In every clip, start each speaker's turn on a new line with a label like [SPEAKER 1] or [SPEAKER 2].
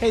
[SPEAKER 1] Hey,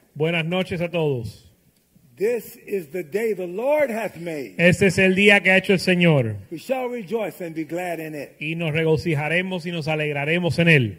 [SPEAKER 2] Buenas noches a todos.
[SPEAKER 3] This is the day the Lord hath made.
[SPEAKER 2] Este es el día que ha hecho el Señor
[SPEAKER 3] We shall rejoice and be glad in it.
[SPEAKER 2] y nos regocijaremos y nos alegraremos en él.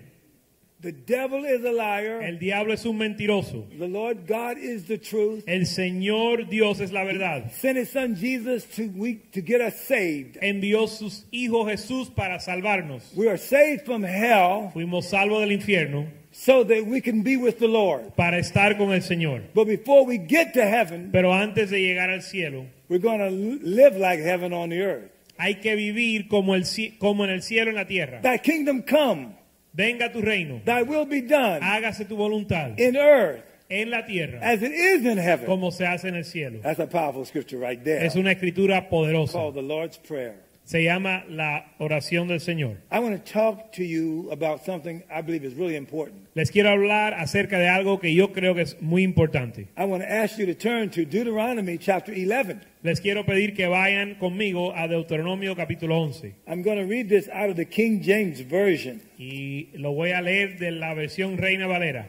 [SPEAKER 3] The devil is a liar.
[SPEAKER 2] El diablo es un mentiroso.
[SPEAKER 3] The Lord God is the truth.
[SPEAKER 2] El Señor Dios es la verdad.
[SPEAKER 3] Sent his son Jesus to, we, to get us saved.
[SPEAKER 2] Envió sus hijos Jesús para salvarnos.
[SPEAKER 3] We are saved from hell
[SPEAKER 2] Fuimos salvos del infierno
[SPEAKER 3] so that we can be with the Lord.
[SPEAKER 2] para estar con el Señor.
[SPEAKER 3] But before we get to heaven,
[SPEAKER 2] Pero antes de llegar al cielo,
[SPEAKER 3] we're going to live like heaven on the earth.
[SPEAKER 2] hay que vivir como, el, ci- como en el cielo en la tierra.
[SPEAKER 3] Thy kingdom come,
[SPEAKER 2] Venga tu reino,
[SPEAKER 3] thy will be done
[SPEAKER 2] hágase tu voluntad
[SPEAKER 3] in earth
[SPEAKER 2] en la tierra
[SPEAKER 3] as it is in heaven.
[SPEAKER 2] como se hace en el cielo.
[SPEAKER 3] That's a powerful scripture right there.
[SPEAKER 2] Es una escritura poderosa.
[SPEAKER 3] called the Lord's Prayer.
[SPEAKER 2] se llama la oración del Señor.
[SPEAKER 3] I want to talk to you about something I believe is really important.
[SPEAKER 2] Les quiero hablar acerca de algo que yo creo que es muy importante.
[SPEAKER 3] I want to ask you to turn to Deuteronomy chapter 11.
[SPEAKER 2] Les quiero pedir que vayan conmigo a Deuteronomio capítulo 11
[SPEAKER 3] I'm going to read this out of the King James Version,
[SPEAKER 2] y lo voy a leer de la versión Reina Valera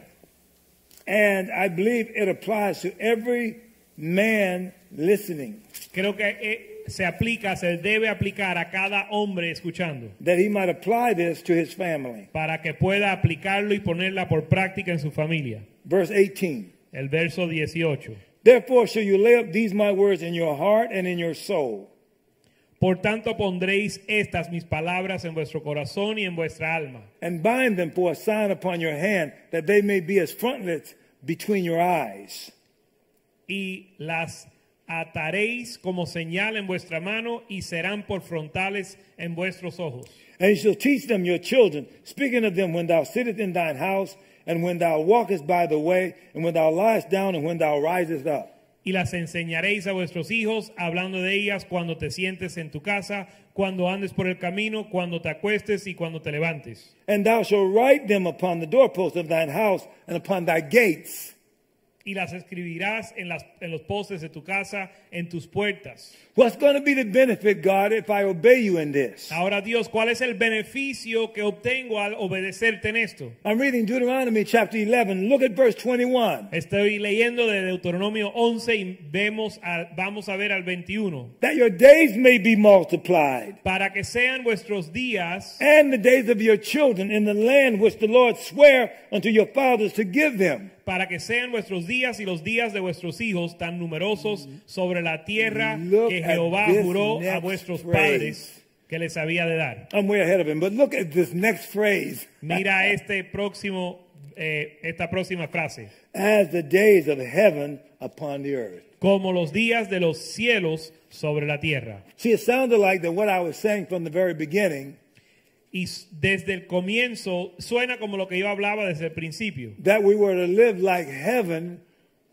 [SPEAKER 3] and I believe it applies to every man listening
[SPEAKER 2] Creo que eh, se aplica, se debe aplicar a cada hombre escuchando
[SPEAKER 3] that he might apply this to his family.
[SPEAKER 2] para que pueda aplicarlo y ponerla por práctica en su familia.
[SPEAKER 3] Verse 18
[SPEAKER 2] El verso 18.
[SPEAKER 3] Therefore, shall you lay up these my words in your heart and in your soul,
[SPEAKER 2] Por tanto pondréis estas mis palabras en vuestro corazón y en vuestra alma.
[SPEAKER 3] and bind them for a sign upon your hand, that they may be as frontlets between your eyes.
[SPEAKER 2] y las ataréis como señal en vuestra mano y serán por frontales en vuestros ojos.
[SPEAKER 3] And you shall teach them your children, speaking of them when thou sittest in thine house, and when thou walkest by the way, and when thou liest down, and when thou risest up.
[SPEAKER 2] Y las enseñaréis a vuestros hijos, hablando de ellas cuando te sientes en tu casa, cuando andes por el camino, cuando te acuestes y cuando te levantes.
[SPEAKER 3] And thou shalt write them upon the doorposts of thine house, and upon thy gates.
[SPEAKER 2] Y las escribirás en, las- en los postes de tu casa, en tus puertas.
[SPEAKER 3] What's going to be the benefit, God, if I obey you in this?
[SPEAKER 2] Ahora Dios, ¿cuál es el beneficio que obtengo al obedecerte en esto?
[SPEAKER 3] I'm reading Deuteronomy chapter 11. Look at verse 21.
[SPEAKER 2] Estoy leyendo de Deuteronomio 11 y vemos al- vamos a ver al 21.
[SPEAKER 3] That your days may be multiplied,
[SPEAKER 2] para que sean vuestros días
[SPEAKER 3] and the days of your children in the land which the Lord sware unto your fathers to give them.
[SPEAKER 2] para que sean vuestros días y los días de vuestros hijos tan numerosos sobre la tierra
[SPEAKER 3] Look
[SPEAKER 2] que
[SPEAKER 3] at
[SPEAKER 2] Jehová
[SPEAKER 3] this
[SPEAKER 2] juró a
[SPEAKER 3] next
[SPEAKER 2] vuestros
[SPEAKER 3] phrase.
[SPEAKER 2] padres que les había de dar.
[SPEAKER 3] I'm way ahead of him, but look at this next phrase.
[SPEAKER 2] Mira este próximo, eh, esta próxima frase.
[SPEAKER 3] as the days of heaven upon the earth.
[SPEAKER 2] Como los días de los cielos sobre la tierra.
[SPEAKER 3] See, it sounded like that what I was saying from the very beginning,
[SPEAKER 2] Y s- desde el comienzo suena como lo que yo hablaba desde el principio,
[SPEAKER 3] that we were to live like heaven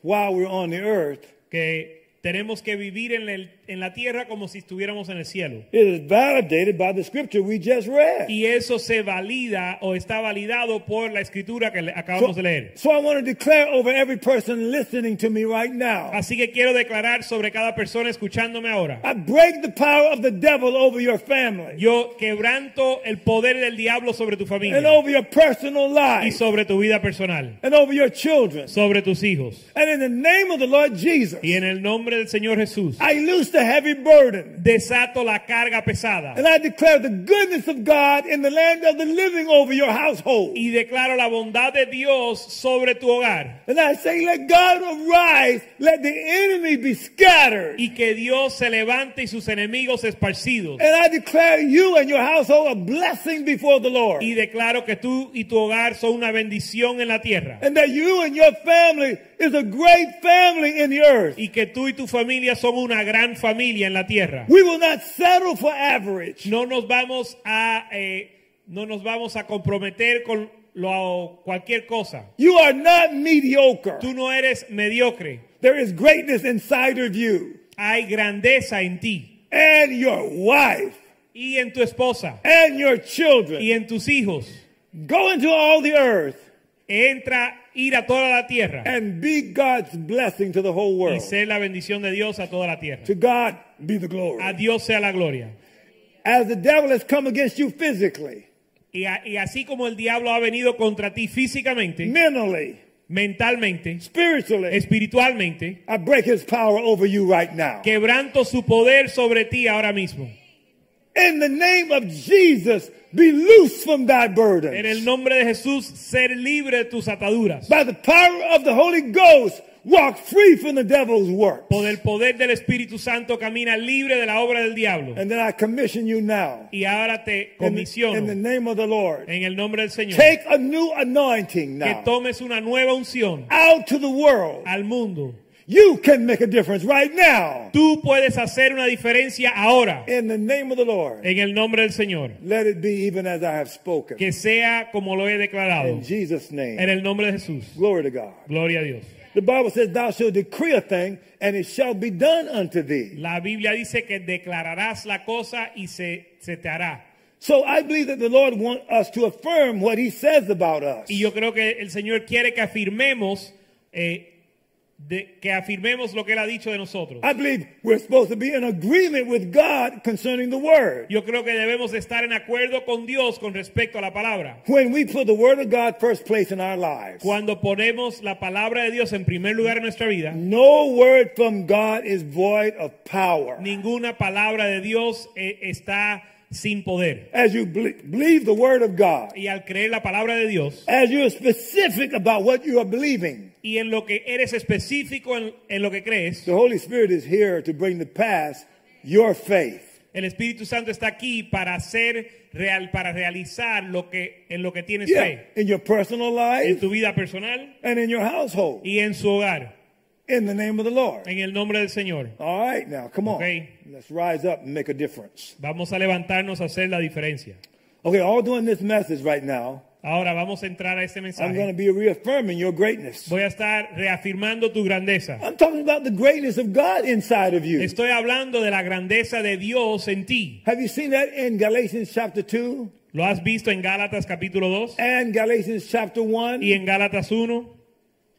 [SPEAKER 3] while we're on the earth,
[SPEAKER 2] que tenemos que vivir en, el- en la tierra como si estuviéramos en el cielo.
[SPEAKER 3] it is validated by the scripture we just read.
[SPEAKER 2] Y eso se valida o está validado por la escritura que le- acabamos de
[SPEAKER 3] So,
[SPEAKER 2] leer.
[SPEAKER 3] so I want to declare over every person listening to me right now.
[SPEAKER 2] Así que quiero declarar sobre cada persona escuchándome ahora.
[SPEAKER 3] I break the power of the devil over your family
[SPEAKER 2] Yo quebranto el poder del diablo sobre tu
[SPEAKER 3] and
[SPEAKER 2] familia
[SPEAKER 3] over your personal
[SPEAKER 2] y
[SPEAKER 3] life
[SPEAKER 2] sobre tu vida personal,
[SPEAKER 3] and over your children.
[SPEAKER 2] sobre tus hijos.
[SPEAKER 3] And in the name of the Lord Jesus,
[SPEAKER 2] Y en el nombre del Señor Jesús,
[SPEAKER 3] I loose the heavy burden.
[SPEAKER 2] desato la carga pesada
[SPEAKER 3] And I declare the goodness of God in the land of the living over your household.
[SPEAKER 2] y declaro la bondad de Dios sobre tu hogar
[SPEAKER 3] And I say, let God arise, let the enemy be scattered.
[SPEAKER 2] y que Dios se levante y sus enemigos esparcidos.
[SPEAKER 3] And I declare you and your household a blessing before the Lord.
[SPEAKER 2] Y declaro que tú y tu hogar son una bendición en la tierra.
[SPEAKER 3] And that you and your family is a great family in the earth.
[SPEAKER 2] y que tú y tu familia son una gran familia en la tierra.
[SPEAKER 3] We will not settle for average.
[SPEAKER 2] No nos vamos a eh, no nos vamos a comprometer con lo, cualquier cosa.
[SPEAKER 3] You are not mediocre.
[SPEAKER 2] Tú no eres mediocre.
[SPEAKER 3] There is greatness inside of you
[SPEAKER 2] Hay grandeza en ti
[SPEAKER 3] and your wife
[SPEAKER 2] y en tu esposa
[SPEAKER 3] and your children.
[SPEAKER 2] y en tus hijos.
[SPEAKER 3] Go into all the earth
[SPEAKER 2] Entra, ir a toda la tierra
[SPEAKER 3] and be God's blessing to the whole
[SPEAKER 2] y
[SPEAKER 3] world.
[SPEAKER 2] ser la bendición de Dios a toda la tierra.
[SPEAKER 3] To God be the
[SPEAKER 2] A
[SPEAKER 3] glory.
[SPEAKER 2] Dios sea la gloria.
[SPEAKER 3] As the devil has come against you physically,
[SPEAKER 2] Y, a- y así como el diablo ha venido contra ti físicamente,
[SPEAKER 3] mentally,
[SPEAKER 2] mentalmente,
[SPEAKER 3] spiritually,
[SPEAKER 2] espiritualmente,
[SPEAKER 3] I break his power over you right now.
[SPEAKER 2] quebranto su poder sobre ti ahora mismo.
[SPEAKER 3] In the name of Jesus, be loose from thy
[SPEAKER 2] En el
[SPEAKER 3] burdens.
[SPEAKER 2] nombre de Jesús, ser libre de tus ataduras.
[SPEAKER 3] By the power of the Holy Ghost, walk free from the devil's work.
[SPEAKER 2] Por el poder del Espíritu Santo camina libre de la obra del diablo.
[SPEAKER 3] And then I commission you now.
[SPEAKER 2] Y ahora te
[SPEAKER 3] In the, in the
[SPEAKER 2] comisiono
[SPEAKER 3] name of the Lord.
[SPEAKER 2] en el nombre del Señor
[SPEAKER 3] Take a new anointing
[SPEAKER 2] que
[SPEAKER 3] now.
[SPEAKER 2] tomes una nueva unción
[SPEAKER 3] Out to the world.
[SPEAKER 2] al mundo.
[SPEAKER 3] You can make a difference right now.
[SPEAKER 2] Tú puedes hacer una diferencia ahora
[SPEAKER 3] In the name of the Lord.
[SPEAKER 2] en el nombre del Señor.
[SPEAKER 3] Let it be even as I have spoken.
[SPEAKER 2] Que sea como lo he declarado
[SPEAKER 3] In Jesus'
[SPEAKER 2] en
[SPEAKER 3] name.
[SPEAKER 2] el nombre de Jesús.
[SPEAKER 3] Glory to God.
[SPEAKER 2] Gloria a Dios.
[SPEAKER 3] The Bible says, Thou shalt decree a thing, and it shall be done unto thee.
[SPEAKER 2] La Biblia dice que declararás la cosa y se, se te hará.
[SPEAKER 3] So I believe that the Lord wants us to affirm what He says about us.
[SPEAKER 2] Y yo creo que el Señor quiere que afirmemos, eh, de- que afirmemos lo que Él ha dicho de nosotros.
[SPEAKER 3] I believe we're supposed to be in agreement with God concerning the Word.
[SPEAKER 2] Yo creo que debemos de estar en acuerdo con Dios con respecto a la palabra.
[SPEAKER 3] When we put the Word of God first place in our lives,
[SPEAKER 2] Cuando ponemos la palabra de Dios en primer lugar en nuestra vida,
[SPEAKER 3] no word from God is void of power.
[SPEAKER 2] ninguna palabra de Dios eh, está sin poder.
[SPEAKER 3] As you ble- believe the Word of God,
[SPEAKER 2] Y al creer la palabra de Dios
[SPEAKER 3] as you are specific about what you are believing,
[SPEAKER 2] y en lo que eres específico en, en lo que crees,
[SPEAKER 3] the Holy Spirit is here to bring to pass your faith.
[SPEAKER 2] el Espíritu Santo está aquí para hacer real, para realizar lo que en lo que tienes
[SPEAKER 3] Yeah,
[SPEAKER 2] fe
[SPEAKER 3] in your personal
[SPEAKER 2] en
[SPEAKER 3] life
[SPEAKER 2] tu vida personal
[SPEAKER 3] and in your household.
[SPEAKER 2] y en su hogar,
[SPEAKER 3] In the name of the Lord.
[SPEAKER 2] en el nombre del Señor.
[SPEAKER 3] All right, now come on.
[SPEAKER 2] Okay.
[SPEAKER 3] Let's rise up and make a difference.
[SPEAKER 2] Vamos a levantarnos a hacer la diferencia.
[SPEAKER 3] Okay, all doing this message right now,
[SPEAKER 2] Ahora vamos a entrar a este
[SPEAKER 3] I'm going to
[SPEAKER 2] mensaje.
[SPEAKER 3] be reaffirming your greatness.
[SPEAKER 2] Voy a estar reafirmando tu grandeza.
[SPEAKER 3] I'm talking about the greatness of God inside of you.
[SPEAKER 2] Estoy hablando de la grandeza de Dios en ti.
[SPEAKER 3] Have you seen that in Galatians chapter 2
[SPEAKER 2] Lo has visto en Gálatas capítulo 2
[SPEAKER 3] and Galatians chapter 1?
[SPEAKER 2] y en Gálatas 1.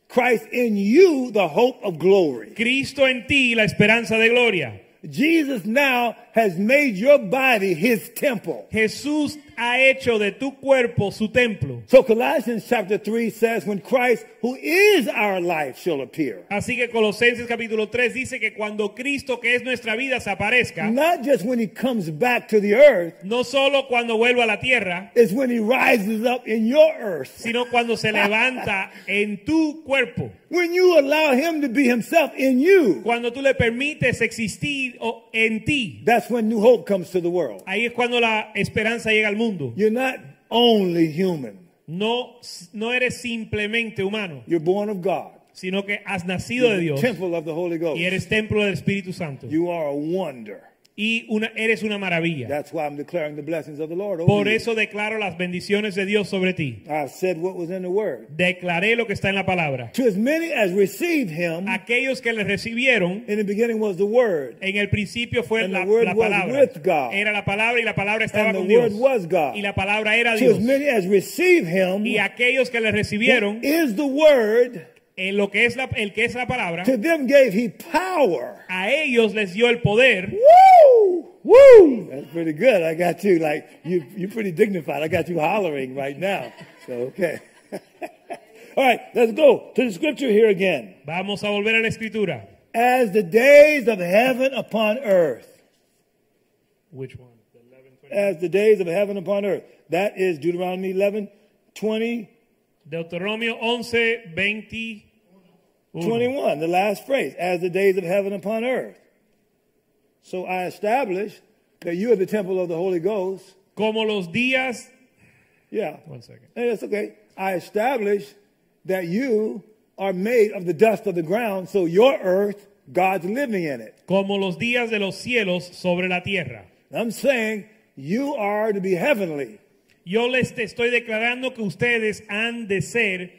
[SPEAKER 3] Christ in you, the hope of glory.
[SPEAKER 2] Cristo en ti, la esperanza de gloria.
[SPEAKER 3] Jesus now has made your body his temple.
[SPEAKER 2] Jesús ha hecho de tu cuerpo su templo.
[SPEAKER 3] So Colossians chapter 3 says, When Christ, who is our life, shall appear.
[SPEAKER 2] Así que Colosenses capítulo 3 dice que cuando Cristo, que es nuestra vida, se aparezca,
[SPEAKER 3] Not just when he comes back to the earth,
[SPEAKER 2] no solo cuando vuelva a la tierra,
[SPEAKER 3] is when he rises up in your earth.
[SPEAKER 2] sino cuando se levanta en tu cuerpo.
[SPEAKER 3] When you allow him to be himself in you,
[SPEAKER 2] Cuando tú le permites existir o- en ti,
[SPEAKER 3] that's when new hope comes to the world.
[SPEAKER 2] ahí es cuando la esperanza llega al mundo.
[SPEAKER 3] You're not only human,
[SPEAKER 2] No, no eres simplemente humano,
[SPEAKER 3] you're born of God,
[SPEAKER 2] sino que has nacido de Dios
[SPEAKER 3] temple of the Holy Ghost.
[SPEAKER 2] y eres templo del Espíritu Santo.
[SPEAKER 3] You are a wonder.
[SPEAKER 2] Y una, eres una maravilla.
[SPEAKER 3] That's why I'm declaring the blessings of the Lord. Over
[SPEAKER 2] Por
[SPEAKER 3] you.
[SPEAKER 2] eso declaro las bendiciones de Dios sobre ti.
[SPEAKER 3] I've said what was in the word.
[SPEAKER 2] Declaré lo que está en la palabra.
[SPEAKER 3] To as many as received him,
[SPEAKER 2] Aquellos que le recibieron,
[SPEAKER 3] in the beginning was the word,
[SPEAKER 2] en el principio fue
[SPEAKER 3] And the
[SPEAKER 2] la,
[SPEAKER 3] word
[SPEAKER 2] la
[SPEAKER 3] was with
[SPEAKER 2] palabra.
[SPEAKER 3] God.
[SPEAKER 2] Era la palabra y la palabra estaba
[SPEAKER 3] And the
[SPEAKER 2] con
[SPEAKER 3] word
[SPEAKER 2] Dios.
[SPEAKER 3] was God.
[SPEAKER 2] Y la palabra era
[SPEAKER 3] to as
[SPEAKER 2] Dios.
[SPEAKER 3] many as receive him,
[SPEAKER 2] Y aquellos que le
[SPEAKER 3] who
[SPEAKER 2] recibieron,
[SPEAKER 3] is the word,
[SPEAKER 2] en lo que es la, el que es la palabra,
[SPEAKER 3] to them gave he power.
[SPEAKER 2] a ellos les dio el poder.
[SPEAKER 3] Woo! Woo! That's pretty good. I got you like you you're pretty dignified. I got you hollering right now. So okay. All right, let's go to the scripture here again.
[SPEAKER 2] Vamos a volver a la escritura.
[SPEAKER 3] As the days of heaven upon earth.
[SPEAKER 2] Which one? The 11, 20.
[SPEAKER 3] As the days of heaven upon earth. That is Deuteronomy 11, 20,
[SPEAKER 2] Deuteronomio 11, 20. Mm-hmm.
[SPEAKER 3] 21, the last phrase. As the days of heaven upon earth. So I establish that you are the temple of the Holy Ghost.
[SPEAKER 2] Como los días.
[SPEAKER 3] Yeah.
[SPEAKER 2] One second.
[SPEAKER 3] Hey, that's okay. I establish that you are made of the dust of the ground, so your earth, God's living in it.
[SPEAKER 2] Como los días de los cielos sobre la tierra.
[SPEAKER 3] And I'm saying you are to be heavenly.
[SPEAKER 2] Yo les te estoy declarando que ustedes han de ser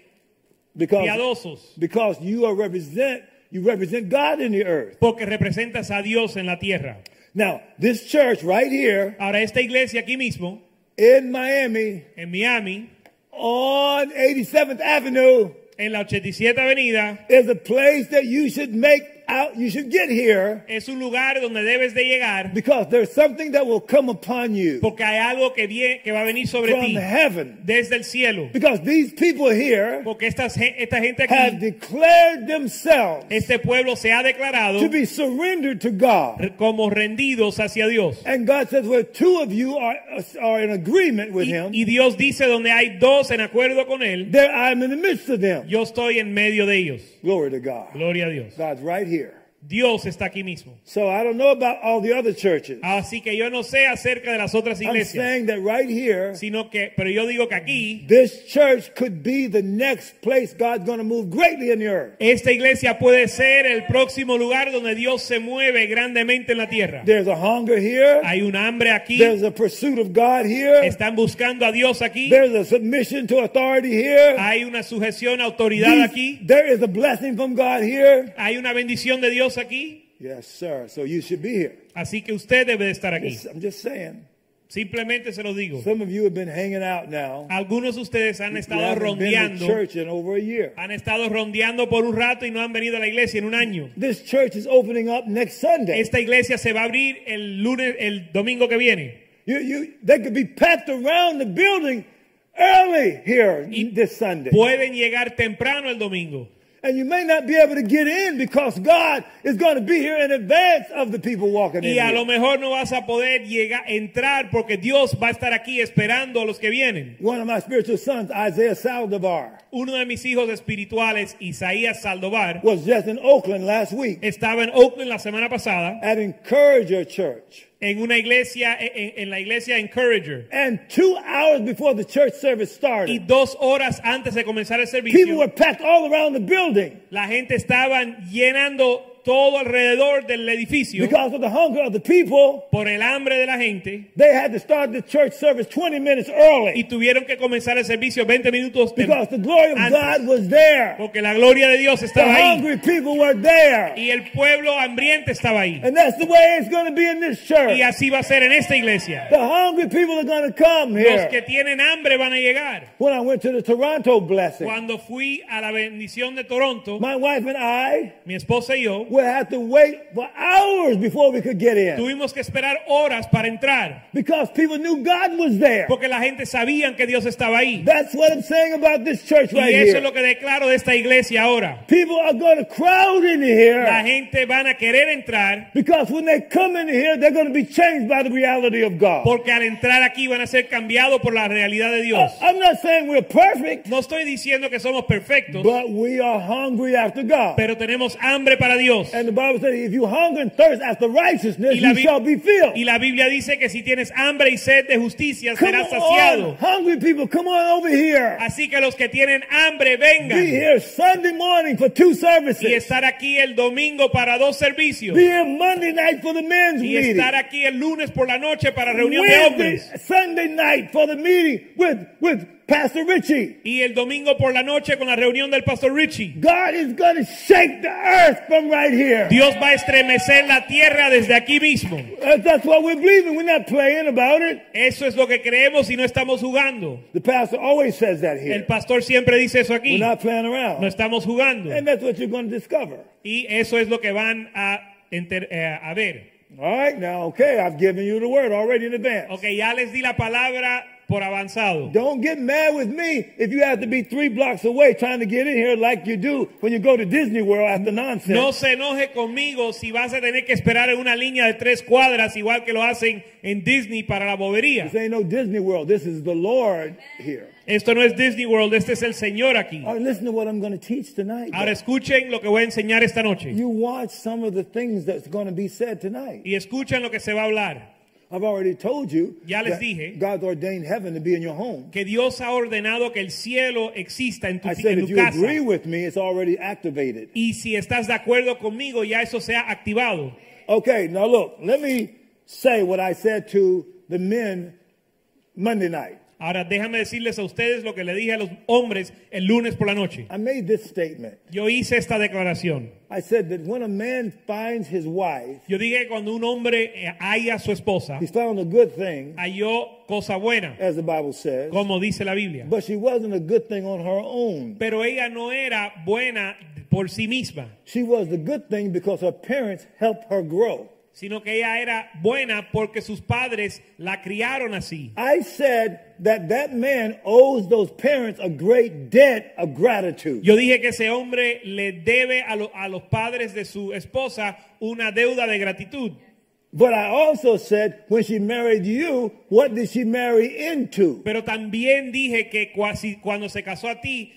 [SPEAKER 3] Because,
[SPEAKER 2] piadosos
[SPEAKER 3] because you are represent you represent God in the earth.
[SPEAKER 2] porque representas a Dios en la tierra.
[SPEAKER 3] Now, this church right here
[SPEAKER 2] Ahora esta iglesia aquí mismo,
[SPEAKER 3] in Miami
[SPEAKER 2] en Miami,
[SPEAKER 3] on 87th Avenue
[SPEAKER 2] en la 87 Avenida,
[SPEAKER 3] is a place that you should make out you should get here
[SPEAKER 2] es un lugar donde debes de llegar
[SPEAKER 3] because there's something that will come upon you
[SPEAKER 2] porque hay algo que, vie- que va a venir sobre
[SPEAKER 3] from
[SPEAKER 2] ti
[SPEAKER 3] heaven.
[SPEAKER 2] desde el cielo.
[SPEAKER 3] Because these people here
[SPEAKER 2] Porque esta, esta gente
[SPEAKER 3] have
[SPEAKER 2] aquí,
[SPEAKER 3] declared themselves
[SPEAKER 2] este pueblo se ha declarado
[SPEAKER 3] to be surrendered to God.
[SPEAKER 2] re- como rendidos hacia Dios.
[SPEAKER 3] And God says, where two of you are, are in agreement with
[SPEAKER 2] Y,
[SPEAKER 3] Him,
[SPEAKER 2] y Dios dice donde hay dos en acuerdo con él,
[SPEAKER 3] there I'm in the midst of them.
[SPEAKER 2] yo estoy en medio de ellos.
[SPEAKER 3] Glory to God.
[SPEAKER 2] Gloria a Dios.
[SPEAKER 3] God's right here.
[SPEAKER 2] Dios está aquí mismo.
[SPEAKER 3] So I don't know about all the other churches.
[SPEAKER 2] Así que yo no sé acerca de las otras
[SPEAKER 3] I'm
[SPEAKER 2] iglesias,
[SPEAKER 3] saying that right here,
[SPEAKER 2] sino que, pero yo digo que aquí
[SPEAKER 3] this church could be the next place God's going to move greatly in the earth.
[SPEAKER 2] esta iglesia puede ser el próximo lugar donde Dios se mueve grandemente en la tierra.
[SPEAKER 3] There's a hunger here.
[SPEAKER 2] Hay un hambre aquí,
[SPEAKER 3] There's a pursuit of God here.
[SPEAKER 2] están buscando a Dios aquí,
[SPEAKER 3] There's a submission to authority here.
[SPEAKER 2] hay una sujeción a autoridad
[SPEAKER 3] These-
[SPEAKER 2] aquí,
[SPEAKER 3] There is a blessing from God here.
[SPEAKER 2] hay una bendición de Dios aquí,
[SPEAKER 3] Yes, sir. So you should be here.
[SPEAKER 2] así que usted debe de estar aquí.
[SPEAKER 3] Yes, I'm just saying.
[SPEAKER 2] Simplemente se lo digo.
[SPEAKER 3] Some of you have been hanging out now.
[SPEAKER 2] Algunos de ustedes han
[SPEAKER 3] You
[SPEAKER 2] estado
[SPEAKER 3] haven't been to
[SPEAKER 2] rondeando,
[SPEAKER 3] church in over a year.
[SPEAKER 2] han estado rondeando por un rato y no han venido a la iglesia en un año.
[SPEAKER 3] This church is opening up next Sunday.
[SPEAKER 2] Esta iglesia se va a abrir el lunes, el domingo que viene.
[SPEAKER 3] You, you, they could be packed around the building early here this Sunday.
[SPEAKER 2] Pueden llegar temprano el domingo.
[SPEAKER 3] And you may not be able to get in because God is going to be here in advance of the people walking in.
[SPEAKER 2] Y a
[SPEAKER 3] here.
[SPEAKER 2] lo mejor no vas a poder llegar, entrar porque Dios va a estar aquí esperando a los que vienen.
[SPEAKER 3] One of my spiritual sons, Isaiah Saldivar,
[SPEAKER 2] Uno de mis hijos espirituales, Isaías Saldovar,
[SPEAKER 3] was just in Oakland last week
[SPEAKER 2] estaba en Oakland la semana pasada
[SPEAKER 3] at Encourager Church.
[SPEAKER 2] en una iglesia, en, en la iglesia Encourager.
[SPEAKER 3] And two hours before the church service
[SPEAKER 2] Y
[SPEAKER 3] started,
[SPEAKER 2] dos horas antes de comenzar el
[SPEAKER 3] people were
[SPEAKER 2] servicio,
[SPEAKER 3] packed all around the building
[SPEAKER 2] la gente estaba llenando todo alrededor del edificio
[SPEAKER 3] because of the hunger of the people.
[SPEAKER 2] por el hambre de la gente.
[SPEAKER 3] They had to start the church service 20 minutes
[SPEAKER 2] y
[SPEAKER 3] early
[SPEAKER 2] tuvieron que comenzar el servicio 20 minutos tem-
[SPEAKER 3] because the glory of
[SPEAKER 2] Antes.
[SPEAKER 3] God was there.
[SPEAKER 2] porque la gloria de Dios
[SPEAKER 3] The
[SPEAKER 2] estaba ahí
[SPEAKER 3] hungry people were there.
[SPEAKER 2] y el pueblo hambriento estaba ahí
[SPEAKER 3] And that's the way it's going to be in this church.
[SPEAKER 2] y así va a ser en esta iglesia
[SPEAKER 3] The hungry people are going to come
[SPEAKER 2] los que
[SPEAKER 3] here.
[SPEAKER 2] tienen hambre van a llegar
[SPEAKER 3] When I went to the Toronto blessing,
[SPEAKER 2] cuando fui a la bendición de Toronto
[SPEAKER 3] my wife and I
[SPEAKER 2] mi esposa y yo
[SPEAKER 3] would have to wait for hours before we could get in
[SPEAKER 2] tuvimos que esperar horas para entrar
[SPEAKER 3] because people knew God was there.
[SPEAKER 2] porque la gente sabía que Dios estaba ahí
[SPEAKER 3] That's what I'm saying about this church
[SPEAKER 2] y
[SPEAKER 3] right
[SPEAKER 2] eso es
[SPEAKER 3] here.
[SPEAKER 2] lo que declaro de esta iglesia ahora
[SPEAKER 3] People are going to crowd in
[SPEAKER 2] la
[SPEAKER 3] here
[SPEAKER 2] gente van a querer entrar
[SPEAKER 3] because when they come in here, they're going to be changed by the reality of God.
[SPEAKER 2] porque al entrar aquí van a ser cambiados por la realidad de Dios
[SPEAKER 3] I- I'm not saying we're perfect,
[SPEAKER 2] no estoy diciendo que somos perfectos
[SPEAKER 3] ah. but we are hungry after God.
[SPEAKER 2] pero tenemos hambre para Dios.
[SPEAKER 3] And the Bible says, if you hunger and thirst after righteousness,
[SPEAKER 2] Y la
[SPEAKER 3] you
[SPEAKER 2] Bi-
[SPEAKER 3] shall be filled.
[SPEAKER 2] Y la Biblia dice que si tienes hambre y sed de justicia
[SPEAKER 3] Come
[SPEAKER 2] serás saciado.
[SPEAKER 3] on, hungry people, come on over here.
[SPEAKER 2] Así que los que tienen
[SPEAKER 3] Be
[SPEAKER 2] hambre vengan
[SPEAKER 3] here Sunday morning for two
[SPEAKER 2] y
[SPEAKER 3] services.
[SPEAKER 2] estar aquí el domingo para dos servicios
[SPEAKER 3] Be here Monday night for the men's
[SPEAKER 2] y
[SPEAKER 3] meeting.
[SPEAKER 2] estar aquí el lunes por la noche para reunión de
[SPEAKER 3] Wednesday,
[SPEAKER 2] hombres
[SPEAKER 3] Sunday night for the meeting with, with Pastor Richie.
[SPEAKER 2] y el domingo por la noche con la reunión del pastor Richie.
[SPEAKER 3] God is going to shake the earth from right here.
[SPEAKER 2] Dios va a estremecer la tierra desde aquí mismo.
[SPEAKER 3] That- Uh, That's what we're believing. We're not playing about it.
[SPEAKER 2] Eso es lo que creemos y no estamos jugando.
[SPEAKER 3] The pastor always says that
[SPEAKER 2] El
[SPEAKER 3] here.
[SPEAKER 2] pastor siempre dice eso
[SPEAKER 3] We're
[SPEAKER 2] aquí.
[SPEAKER 3] not playing
[SPEAKER 2] No
[SPEAKER 3] around.
[SPEAKER 2] estamos jugando.
[SPEAKER 3] And that's what you're going to discover.
[SPEAKER 2] Y eso es lo que van a, enter- eh, a ver.
[SPEAKER 3] All right, now, okay, I've given you the word already in advance.
[SPEAKER 2] Ok, ya les di la palabra por avanzado.
[SPEAKER 3] Don't get mad with me if you have to be three blocks away trying to get in here like you do when you go to Disney World after nonsense.
[SPEAKER 2] No se enoje conmigo si vas a tener que esperar en una línea de tres cuadras, igual que lo hacen en Disney para la bobería.
[SPEAKER 3] This ain't no Disney World. This is the Lord here.
[SPEAKER 2] Esto no es Disney World, este es el Señor aquí.
[SPEAKER 3] All right, listen to what I'm going to teach tonight.
[SPEAKER 2] Ahora escuchen lo que voy a enseñar esta noche.
[SPEAKER 3] You watch some of the things that's going to be said tonight.
[SPEAKER 2] Y escuchen lo que se va a hablar.
[SPEAKER 3] I've already told you
[SPEAKER 2] Ya les
[SPEAKER 3] that
[SPEAKER 2] dije.
[SPEAKER 3] God's ordained heaven to be in your home.
[SPEAKER 2] Que Dios ha ordenado que el cielo exista en tu,
[SPEAKER 3] I said,
[SPEAKER 2] en
[SPEAKER 3] if
[SPEAKER 2] tu
[SPEAKER 3] you
[SPEAKER 2] casa.
[SPEAKER 3] agree with me, it's already activated.
[SPEAKER 2] Y si estás de acuerdo conmigo, ya eso se ha activado.
[SPEAKER 3] Okay, now look, let me say what I said to the men Monday night.
[SPEAKER 2] Ahora déjame decirles a ustedes lo que le dije a los hombres el lunes por la noche.
[SPEAKER 3] I made this statement.
[SPEAKER 2] Yo hice esta declaración.
[SPEAKER 3] I said that when a man finds his wife,
[SPEAKER 2] Yo dije que cuando un hombre eh, haya a su esposa,
[SPEAKER 3] he's found a good thing,
[SPEAKER 2] halló cosa buena,
[SPEAKER 3] as the Bible says,
[SPEAKER 2] como dice la Biblia.
[SPEAKER 3] but she wasn't a good thing on her own.
[SPEAKER 2] Pero ella no era buena por sí misma,
[SPEAKER 3] She was the good thing because her parents helped her grow.
[SPEAKER 2] sino que ella era buena porque sus padres la criaron así.
[SPEAKER 3] I said that that man owes those parents a great debt of gratitude.
[SPEAKER 2] Yo dije que ese hombre le debe a, lo- a los padres de su esposa una deuda de gratitud.
[SPEAKER 3] But I also said when she married you, what did she marry into?
[SPEAKER 2] Pero también dije que cuasi- cuando se casó a ti,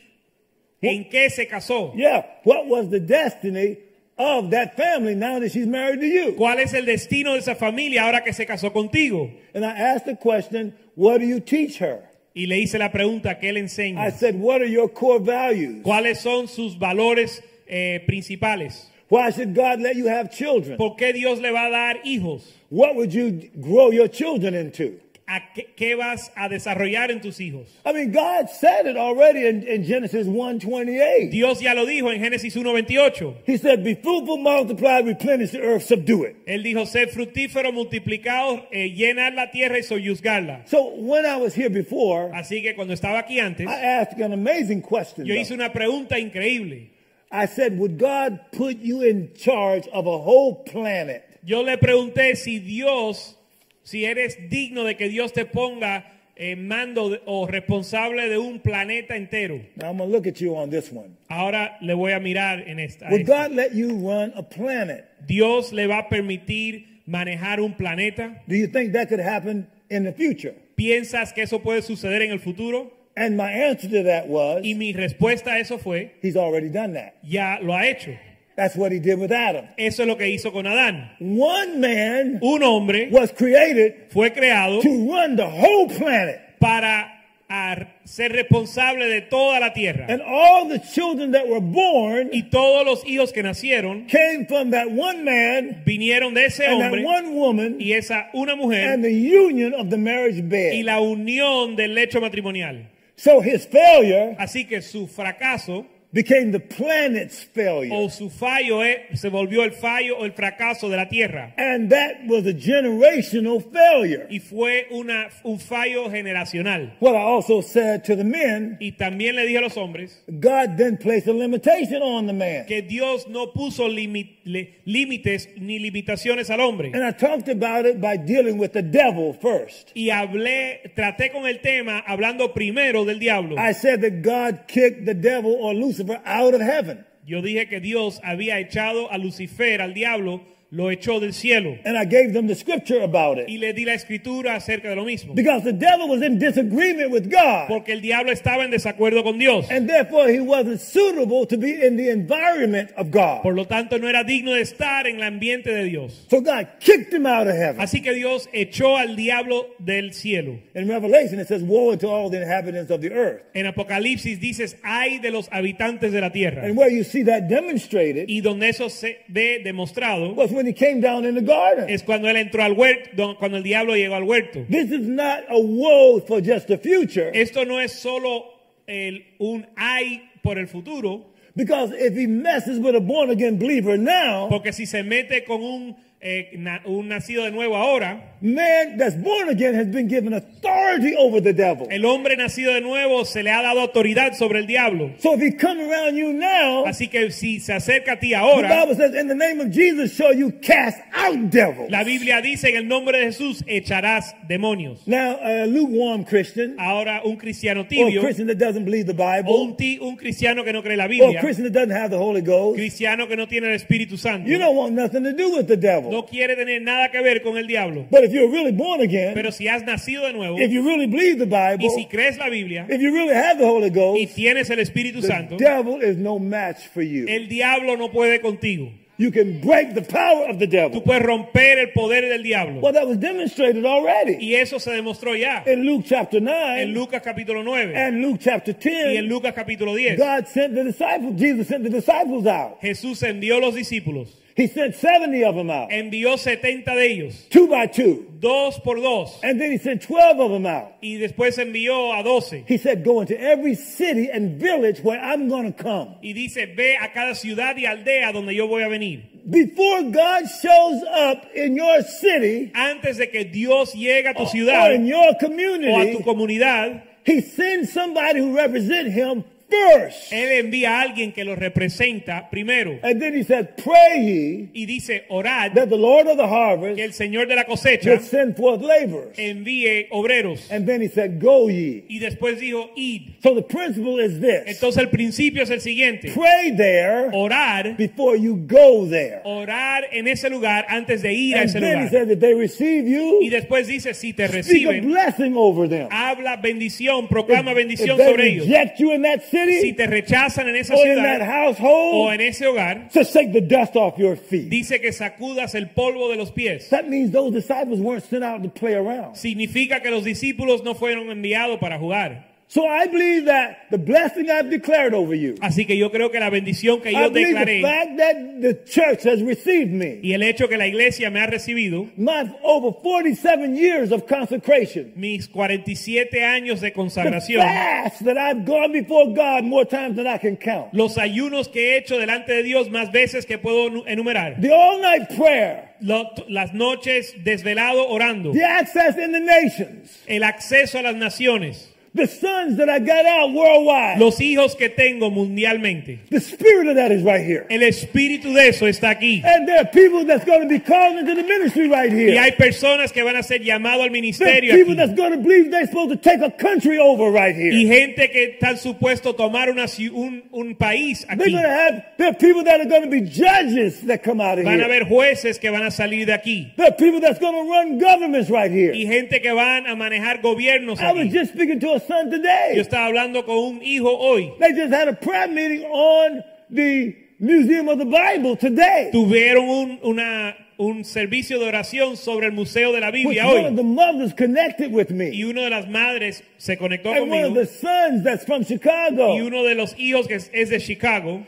[SPEAKER 2] ¿en qué se casó?
[SPEAKER 3] Yeah, what was the destiny of that family now that she's married to you?
[SPEAKER 2] ¿Cuál es el destino de esa familia ahora que se casó contigo?
[SPEAKER 3] And I asked the question, what do you teach her?
[SPEAKER 2] Y le hice la pregunta que él enseña.
[SPEAKER 3] I said, what are your core values?
[SPEAKER 2] ¿Cuáles son sus valores eh, principales?
[SPEAKER 3] Why should God let you have children?
[SPEAKER 2] ¿Por qué Dios le va a dar hijos?
[SPEAKER 3] What would you grow your children into?
[SPEAKER 2] ¿A qué, qué vas a desarrollar en tus hijos?
[SPEAKER 3] I mean, God said it already in, in Genesis 1:28.
[SPEAKER 2] Dios ya lo dijo en Génesis 1.28.
[SPEAKER 3] He said, Be fruitful, multiply, replenish the earth, subdue it.
[SPEAKER 2] Él dijo, sed fructíferos, multiplicados, eh, llenad la tierra y soyuzgarla.
[SPEAKER 3] So when I was here before,
[SPEAKER 2] Así que cuando estaba aquí antes,
[SPEAKER 3] I asked an amazing question.
[SPEAKER 2] yo
[SPEAKER 3] though.
[SPEAKER 2] hice una pregunta increíble.
[SPEAKER 3] I said, Would God put you in charge of a whole planet?
[SPEAKER 2] Yo le pregunté si Dios, si eres digno de que Dios te ponga en mando de- o responsable de un planeta entero.
[SPEAKER 3] Now I'm going to look at you on this one.
[SPEAKER 2] Ahora le voy a mirar en esta. a
[SPEAKER 3] Would
[SPEAKER 2] esta.
[SPEAKER 3] God let you run a planet?
[SPEAKER 2] Dios le va a permitir manejar un planeta.
[SPEAKER 3] Do you think that could happen in the future?
[SPEAKER 2] ¿Piensas que eso puede suceder en el futuro?
[SPEAKER 3] And my answer to that was,
[SPEAKER 2] Y mi respuesta a eso fue,
[SPEAKER 3] He's already done that.
[SPEAKER 2] ya lo ha hecho.
[SPEAKER 3] That's what He did with Adam.
[SPEAKER 2] Eso es lo que hizo con Adán.
[SPEAKER 3] One man
[SPEAKER 2] Un hombre
[SPEAKER 3] was created
[SPEAKER 2] fue creado
[SPEAKER 3] to run the whole planet.
[SPEAKER 2] para ar- ser responsable de toda la tierra.
[SPEAKER 3] And all the children that were born
[SPEAKER 2] Y todos los hijos que nacieron
[SPEAKER 3] came from that one man
[SPEAKER 2] vinieron de ese
[SPEAKER 3] and that
[SPEAKER 2] hombre
[SPEAKER 3] one woman
[SPEAKER 2] y esa una
[SPEAKER 3] and
[SPEAKER 2] mujer
[SPEAKER 3] the union of the marriage
[SPEAKER 2] y
[SPEAKER 3] bed.
[SPEAKER 2] la unión del lecho matrimonial.
[SPEAKER 3] So his failure
[SPEAKER 2] Así que su fracaso
[SPEAKER 3] became the planet's failure.
[SPEAKER 2] o su fallo eh, se volvió el fallo o el fracaso de la tierra.
[SPEAKER 3] And that was a generational failure.
[SPEAKER 2] Y fue una, un fallo generacional.
[SPEAKER 3] What I also said to the men,
[SPEAKER 2] Y también le dije a los hombres
[SPEAKER 3] God then placed a limitation on the man.
[SPEAKER 2] que Dios no puso limi- le- límites ni limitaciones al hombre.
[SPEAKER 3] And I talked about it by dealing with the devil first.
[SPEAKER 2] Y hablé, traté con el tema hablando primero del diablo.
[SPEAKER 3] I said that God kicked the devil or Lucifer out of heaven.
[SPEAKER 2] Yo dije que Dios había echado a Lucifer, al diablo, lo echó del cielo.
[SPEAKER 3] And I gave them the scripture about it.
[SPEAKER 2] Y le di la escritura acerca de lo mismo.
[SPEAKER 3] Because the devil was in disagreement with God.
[SPEAKER 2] Porque el diablo estaba en desacuerdo con Dios.
[SPEAKER 3] And therefore, he wasn't suitable to be in the environment of God.
[SPEAKER 2] Por lo tanto, no era digno de estar en el ambiente de Dios.
[SPEAKER 3] So God kicked him out of heaven.
[SPEAKER 2] Así que Dios echó al diablo del cielo.
[SPEAKER 3] In Revelation, it says, Woe unto all the inhabitants of the earth.
[SPEAKER 2] En Apocalipsis dices, hay de los habitantes de la tierra.
[SPEAKER 3] And where you see that demonstrated
[SPEAKER 2] Y donde eso se ve demostrado
[SPEAKER 3] was when he came down in the garden.
[SPEAKER 2] es cuando él entró al huerto, cuando el diablo llegó al huerto.
[SPEAKER 3] This is not a woe for just the future.
[SPEAKER 2] Esto no es solo el- un hay por el futuro,
[SPEAKER 3] Because if he messes with a born again believer now,
[SPEAKER 2] porque si se mete con un, eh, na- un nacido de nuevo ahora,
[SPEAKER 3] man that's born again has been given authority over the devil.
[SPEAKER 2] el hombre nacido de nuevo se le ha dado autoridad sobre el diablo.
[SPEAKER 3] So if he come around you now,
[SPEAKER 2] Así que si se acerca a ti
[SPEAKER 3] the
[SPEAKER 2] ahora,
[SPEAKER 3] Bible says, In the name of Jesus, shall you cast out devils.
[SPEAKER 2] la Biblia dice en el nombre de Jesús echarás demonios.
[SPEAKER 3] Now, a lukewarm Christian,
[SPEAKER 2] Ahora un cristiano
[SPEAKER 3] or a
[SPEAKER 2] tibio
[SPEAKER 3] Christian that doesn't believe the
[SPEAKER 2] o un,
[SPEAKER 3] Bible,
[SPEAKER 2] ti- un cristiano que no cree la
[SPEAKER 3] or a
[SPEAKER 2] Biblia,
[SPEAKER 3] Christian that doesn't have the Holy Ghost,
[SPEAKER 2] cristiano que no tiene el Espíritu Santo,
[SPEAKER 3] you don't want nothing to do with the devil.
[SPEAKER 2] no quiere tener nada que ver con el diablo.
[SPEAKER 3] But if you're really born again,
[SPEAKER 2] Pero si has nacido de nuevo
[SPEAKER 3] if you really believe the
[SPEAKER 2] y
[SPEAKER 3] Bible,
[SPEAKER 2] si crees la Biblia
[SPEAKER 3] if you really have the Holy
[SPEAKER 2] y
[SPEAKER 3] Ghost,
[SPEAKER 2] tienes el Espíritu
[SPEAKER 3] the
[SPEAKER 2] Santo, Eh.
[SPEAKER 3] devil is no match for you.
[SPEAKER 2] el diablo no puede contigo.
[SPEAKER 3] You can break the power of the
[SPEAKER 2] Tú
[SPEAKER 3] devil.
[SPEAKER 2] puedes romper el poder del diablo.
[SPEAKER 3] Well, that was demonstrated already
[SPEAKER 2] Y eso se demostró ya
[SPEAKER 3] in Luke chapter
[SPEAKER 2] en
[SPEAKER 3] 9
[SPEAKER 2] Lucas capítulo 9
[SPEAKER 3] and Luke chapter
[SPEAKER 2] y en
[SPEAKER 3] 10.
[SPEAKER 2] Lucas capítulo 10.
[SPEAKER 3] God sent the disciples, Jesus sent the disciples out.
[SPEAKER 2] Jesús envió a los discípulos
[SPEAKER 3] He sent 70 of them out,
[SPEAKER 2] Envió 70 de ellos,
[SPEAKER 3] two by two.
[SPEAKER 2] dos por dos,
[SPEAKER 3] And then he sent 12 of them out.
[SPEAKER 2] y después envió a 12.
[SPEAKER 3] He said, Go into every city and village where I'm going to come.
[SPEAKER 2] Y dice, ve a cada ciudad y aldea donde yo voy a venir.
[SPEAKER 3] Before God shows up in your city
[SPEAKER 2] Antes de que Dios llegue a tu
[SPEAKER 3] or
[SPEAKER 2] ciudad
[SPEAKER 3] in your
[SPEAKER 2] o a tu
[SPEAKER 3] community,
[SPEAKER 2] comunidad,
[SPEAKER 3] he sends somebody who represents him first.
[SPEAKER 2] Él envía a alguien que lo representa primero.
[SPEAKER 3] And then he said, Pray ye
[SPEAKER 2] Y dice, orad
[SPEAKER 3] that the Lord of the
[SPEAKER 2] que
[SPEAKER 3] harvest
[SPEAKER 2] el Señor de la cosecha
[SPEAKER 3] would send forth laborers.
[SPEAKER 2] envíe obreros.
[SPEAKER 3] And then he said, Go ye.
[SPEAKER 2] Y después dijo, id.
[SPEAKER 3] So the principle is this
[SPEAKER 2] Entonces el principio es el siguiente.
[SPEAKER 3] pray there
[SPEAKER 2] Orar,
[SPEAKER 3] before you go there.
[SPEAKER 2] orar en ese lugar antes de ir a
[SPEAKER 3] And
[SPEAKER 2] ese
[SPEAKER 3] then he
[SPEAKER 2] lugar.
[SPEAKER 3] said, If they receive
[SPEAKER 2] Y
[SPEAKER 3] you,
[SPEAKER 2] después dice, si te
[SPEAKER 3] speak a
[SPEAKER 2] reciben,
[SPEAKER 3] blessing over them.
[SPEAKER 2] habla bendición,
[SPEAKER 3] If,
[SPEAKER 2] proclama bendición
[SPEAKER 3] if they
[SPEAKER 2] sobre ellos.
[SPEAKER 3] reject you in that
[SPEAKER 2] Si
[SPEAKER 3] city
[SPEAKER 2] te rechazan en esa
[SPEAKER 3] or in that
[SPEAKER 2] ciudad o
[SPEAKER 3] household,
[SPEAKER 2] en ese hogar,
[SPEAKER 3] just take the dust off your feet.
[SPEAKER 2] dice que sacudas el polvo de los pies.
[SPEAKER 3] That means those disciples weren't sent out to play around.
[SPEAKER 2] Significa que los discípulos no fueron enviados para jugar.
[SPEAKER 3] So I believe that the blessing I've declared over you,
[SPEAKER 2] Así que yo creo que la bendición que
[SPEAKER 3] I
[SPEAKER 2] yo
[SPEAKER 3] believe the
[SPEAKER 2] declaré
[SPEAKER 3] fact that the church has received me,
[SPEAKER 2] y el hecho que la iglesia me ha recibido,
[SPEAKER 3] my over 47 years of consecration,
[SPEAKER 2] mis 47 años de
[SPEAKER 3] the
[SPEAKER 2] consagración,
[SPEAKER 3] fast that I've gone before God more times than I can count,
[SPEAKER 2] los ayunos que he hecho delante de Dios más veces que puedo nu- enumerar,
[SPEAKER 3] the all-night prayer,
[SPEAKER 2] Lo- las noches desvelado orando,
[SPEAKER 3] the access in the nations,
[SPEAKER 2] el acceso a las naciones,
[SPEAKER 3] the sons that I got out worldwide,
[SPEAKER 2] los hijos que tengo mundialmente.
[SPEAKER 3] the spirit of that is right here.
[SPEAKER 2] El espíritu de eso está aquí.
[SPEAKER 3] And there are people that's going to be called into the ministry right
[SPEAKER 2] Y
[SPEAKER 3] here.
[SPEAKER 2] hay personas que van a ser llamado al
[SPEAKER 3] There's
[SPEAKER 2] ministerio
[SPEAKER 3] people
[SPEAKER 2] aquí.
[SPEAKER 3] that's going to believe they're supposed to take a country over right
[SPEAKER 2] Y
[SPEAKER 3] here.
[SPEAKER 2] gente que están supuesto tomar una, ci- un, un país
[SPEAKER 3] They're
[SPEAKER 2] aquí.
[SPEAKER 3] going to have, there are people that are going to be judges that come out of
[SPEAKER 2] Van
[SPEAKER 3] here.
[SPEAKER 2] a haber jueces que van a salir de aquí.
[SPEAKER 3] There are people that's going to run governments right
[SPEAKER 2] Y
[SPEAKER 3] here.
[SPEAKER 2] gente que van a manejar gobiernos
[SPEAKER 3] I was
[SPEAKER 2] aquí.
[SPEAKER 3] just speaking to a son
[SPEAKER 2] Yo
[SPEAKER 3] today.
[SPEAKER 2] estaba hablando con un hijo hoy.
[SPEAKER 3] They just had a prayer meeting on the Museum of the Bible today.
[SPEAKER 2] Tuvieron un, una, un servicio de oración sobre el Museo Pues, de la
[SPEAKER 3] Which
[SPEAKER 2] Biblia
[SPEAKER 3] one of
[SPEAKER 2] hoy.
[SPEAKER 3] the mothers connected with
[SPEAKER 2] Y
[SPEAKER 3] me.
[SPEAKER 2] uno de las madres se conectó
[SPEAKER 3] And one of
[SPEAKER 2] conmigo.
[SPEAKER 3] the sons that's from
[SPEAKER 2] Y
[SPEAKER 3] Chicago
[SPEAKER 2] uno de los hijos que es- es de Chicago.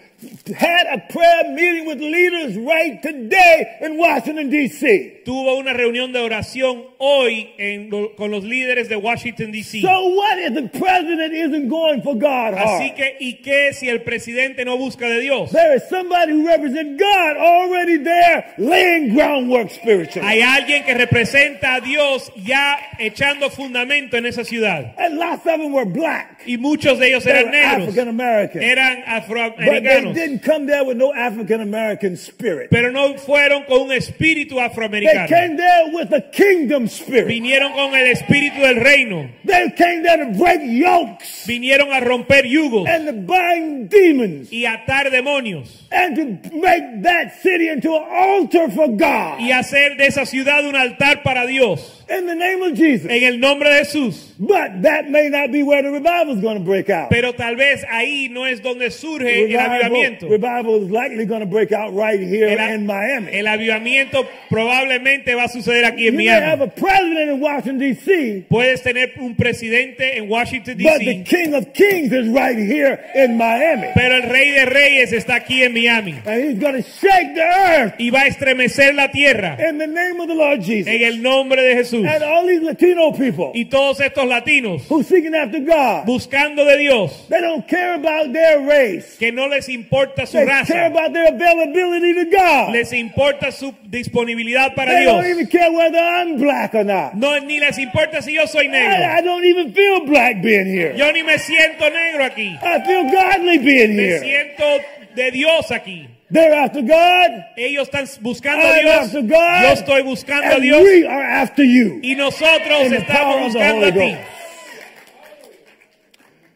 [SPEAKER 3] had a prayer meeting with leaders right today in Washington, D.C.
[SPEAKER 2] tuvo una reunión de oración hoy en lo- con los líderes de Washington, D.C.
[SPEAKER 3] So what if the president isn't going for God hard?
[SPEAKER 2] Así que, ¿y qué si el presidente no busca de Dios?
[SPEAKER 3] There is somebody who represents God already there laying groundwork spiritually.
[SPEAKER 2] Hay alguien que representa a Dios ya echando fundamento en esa ciudad.
[SPEAKER 3] and lots of them were black.
[SPEAKER 2] Y muchos de ellos
[SPEAKER 3] They
[SPEAKER 2] eran
[SPEAKER 3] were
[SPEAKER 2] negros,
[SPEAKER 3] African American.
[SPEAKER 2] eran
[SPEAKER 3] But they
[SPEAKER 2] afroamericanos,
[SPEAKER 3] didn't come there with no African American spirit.
[SPEAKER 2] pero no fueron con un espíritu
[SPEAKER 3] They
[SPEAKER 2] afroamericano.
[SPEAKER 3] came there with a kingdom spirit.
[SPEAKER 2] Vinieron con el espíritu del reino,
[SPEAKER 3] They came there to break yokes
[SPEAKER 2] vinieron a romper yugos
[SPEAKER 3] and to bind demons
[SPEAKER 2] y atar demonios
[SPEAKER 3] and to make that city into an altar for God.
[SPEAKER 2] y hacer de esa ciudad un altar para Dios.
[SPEAKER 3] In the name of Jesus.
[SPEAKER 2] En el nombre de Jesús.
[SPEAKER 3] But that may not be where the revival is going to break out.
[SPEAKER 2] Pero tal vez ahí no es donde surge el avivamiento.
[SPEAKER 3] Revival, revival is likely going to break out right here
[SPEAKER 2] El, a-
[SPEAKER 3] in Miami.
[SPEAKER 2] el avivamiento probablemente va a suceder aquí en
[SPEAKER 3] You may have
[SPEAKER 2] Miami.
[SPEAKER 3] a president in Washington, D.C.,
[SPEAKER 2] Puedes tener un presidente en Washington,
[SPEAKER 3] but the
[SPEAKER 2] D.C.,
[SPEAKER 3] King of Kings is right here in Miami.
[SPEAKER 2] pero el rey de reyes está aquí en Miami
[SPEAKER 3] And he's going to shake the earth
[SPEAKER 2] y va a estremecer la tierra
[SPEAKER 3] in the name of the Lord Jesus.
[SPEAKER 2] en el nombre de Jesús.
[SPEAKER 3] And all these Latino people
[SPEAKER 2] Y todos estos latinos
[SPEAKER 3] who seeking after God,
[SPEAKER 2] buscando de Dios,
[SPEAKER 3] they don't care about their race.
[SPEAKER 2] que no les importa su
[SPEAKER 3] They care
[SPEAKER 2] raza,
[SPEAKER 3] about their availability to God.
[SPEAKER 2] les importa su disponibilidad para
[SPEAKER 3] They don't
[SPEAKER 2] Dios.
[SPEAKER 3] even care whether I'm black or not.
[SPEAKER 2] No, ni les importa si yo soy
[SPEAKER 3] I,
[SPEAKER 2] negro.
[SPEAKER 3] I don't even feel black being here.
[SPEAKER 2] Yo ni me siento negro aquí.
[SPEAKER 3] I feel godly being
[SPEAKER 2] Me
[SPEAKER 3] here.
[SPEAKER 2] siento de Dios aquí.
[SPEAKER 3] They're after God,
[SPEAKER 2] Ellos están buscando a
[SPEAKER 3] I'm
[SPEAKER 2] Dios.
[SPEAKER 3] after God,
[SPEAKER 2] Yo estoy buscando a
[SPEAKER 3] and
[SPEAKER 2] Dios.
[SPEAKER 3] we are after you.
[SPEAKER 2] Y nosotros
[SPEAKER 3] In the power
[SPEAKER 2] estamos
[SPEAKER 3] of the
[SPEAKER 2] buscando a
[SPEAKER 3] Holy
[SPEAKER 2] ti.
[SPEAKER 3] Ghost.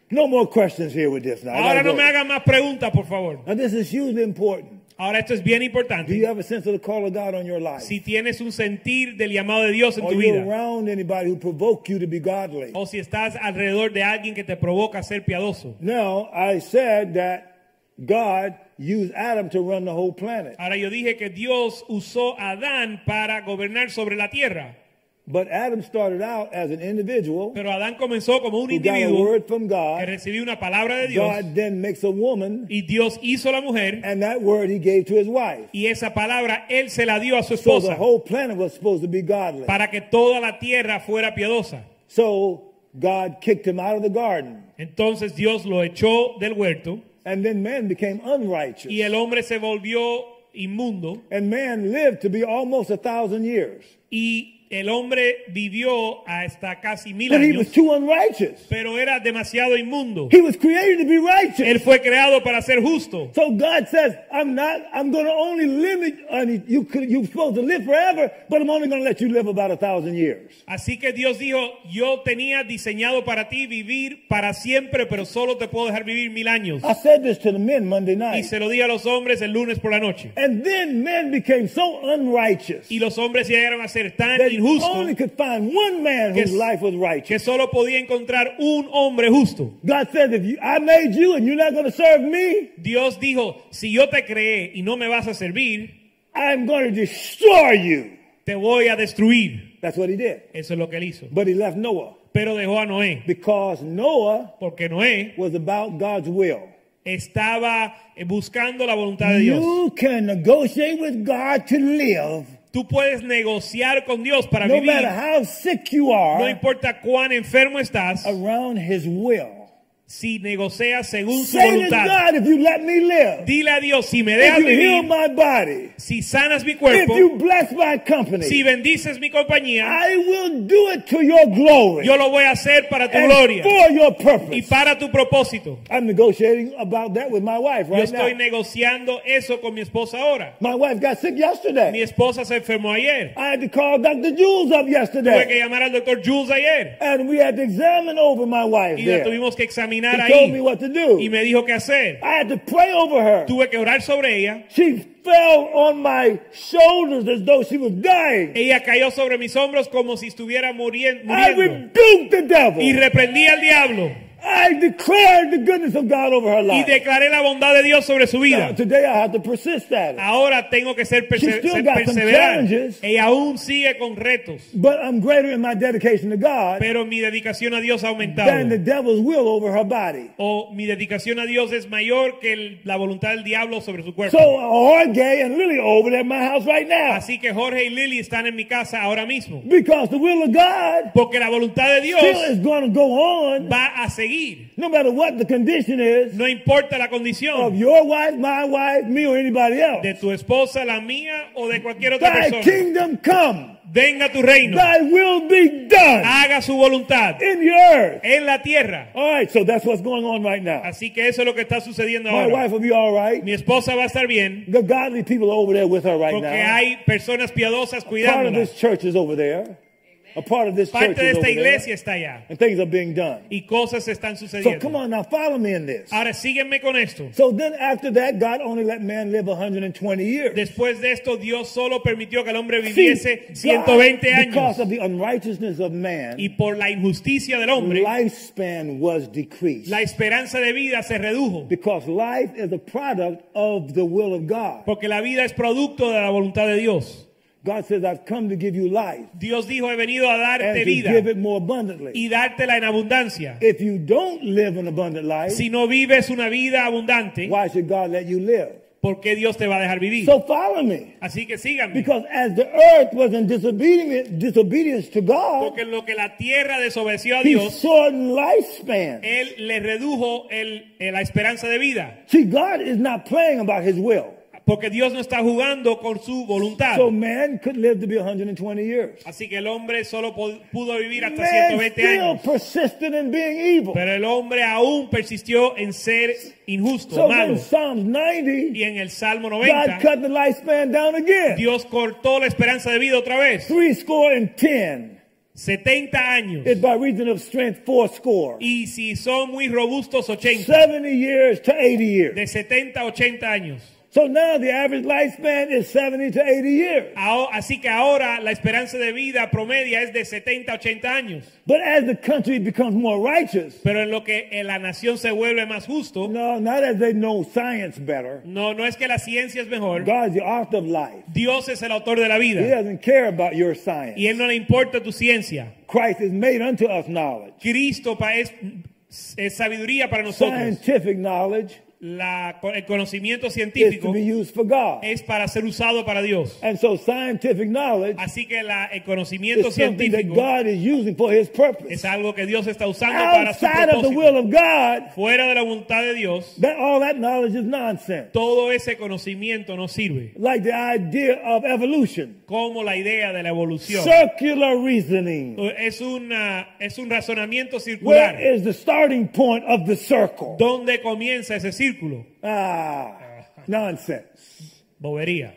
[SPEAKER 3] No more questions here with this now. I gotta
[SPEAKER 2] Ahora no
[SPEAKER 3] go.
[SPEAKER 2] me hagan más preguntas, por favor.
[SPEAKER 3] Now, this is hugely important.
[SPEAKER 2] Ahora esto es bien
[SPEAKER 3] Do you
[SPEAKER 2] importante.
[SPEAKER 3] have a sense of the call of God on your life?
[SPEAKER 2] Si tienes un sentir del llamado de Dios en
[SPEAKER 3] Are
[SPEAKER 2] tu
[SPEAKER 3] you
[SPEAKER 2] vida,
[SPEAKER 3] around anybody who provoke you to be godly?
[SPEAKER 2] o si estás alrededor de alguien que te provoca a ser piadoso.
[SPEAKER 3] Now, I said that God used Adam to run the whole planet.
[SPEAKER 2] Ahora yo dije que Dios usó a Adán para gobernar sobre la tierra.
[SPEAKER 3] But Adam started out as an individual
[SPEAKER 2] Pero Adán comenzó como un
[SPEAKER 3] who got a
[SPEAKER 2] individuo
[SPEAKER 3] word from
[SPEAKER 2] que
[SPEAKER 3] God.
[SPEAKER 2] recibió una palabra de Dios
[SPEAKER 3] God then makes a woman,
[SPEAKER 2] y Dios hizo la mujer
[SPEAKER 3] and that word he gave to his wife.
[SPEAKER 2] y esa palabra él se la dio a su
[SPEAKER 3] So the
[SPEAKER 2] esposa
[SPEAKER 3] whole planet was supposed to be godly.
[SPEAKER 2] para que toda la tierra fuera piadosa.
[SPEAKER 3] So God kicked him out of the garden.
[SPEAKER 2] Entonces Dios lo echó del huerto
[SPEAKER 3] And then man became unrighteous.
[SPEAKER 2] y el hombre se volvió inmundo
[SPEAKER 3] And man lived to be almost a thousand years.
[SPEAKER 2] y el hombre vivió hasta casi mil
[SPEAKER 3] But he was
[SPEAKER 2] años,
[SPEAKER 3] too unrighteous.
[SPEAKER 2] pero era demasiado inmundo.
[SPEAKER 3] He was created to be righteous.
[SPEAKER 2] Él fue creado para ser justo.
[SPEAKER 3] So God says, I'm not, I'm going to only limit, and you could, you're supposed to live forever, but I'm only going to let you live about a thousand years.
[SPEAKER 2] Así que Dios dijo, yo tenía diseñado para ti vivir para siempre, pero solo te puedo dejar vivir mil años.
[SPEAKER 3] I said this to the men Monday
[SPEAKER 2] Y
[SPEAKER 3] night.
[SPEAKER 2] se lo di a los hombres el lunes por la noche.
[SPEAKER 3] And then men became so unrighteous
[SPEAKER 2] Y los hombres llegaron a ser tan
[SPEAKER 3] that you only
[SPEAKER 2] injustos
[SPEAKER 3] could find one man whose
[SPEAKER 2] Que-
[SPEAKER 3] life was righteous.
[SPEAKER 2] que solo podía encontrar un hombre justo.
[SPEAKER 3] God says, if you, I made you and you're not going to serve me,
[SPEAKER 2] Dios dijo, si yo te creé y no me vas a servir,
[SPEAKER 3] I'm going to destroy you.
[SPEAKER 2] te voy a destruir.
[SPEAKER 3] That's what he did.
[SPEAKER 2] Eso es lo que él hizo.
[SPEAKER 3] But he left Noah
[SPEAKER 2] Pero dejó a Noé,
[SPEAKER 3] because Noah
[SPEAKER 2] porque Noé
[SPEAKER 3] was about God's will.
[SPEAKER 2] estaba eh, buscando la voluntad de Dios.
[SPEAKER 3] You can negotiate with God to live
[SPEAKER 2] Tú puedes negociar con Dios para
[SPEAKER 3] no
[SPEAKER 2] vivir.
[SPEAKER 3] matter how sick you
[SPEAKER 2] No
[SPEAKER 3] are
[SPEAKER 2] importa cuán enfermo estás,
[SPEAKER 3] around his will.
[SPEAKER 2] si negocias según su
[SPEAKER 3] Say to
[SPEAKER 2] voluntad,
[SPEAKER 3] God, if you let me live,
[SPEAKER 2] dile a Dios, si me
[SPEAKER 3] if
[SPEAKER 2] dejas
[SPEAKER 3] you heal
[SPEAKER 2] vivir,
[SPEAKER 3] my body,
[SPEAKER 2] si sanas mi
[SPEAKER 3] if
[SPEAKER 2] cuerpo,
[SPEAKER 3] you Ah. bless my
[SPEAKER 2] si
[SPEAKER 3] company,
[SPEAKER 2] bendices mi compañía,
[SPEAKER 3] I will do it to your glory
[SPEAKER 2] yo lo voy a hacer para tu
[SPEAKER 3] and
[SPEAKER 2] gloria
[SPEAKER 3] for your
[SPEAKER 2] y
[SPEAKER 3] purpose.
[SPEAKER 2] para tu propósito.
[SPEAKER 3] I'm negotiating about that with my wife
[SPEAKER 2] Yo
[SPEAKER 3] right
[SPEAKER 2] estoy
[SPEAKER 3] now.
[SPEAKER 2] negociando eso con mi esposa ahora.
[SPEAKER 3] My wife got sick
[SPEAKER 2] Mi
[SPEAKER 3] yesterday.
[SPEAKER 2] esposa se enfermó ayer.
[SPEAKER 3] I had to call Dr. Jules up
[SPEAKER 2] Tuve que
[SPEAKER 3] yesterday.
[SPEAKER 2] llamar al doctor Jules ayer
[SPEAKER 3] And we had to examine over my wife
[SPEAKER 2] y la
[SPEAKER 3] there.
[SPEAKER 2] tuvimos que examinar
[SPEAKER 3] He told me
[SPEAKER 2] ahí
[SPEAKER 3] what to do.
[SPEAKER 2] y me dijo qué hacer.
[SPEAKER 3] I had to pray over her.
[SPEAKER 2] Tuve que orar sobre ella.
[SPEAKER 3] She fell on my shoulders as though she was dying.
[SPEAKER 2] Ella cayó sobre mis hombros como si estuviera murien-
[SPEAKER 3] I
[SPEAKER 2] Eh, muriendo.
[SPEAKER 3] rebuked the devil.
[SPEAKER 2] Y reprendí al diablo.
[SPEAKER 3] I declared the goodness of God over her
[SPEAKER 2] y
[SPEAKER 3] life.
[SPEAKER 2] declaré la bondad de Dios sobre su
[SPEAKER 3] Now,
[SPEAKER 2] vida.
[SPEAKER 3] today I have to persist at it.
[SPEAKER 2] Ahora tengo que ser,
[SPEAKER 3] She
[SPEAKER 2] perse
[SPEAKER 3] still
[SPEAKER 2] ser
[SPEAKER 3] got some
[SPEAKER 2] perseverante.
[SPEAKER 3] challenges.
[SPEAKER 2] Ella aún sigue con retos,
[SPEAKER 3] But I'm greater in my dedication to God
[SPEAKER 2] pero mi dedicación a Dios ha
[SPEAKER 3] than the
[SPEAKER 2] aumentado.
[SPEAKER 3] devil's will over her body.
[SPEAKER 2] O mi dedicación a Dios es mayor que el- la voluntad del diablo sobre su
[SPEAKER 3] So
[SPEAKER 2] cuerpo.
[SPEAKER 3] Jorge and Lily are over there at my house right now.
[SPEAKER 2] Así que Jorge y Lily están en mi casa ahora mismo.
[SPEAKER 3] Because the will of God
[SPEAKER 2] Porque la voluntad de Dios
[SPEAKER 3] still is going to go on
[SPEAKER 2] va a seguir.
[SPEAKER 3] no matter what the condition is
[SPEAKER 2] No importa la
[SPEAKER 3] of
[SPEAKER 2] condición
[SPEAKER 3] your wife, my wife, me, or anybody else.
[SPEAKER 2] de tu esposa, la mía o de cualquier otra
[SPEAKER 3] Thy
[SPEAKER 2] persona.
[SPEAKER 3] kingdom come,
[SPEAKER 2] Venga tu reino.
[SPEAKER 3] thy will be done
[SPEAKER 2] Haga su voluntad
[SPEAKER 3] in the earth.
[SPEAKER 2] en la tierra.
[SPEAKER 3] All right, so that's what's going on right now.
[SPEAKER 2] Así que eso es lo que está sucediendo
[SPEAKER 3] My
[SPEAKER 2] ahora.
[SPEAKER 3] wife will be all right.
[SPEAKER 2] Mi esposa va a estar bien
[SPEAKER 3] The godly people are over there with her right
[SPEAKER 2] porque
[SPEAKER 3] now.
[SPEAKER 2] hay personas piadosas
[SPEAKER 3] Part of
[SPEAKER 2] cuidándola.
[SPEAKER 3] this church is over there. A part of this church
[SPEAKER 2] Parte de
[SPEAKER 3] is over
[SPEAKER 2] esta
[SPEAKER 3] there.
[SPEAKER 2] iglesia está allá
[SPEAKER 3] And things are being done.
[SPEAKER 2] y cosas están
[SPEAKER 3] So come
[SPEAKER 2] sucediendo.
[SPEAKER 3] on now, follow me in this.
[SPEAKER 2] Ahora sígueme con esto.
[SPEAKER 3] So then after that, God only let man live 120 years.
[SPEAKER 2] Después de esto, Dios solo permitió que el hombre
[SPEAKER 3] See,
[SPEAKER 2] viviese
[SPEAKER 3] God,
[SPEAKER 2] 120
[SPEAKER 3] because
[SPEAKER 2] años
[SPEAKER 3] of the unrighteousness of man,
[SPEAKER 2] y por la injusticia del hombre,
[SPEAKER 3] lifespan was decreased.
[SPEAKER 2] la esperanza de vida se redujo
[SPEAKER 3] Because life is a product of the will of God.
[SPEAKER 2] porque la vida es producto de la voluntad de Dios.
[SPEAKER 3] God says, I've come to give you life
[SPEAKER 2] Dios dijo, he venido a
[SPEAKER 3] and
[SPEAKER 2] darte
[SPEAKER 3] to
[SPEAKER 2] vida
[SPEAKER 3] give it more abundantly.
[SPEAKER 2] y dártela en abundancia.
[SPEAKER 3] If you don't live an abundant life,
[SPEAKER 2] Si no vives una vida abundante,
[SPEAKER 3] why should God let you live?
[SPEAKER 2] ¿por qué Dios te va a dejar vivir?
[SPEAKER 3] So follow me.
[SPEAKER 2] Así que síganme.
[SPEAKER 3] Because as the earth was in disobedience, disobedience to God,
[SPEAKER 2] Porque en lo que la tierra desobedeció a
[SPEAKER 3] He
[SPEAKER 2] Dios,
[SPEAKER 3] shortened lifespan.
[SPEAKER 2] Él le redujo el- el- la esperanza de vida.
[SPEAKER 3] See, God is not playing about His will.
[SPEAKER 2] Porque Dios no está jugando con su voluntad.
[SPEAKER 3] So man could live to be 120 years.
[SPEAKER 2] Así que el hombre solo po- pudo vivir hasta
[SPEAKER 3] Man
[SPEAKER 2] 120
[SPEAKER 3] still
[SPEAKER 2] años.
[SPEAKER 3] persisted in being evil.
[SPEAKER 2] Pero el hombre aún persistió en ser injusto,
[SPEAKER 3] So then
[SPEAKER 2] malo.
[SPEAKER 3] Psalms 90,
[SPEAKER 2] Y en el Salmo
[SPEAKER 3] God
[SPEAKER 2] 90,
[SPEAKER 3] cut the lifespan down again.
[SPEAKER 2] Dios cortó la esperanza de vida otra vez.
[SPEAKER 3] Three score and ten
[SPEAKER 2] 70 años.
[SPEAKER 3] is by reason of strength four score.
[SPEAKER 2] Y si son muy robustos, 80.
[SPEAKER 3] Seventy years to eighty years.
[SPEAKER 2] De 70 a 80 años.
[SPEAKER 3] So now the average lifespan is 70 to 80 years.
[SPEAKER 2] Aho- Así que ahora la esperanza de vida promedia es de 70, 80 años.
[SPEAKER 3] But as the country becomes more righteous,
[SPEAKER 2] Pero en lo que eh, la nación se vuelve más justo,
[SPEAKER 3] no, not as they know science better,
[SPEAKER 2] no, no es que la ciencia es mejor.
[SPEAKER 3] God's the author of life.
[SPEAKER 2] Dios es el autor de la
[SPEAKER 3] He
[SPEAKER 2] vida.
[SPEAKER 3] doesn't care about your science.
[SPEAKER 2] Y a Él no le importa tu ciencia.
[SPEAKER 3] Christ is made unto us knowledge,
[SPEAKER 2] Cristo pa- es, es sabiduría para nosotros.
[SPEAKER 3] scientific knowledge.
[SPEAKER 2] La- el conocimiento
[SPEAKER 3] is to
[SPEAKER 2] científico
[SPEAKER 3] be used for God.
[SPEAKER 2] es para ser usado para Dios.
[SPEAKER 3] And so scientific knowledge
[SPEAKER 2] Así que la- el conocimiento
[SPEAKER 3] is something that
[SPEAKER 2] científico
[SPEAKER 3] God is using for his purpose.
[SPEAKER 2] es algo que Dios está usando para su
[SPEAKER 3] Outside of the
[SPEAKER 2] propósito.
[SPEAKER 3] will of God,
[SPEAKER 2] Fuera de la voluntad de Dios,
[SPEAKER 3] that all that knowledge is nonsense.
[SPEAKER 2] todo ese conocimiento no sirve.
[SPEAKER 3] Like the idea of evolution.
[SPEAKER 2] Como la idea de la evolución.
[SPEAKER 3] Circular reasoning.
[SPEAKER 2] Es, una, es un razonamiento circular.
[SPEAKER 3] Where is the starting point of the circle?
[SPEAKER 2] ¿Dónde comienza ese círculo?
[SPEAKER 3] Ah, nonsense.
[SPEAKER 2] Bobería.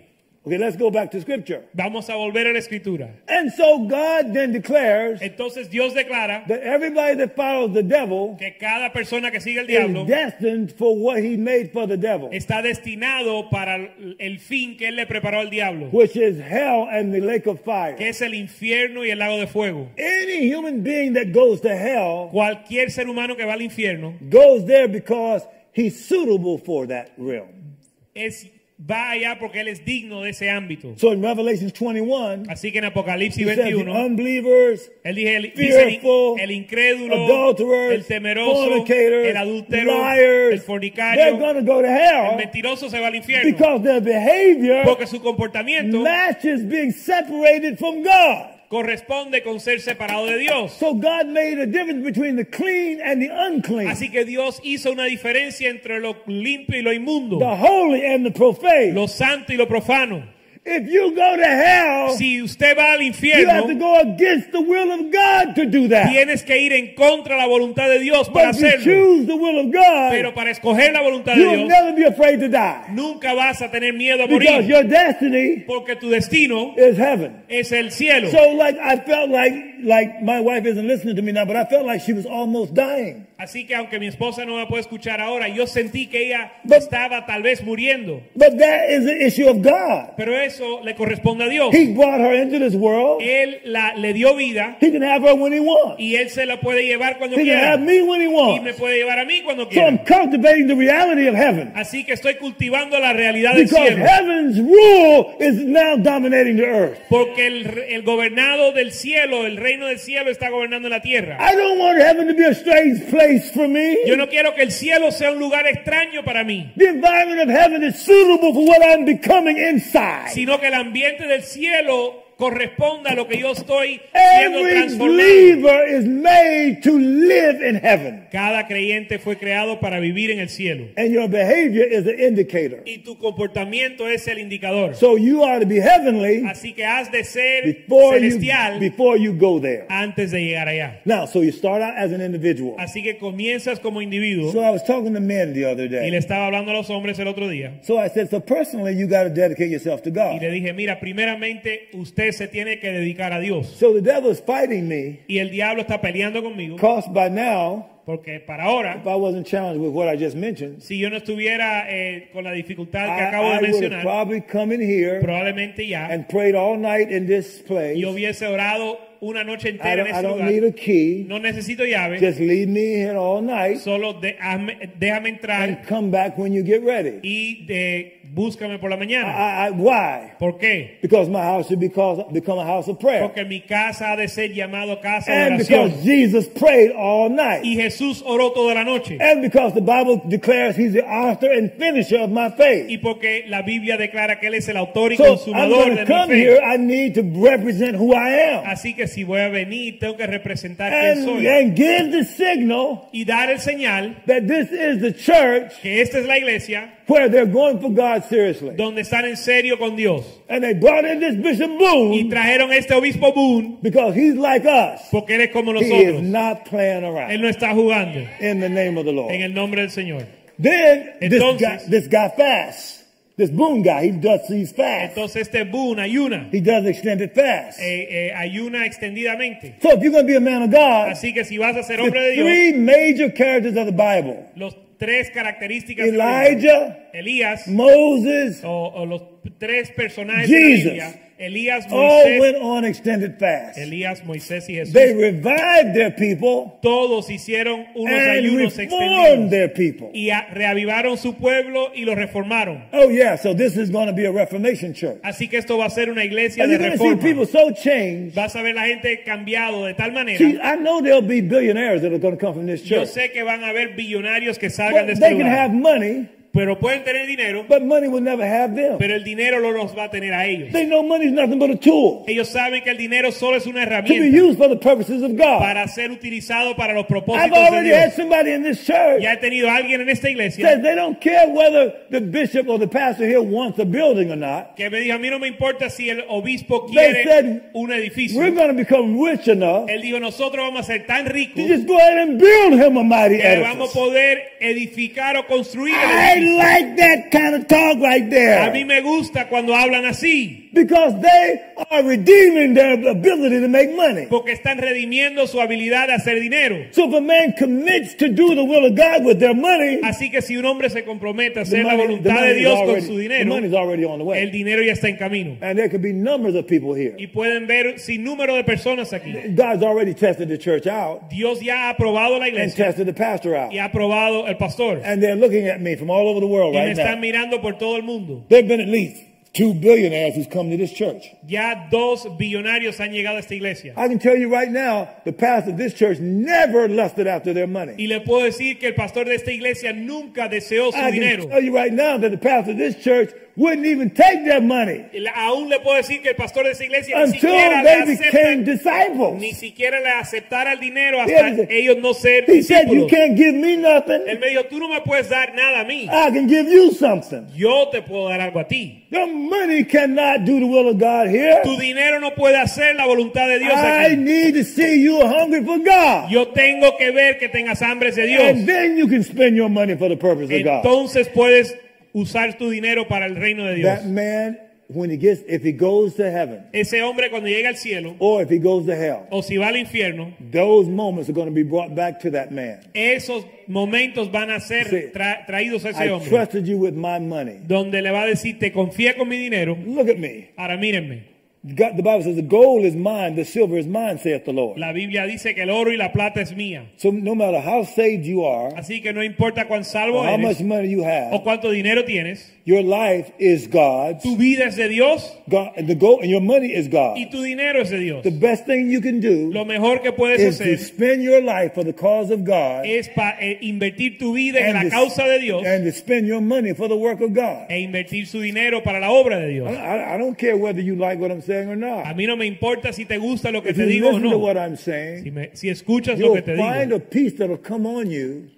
[SPEAKER 3] Okay, let's go back to scripture.
[SPEAKER 2] Vamos a volver a la escritura.
[SPEAKER 3] And so God then declares
[SPEAKER 2] Entonces Dios declara
[SPEAKER 3] that everybody that follows the devil
[SPEAKER 2] que cada persona que sigue al diablo
[SPEAKER 3] is destined for what he made for the devil.
[SPEAKER 2] está destinado para el el fin que él le preparó al diablo,
[SPEAKER 3] which is hell and the lake of fire.
[SPEAKER 2] que es el infierno y el lago de fuego.
[SPEAKER 3] Any human being that goes to hell
[SPEAKER 2] Cualquier ser humano que va al infierno
[SPEAKER 3] goes there because he's suitable for that realm.
[SPEAKER 2] es va allá porque él es digno de ese ámbito.
[SPEAKER 3] So in Revelation 21,
[SPEAKER 2] Así que en Apocalipsis
[SPEAKER 3] he says the
[SPEAKER 2] 21,
[SPEAKER 3] unbelievers,
[SPEAKER 2] él dije, el, dice el in-
[SPEAKER 3] fearful,
[SPEAKER 2] el incrédulo,
[SPEAKER 3] adulterers,
[SPEAKER 2] el temeroso,
[SPEAKER 3] fornicators,
[SPEAKER 2] el adúltero, el
[SPEAKER 3] liars, they're
[SPEAKER 2] fornicario,
[SPEAKER 3] going to go to
[SPEAKER 2] el
[SPEAKER 3] hell
[SPEAKER 2] mentiroso se va al infierno
[SPEAKER 3] because their behavior
[SPEAKER 2] porque su comportamiento
[SPEAKER 3] matches being separated from God.
[SPEAKER 2] corresponde con ser separado de Dios.
[SPEAKER 3] So God made a difference between the clean and the unclean,
[SPEAKER 2] Así que Dios hizo una diferencia entre lo limpio y lo inmundo,
[SPEAKER 3] the holy and the profane.
[SPEAKER 2] lo santo y lo profano.
[SPEAKER 3] If you go to hell,
[SPEAKER 2] Si usted va al
[SPEAKER 3] You have to
[SPEAKER 2] infierno,
[SPEAKER 3] go against the will of God to do that.
[SPEAKER 2] tienes que ir en contra de la voluntad de Dios para
[SPEAKER 3] But if you
[SPEAKER 2] hacerlo.
[SPEAKER 3] choose the will of God,
[SPEAKER 2] Pero para escoger la voluntad de
[SPEAKER 3] you'll
[SPEAKER 2] Dios,
[SPEAKER 3] never be afraid to die.
[SPEAKER 2] nunca vas a tener miedo a
[SPEAKER 3] Because
[SPEAKER 2] morir,
[SPEAKER 3] your destiny
[SPEAKER 2] porque tu destino
[SPEAKER 3] is heaven.
[SPEAKER 2] es el cielo.
[SPEAKER 3] So like I felt like like my wife isn't listening to me now, but I felt like she was almost dying.
[SPEAKER 2] Así que aunque mi esposa no me puede escuchar ahora, yo sentí que ella
[SPEAKER 3] But-
[SPEAKER 2] estaba tal vez muriendo.
[SPEAKER 3] But that is an issue of God.
[SPEAKER 2] Pero eso le corresponde a Dios.
[SPEAKER 3] He brought her into this world.
[SPEAKER 2] Él la, le dio vida
[SPEAKER 3] He can have her when he wants.
[SPEAKER 2] y él se la puede llevar cuando
[SPEAKER 3] He can
[SPEAKER 2] quiera.
[SPEAKER 3] have me when he
[SPEAKER 2] y me
[SPEAKER 3] wants.
[SPEAKER 2] puede llevar a mí cuando
[SPEAKER 3] So I'm
[SPEAKER 2] quiera.
[SPEAKER 3] cultivating the reality of heaven.
[SPEAKER 2] Así que estoy cultivando la realidad del
[SPEAKER 3] Because
[SPEAKER 2] cielo.
[SPEAKER 3] heaven's rule is now dominating the earth.
[SPEAKER 2] Porque el, re- el gobernado del cielo, el reino del cielo está gobernando la tierra.
[SPEAKER 3] I don't want heaven to be a strange place for me.
[SPEAKER 2] Yo no quiero que el cielo sea un lugar extraño para mí,
[SPEAKER 3] The environment of heaven is suitable for what I'm becoming inside.
[SPEAKER 2] sino que el ambiente del cielo corresponda a lo que yo estoy siendo
[SPEAKER 3] Every
[SPEAKER 2] transformado.
[SPEAKER 3] believer is made to live in heaven.
[SPEAKER 2] Cada creyente fue creado para vivir en el cielo.
[SPEAKER 3] And your behavior is an indicator.
[SPEAKER 2] Y tu comportamiento es el indicador.
[SPEAKER 3] So you ought to be heavenly
[SPEAKER 2] Así que has de ser
[SPEAKER 3] before you,
[SPEAKER 2] celestial
[SPEAKER 3] before you go there.
[SPEAKER 2] antes de llegar allá.
[SPEAKER 3] Now, so you start out as an individual.
[SPEAKER 2] Así que comienzas como individuo.
[SPEAKER 3] So I was talking to men the other
[SPEAKER 2] Y le
[SPEAKER 3] day.
[SPEAKER 2] estaba hablando a los hombres el otro día.
[SPEAKER 3] So I said, so personally, you got to dedicate yourself to
[SPEAKER 2] Y le
[SPEAKER 3] God.
[SPEAKER 2] dije, mira, primeramente usted se tiene que dedicar a Dios.
[SPEAKER 3] So the devil is fighting me
[SPEAKER 2] Y el diablo está peleando conmigo.
[SPEAKER 3] because by now,
[SPEAKER 2] Porque para ahora,
[SPEAKER 3] if I wasn't challenged with what I just mentioned,
[SPEAKER 2] si yo no estuviera eh, con la dificultad que
[SPEAKER 3] I,
[SPEAKER 2] acabo de
[SPEAKER 3] I would have
[SPEAKER 2] mencionar,
[SPEAKER 3] probably come in here
[SPEAKER 2] probablemente ya
[SPEAKER 3] and prayed all night in this
[SPEAKER 2] yo
[SPEAKER 3] place.
[SPEAKER 2] hubiese orado una noche
[SPEAKER 3] I
[SPEAKER 2] entera en
[SPEAKER 3] don't, I
[SPEAKER 2] ese
[SPEAKER 3] don't need
[SPEAKER 2] lugar.
[SPEAKER 3] a key.
[SPEAKER 2] No necesito llave.
[SPEAKER 3] Just leave me here all night
[SPEAKER 2] Solo de- hazme- déjame entrar
[SPEAKER 3] and come back when you get ready.
[SPEAKER 2] y de- búscame por la
[SPEAKER 3] I,
[SPEAKER 2] mañana.
[SPEAKER 3] I, I- why?
[SPEAKER 2] ¿Por qué?
[SPEAKER 3] Because my house should be called, become a house of prayer.
[SPEAKER 2] Porque mi casa ha de ser llamado casa de
[SPEAKER 3] And because
[SPEAKER 2] oración.
[SPEAKER 3] Jesus prayed all
[SPEAKER 2] Y
[SPEAKER 3] night.
[SPEAKER 2] Jesús oró toda la noche.
[SPEAKER 3] And because the Bible declares he's the author and finisher of my faith.
[SPEAKER 2] y porque la Biblia declara que Él es el autor y
[SPEAKER 3] So I'm
[SPEAKER 2] consumador
[SPEAKER 3] going
[SPEAKER 2] de
[SPEAKER 3] to
[SPEAKER 2] mi
[SPEAKER 3] come
[SPEAKER 2] fe.
[SPEAKER 3] here. I need to represent who I am.
[SPEAKER 2] Así que si voy a venir, tengo que representar quién
[SPEAKER 3] And,
[SPEAKER 2] soy
[SPEAKER 3] and give the signal
[SPEAKER 2] y dar el señal
[SPEAKER 3] that this is the church
[SPEAKER 2] que esta es la iglesia
[SPEAKER 3] where they're going for God seriously.
[SPEAKER 2] donde están en serio con Dios.
[SPEAKER 3] And they brought in this Bishop
[SPEAKER 2] Y
[SPEAKER 3] Boone
[SPEAKER 2] trajeron a este obispo Boone
[SPEAKER 3] because he's like us.
[SPEAKER 2] porque Él es como
[SPEAKER 3] He is
[SPEAKER 2] nosotros.
[SPEAKER 3] not playing
[SPEAKER 2] Él
[SPEAKER 3] around
[SPEAKER 2] no está jugando
[SPEAKER 3] in the name of the Lord.
[SPEAKER 2] en el nombre del Señor.
[SPEAKER 3] Then this
[SPEAKER 2] Entonces-
[SPEAKER 3] guy, this guy fast. This Boone guy, he does he's fast.
[SPEAKER 2] Entonces este Boone ayuna,
[SPEAKER 3] He does extended fast.
[SPEAKER 2] eh, eh, ayuna extendidamente.
[SPEAKER 3] So if you're going to be a man of God,
[SPEAKER 2] Así que si vas a ser
[SPEAKER 3] the
[SPEAKER 2] hombre de Dios,
[SPEAKER 3] three major characters of the Bible
[SPEAKER 2] los tres características de
[SPEAKER 3] Elijah,
[SPEAKER 2] Elías
[SPEAKER 3] Moses,
[SPEAKER 2] o, o los tres personajes de la
[SPEAKER 3] Jesus.
[SPEAKER 2] Biblia, Elías,
[SPEAKER 3] all
[SPEAKER 2] Moisés,
[SPEAKER 3] went on extended fast.
[SPEAKER 2] Elías, Moisés y Jesús,
[SPEAKER 3] They revived their people
[SPEAKER 2] todos hicieron unos
[SPEAKER 3] and
[SPEAKER 2] ayunos
[SPEAKER 3] reformed
[SPEAKER 2] extendidos
[SPEAKER 3] their people.
[SPEAKER 2] y a- reavivaron su pueblo y lo reformaron.
[SPEAKER 3] Oh, yeah, so this is going to be a Reformation church.
[SPEAKER 2] Así que esto va a ser una iglesia
[SPEAKER 3] And
[SPEAKER 2] de
[SPEAKER 3] you're going to see people
[SPEAKER 2] reforma.
[SPEAKER 3] so changed.
[SPEAKER 2] Vas a ver la gente cambiado de tal manera.
[SPEAKER 3] See, I know there'll be billionaires that are going to come from this
[SPEAKER 2] Yo
[SPEAKER 3] church.
[SPEAKER 2] sé que van a haber billonarios que salgan
[SPEAKER 3] But
[SPEAKER 2] de
[SPEAKER 3] they
[SPEAKER 2] este
[SPEAKER 3] can
[SPEAKER 2] lugar,
[SPEAKER 3] have money,
[SPEAKER 2] pero pueden tener dinero,
[SPEAKER 3] but money will never have them.
[SPEAKER 2] pero el dinero no los va a tener a ellos.
[SPEAKER 3] They know money's nothing but a tool
[SPEAKER 2] Ellos saben que el dinero solo es una
[SPEAKER 3] to be
[SPEAKER 2] herramienta
[SPEAKER 3] used for the purposes of God.
[SPEAKER 2] para ser utilizado para los
[SPEAKER 3] I've
[SPEAKER 2] propósitos de
[SPEAKER 3] already
[SPEAKER 2] Dios.
[SPEAKER 3] had somebody in this church
[SPEAKER 2] Ya he tenido a alguien en esta iglesia
[SPEAKER 3] says they don't care whether the bishop or the pastor here wants a building or not.
[SPEAKER 2] que me dijo, a mí no me importa si el obispo
[SPEAKER 3] They
[SPEAKER 2] quiere
[SPEAKER 3] said,
[SPEAKER 2] un edificio.
[SPEAKER 3] We're going to become rich enough
[SPEAKER 2] Él dijo, nosotros vamos a ser tan ricos
[SPEAKER 3] to just go ahead and build him a mighty
[SPEAKER 2] que vamos
[SPEAKER 3] edifice.
[SPEAKER 2] a poder edificar o construir el
[SPEAKER 3] I
[SPEAKER 2] edificio.
[SPEAKER 3] like that kind of talk right
[SPEAKER 2] A
[SPEAKER 3] there
[SPEAKER 2] mí me gusta cuando hablan así,
[SPEAKER 3] because they are redeeming their ability to make money.
[SPEAKER 2] porque están redimiendo su habilidad de hacer dinero.
[SPEAKER 3] So if a man commits to do the will of God with their money,
[SPEAKER 2] Así que si un hombre se compromete a
[SPEAKER 3] the
[SPEAKER 2] hacer la
[SPEAKER 3] money, the
[SPEAKER 2] voluntad de
[SPEAKER 3] money, is
[SPEAKER 2] Dios con su
[SPEAKER 3] already, the
[SPEAKER 2] dinero,
[SPEAKER 3] money's already on the
[SPEAKER 2] el
[SPEAKER 3] way.
[SPEAKER 2] dinero ya está en camino.
[SPEAKER 3] And there could be numbers of people here.
[SPEAKER 2] Y pueden ver sin número de personas aquí.
[SPEAKER 3] God's already tested the church out
[SPEAKER 2] Dios ya ha aprobado la
[SPEAKER 3] and
[SPEAKER 2] iglesia
[SPEAKER 3] tested the pastor out.
[SPEAKER 2] y ha aprobado el pastor.
[SPEAKER 3] And they're looking at me from all over the world
[SPEAKER 2] Y me
[SPEAKER 3] right
[SPEAKER 2] están
[SPEAKER 3] now.
[SPEAKER 2] mirando por todo el mundo.
[SPEAKER 3] There have been at least two billionaires who's come to this church.
[SPEAKER 2] Ya dos billonarios han llegado a esta iglesia.
[SPEAKER 3] I can tell you right now, the pastor of this church never lusted after their money.
[SPEAKER 2] Y le puedo decir que el pastor de esta iglesia nunca deseó su
[SPEAKER 3] I
[SPEAKER 2] dinero.
[SPEAKER 3] can tell you right now that the pastor of this church wouldn't even take their money
[SPEAKER 2] Y la- Aún le puedo decir que el pastor de esta iglesia ni
[SPEAKER 3] until
[SPEAKER 2] siquiera, le
[SPEAKER 3] they became
[SPEAKER 2] acepta,
[SPEAKER 3] disciples.
[SPEAKER 2] ni siquiera le aceptara el dinero
[SPEAKER 3] Yeah,
[SPEAKER 2] hasta
[SPEAKER 3] he said-
[SPEAKER 2] ellos no ser
[SPEAKER 3] He said, You
[SPEAKER 2] discípulos.
[SPEAKER 3] can't Ah. give me
[SPEAKER 2] Él
[SPEAKER 3] nothing.
[SPEAKER 2] me dijo, tú no me puedes dar nada a mí.
[SPEAKER 3] I can give you something.
[SPEAKER 2] Yo te puedo dar algo a ti.
[SPEAKER 3] Your money cannot do the will of God here.
[SPEAKER 2] Tu dinero no puede hacer la voluntad de Dios
[SPEAKER 3] I
[SPEAKER 2] aquí.
[SPEAKER 3] need to see you hungry for God.
[SPEAKER 2] Yo tengo que ver que tengas hambre de Dios.
[SPEAKER 3] And then you can spend your money for the purpose of God.
[SPEAKER 2] Entonces puedes usar tu dinero para el reino de Dios.
[SPEAKER 3] That man, when he gets, if he goes to heaven
[SPEAKER 2] Ese hombre cuando llega al cielo
[SPEAKER 3] or if he goes to hell,
[SPEAKER 2] o si va al infierno,
[SPEAKER 3] those moments are going to be brought back to that man.
[SPEAKER 2] esos momentos van a ser
[SPEAKER 3] Sí.
[SPEAKER 2] tra- traídos a
[SPEAKER 3] I
[SPEAKER 2] ese hombre.
[SPEAKER 3] trusted you with my money.
[SPEAKER 2] Donde le va a decir, te confía con mi dinero.
[SPEAKER 3] Look at me.
[SPEAKER 2] Ahora mírenme,
[SPEAKER 3] God, the Bible says, The gold is mine, the silver is mine, saith the Lord.
[SPEAKER 2] la Biblia dice que el oro y la plata es mía.
[SPEAKER 3] So no matter how saved you are,
[SPEAKER 2] Así que no importa cuán
[SPEAKER 3] or
[SPEAKER 2] salvo
[SPEAKER 3] how much
[SPEAKER 2] eres
[SPEAKER 3] money you
[SPEAKER 2] o
[SPEAKER 3] have,
[SPEAKER 2] cuánto dinero tienes,
[SPEAKER 3] your life is God's.
[SPEAKER 2] tu vida es de Dios
[SPEAKER 3] God, and the gold and your money is God.
[SPEAKER 2] y tu dinero es de Dios.
[SPEAKER 3] The best thing you can do
[SPEAKER 2] Lo mejor que puedes
[SPEAKER 3] is to
[SPEAKER 2] hacer
[SPEAKER 3] spend your life for the cause of God
[SPEAKER 2] es para invertir tu vida en
[SPEAKER 3] and
[SPEAKER 2] la
[SPEAKER 3] to,
[SPEAKER 2] causa de Dios
[SPEAKER 3] and to spend your money for the work of God.
[SPEAKER 2] e invertir su dinero para la obra de
[SPEAKER 3] I,
[SPEAKER 2] Dios.
[SPEAKER 3] I- I don't care whether you like what I'm saying or
[SPEAKER 2] A
[SPEAKER 3] not.
[SPEAKER 2] mí no me importa si te gusta lo que
[SPEAKER 3] If
[SPEAKER 2] te
[SPEAKER 3] you
[SPEAKER 2] digo o
[SPEAKER 3] listen to
[SPEAKER 2] no.
[SPEAKER 3] what I'm
[SPEAKER 2] Si,
[SPEAKER 3] saying,
[SPEAKER 2] me- si escuchas lo
[SPEAKER 3] you'll
[SPEAKER 2] que te
[SPEAKER 3] find
[SPEAKER 2] digo,
[SPEAKER 3] a peace that'll come on you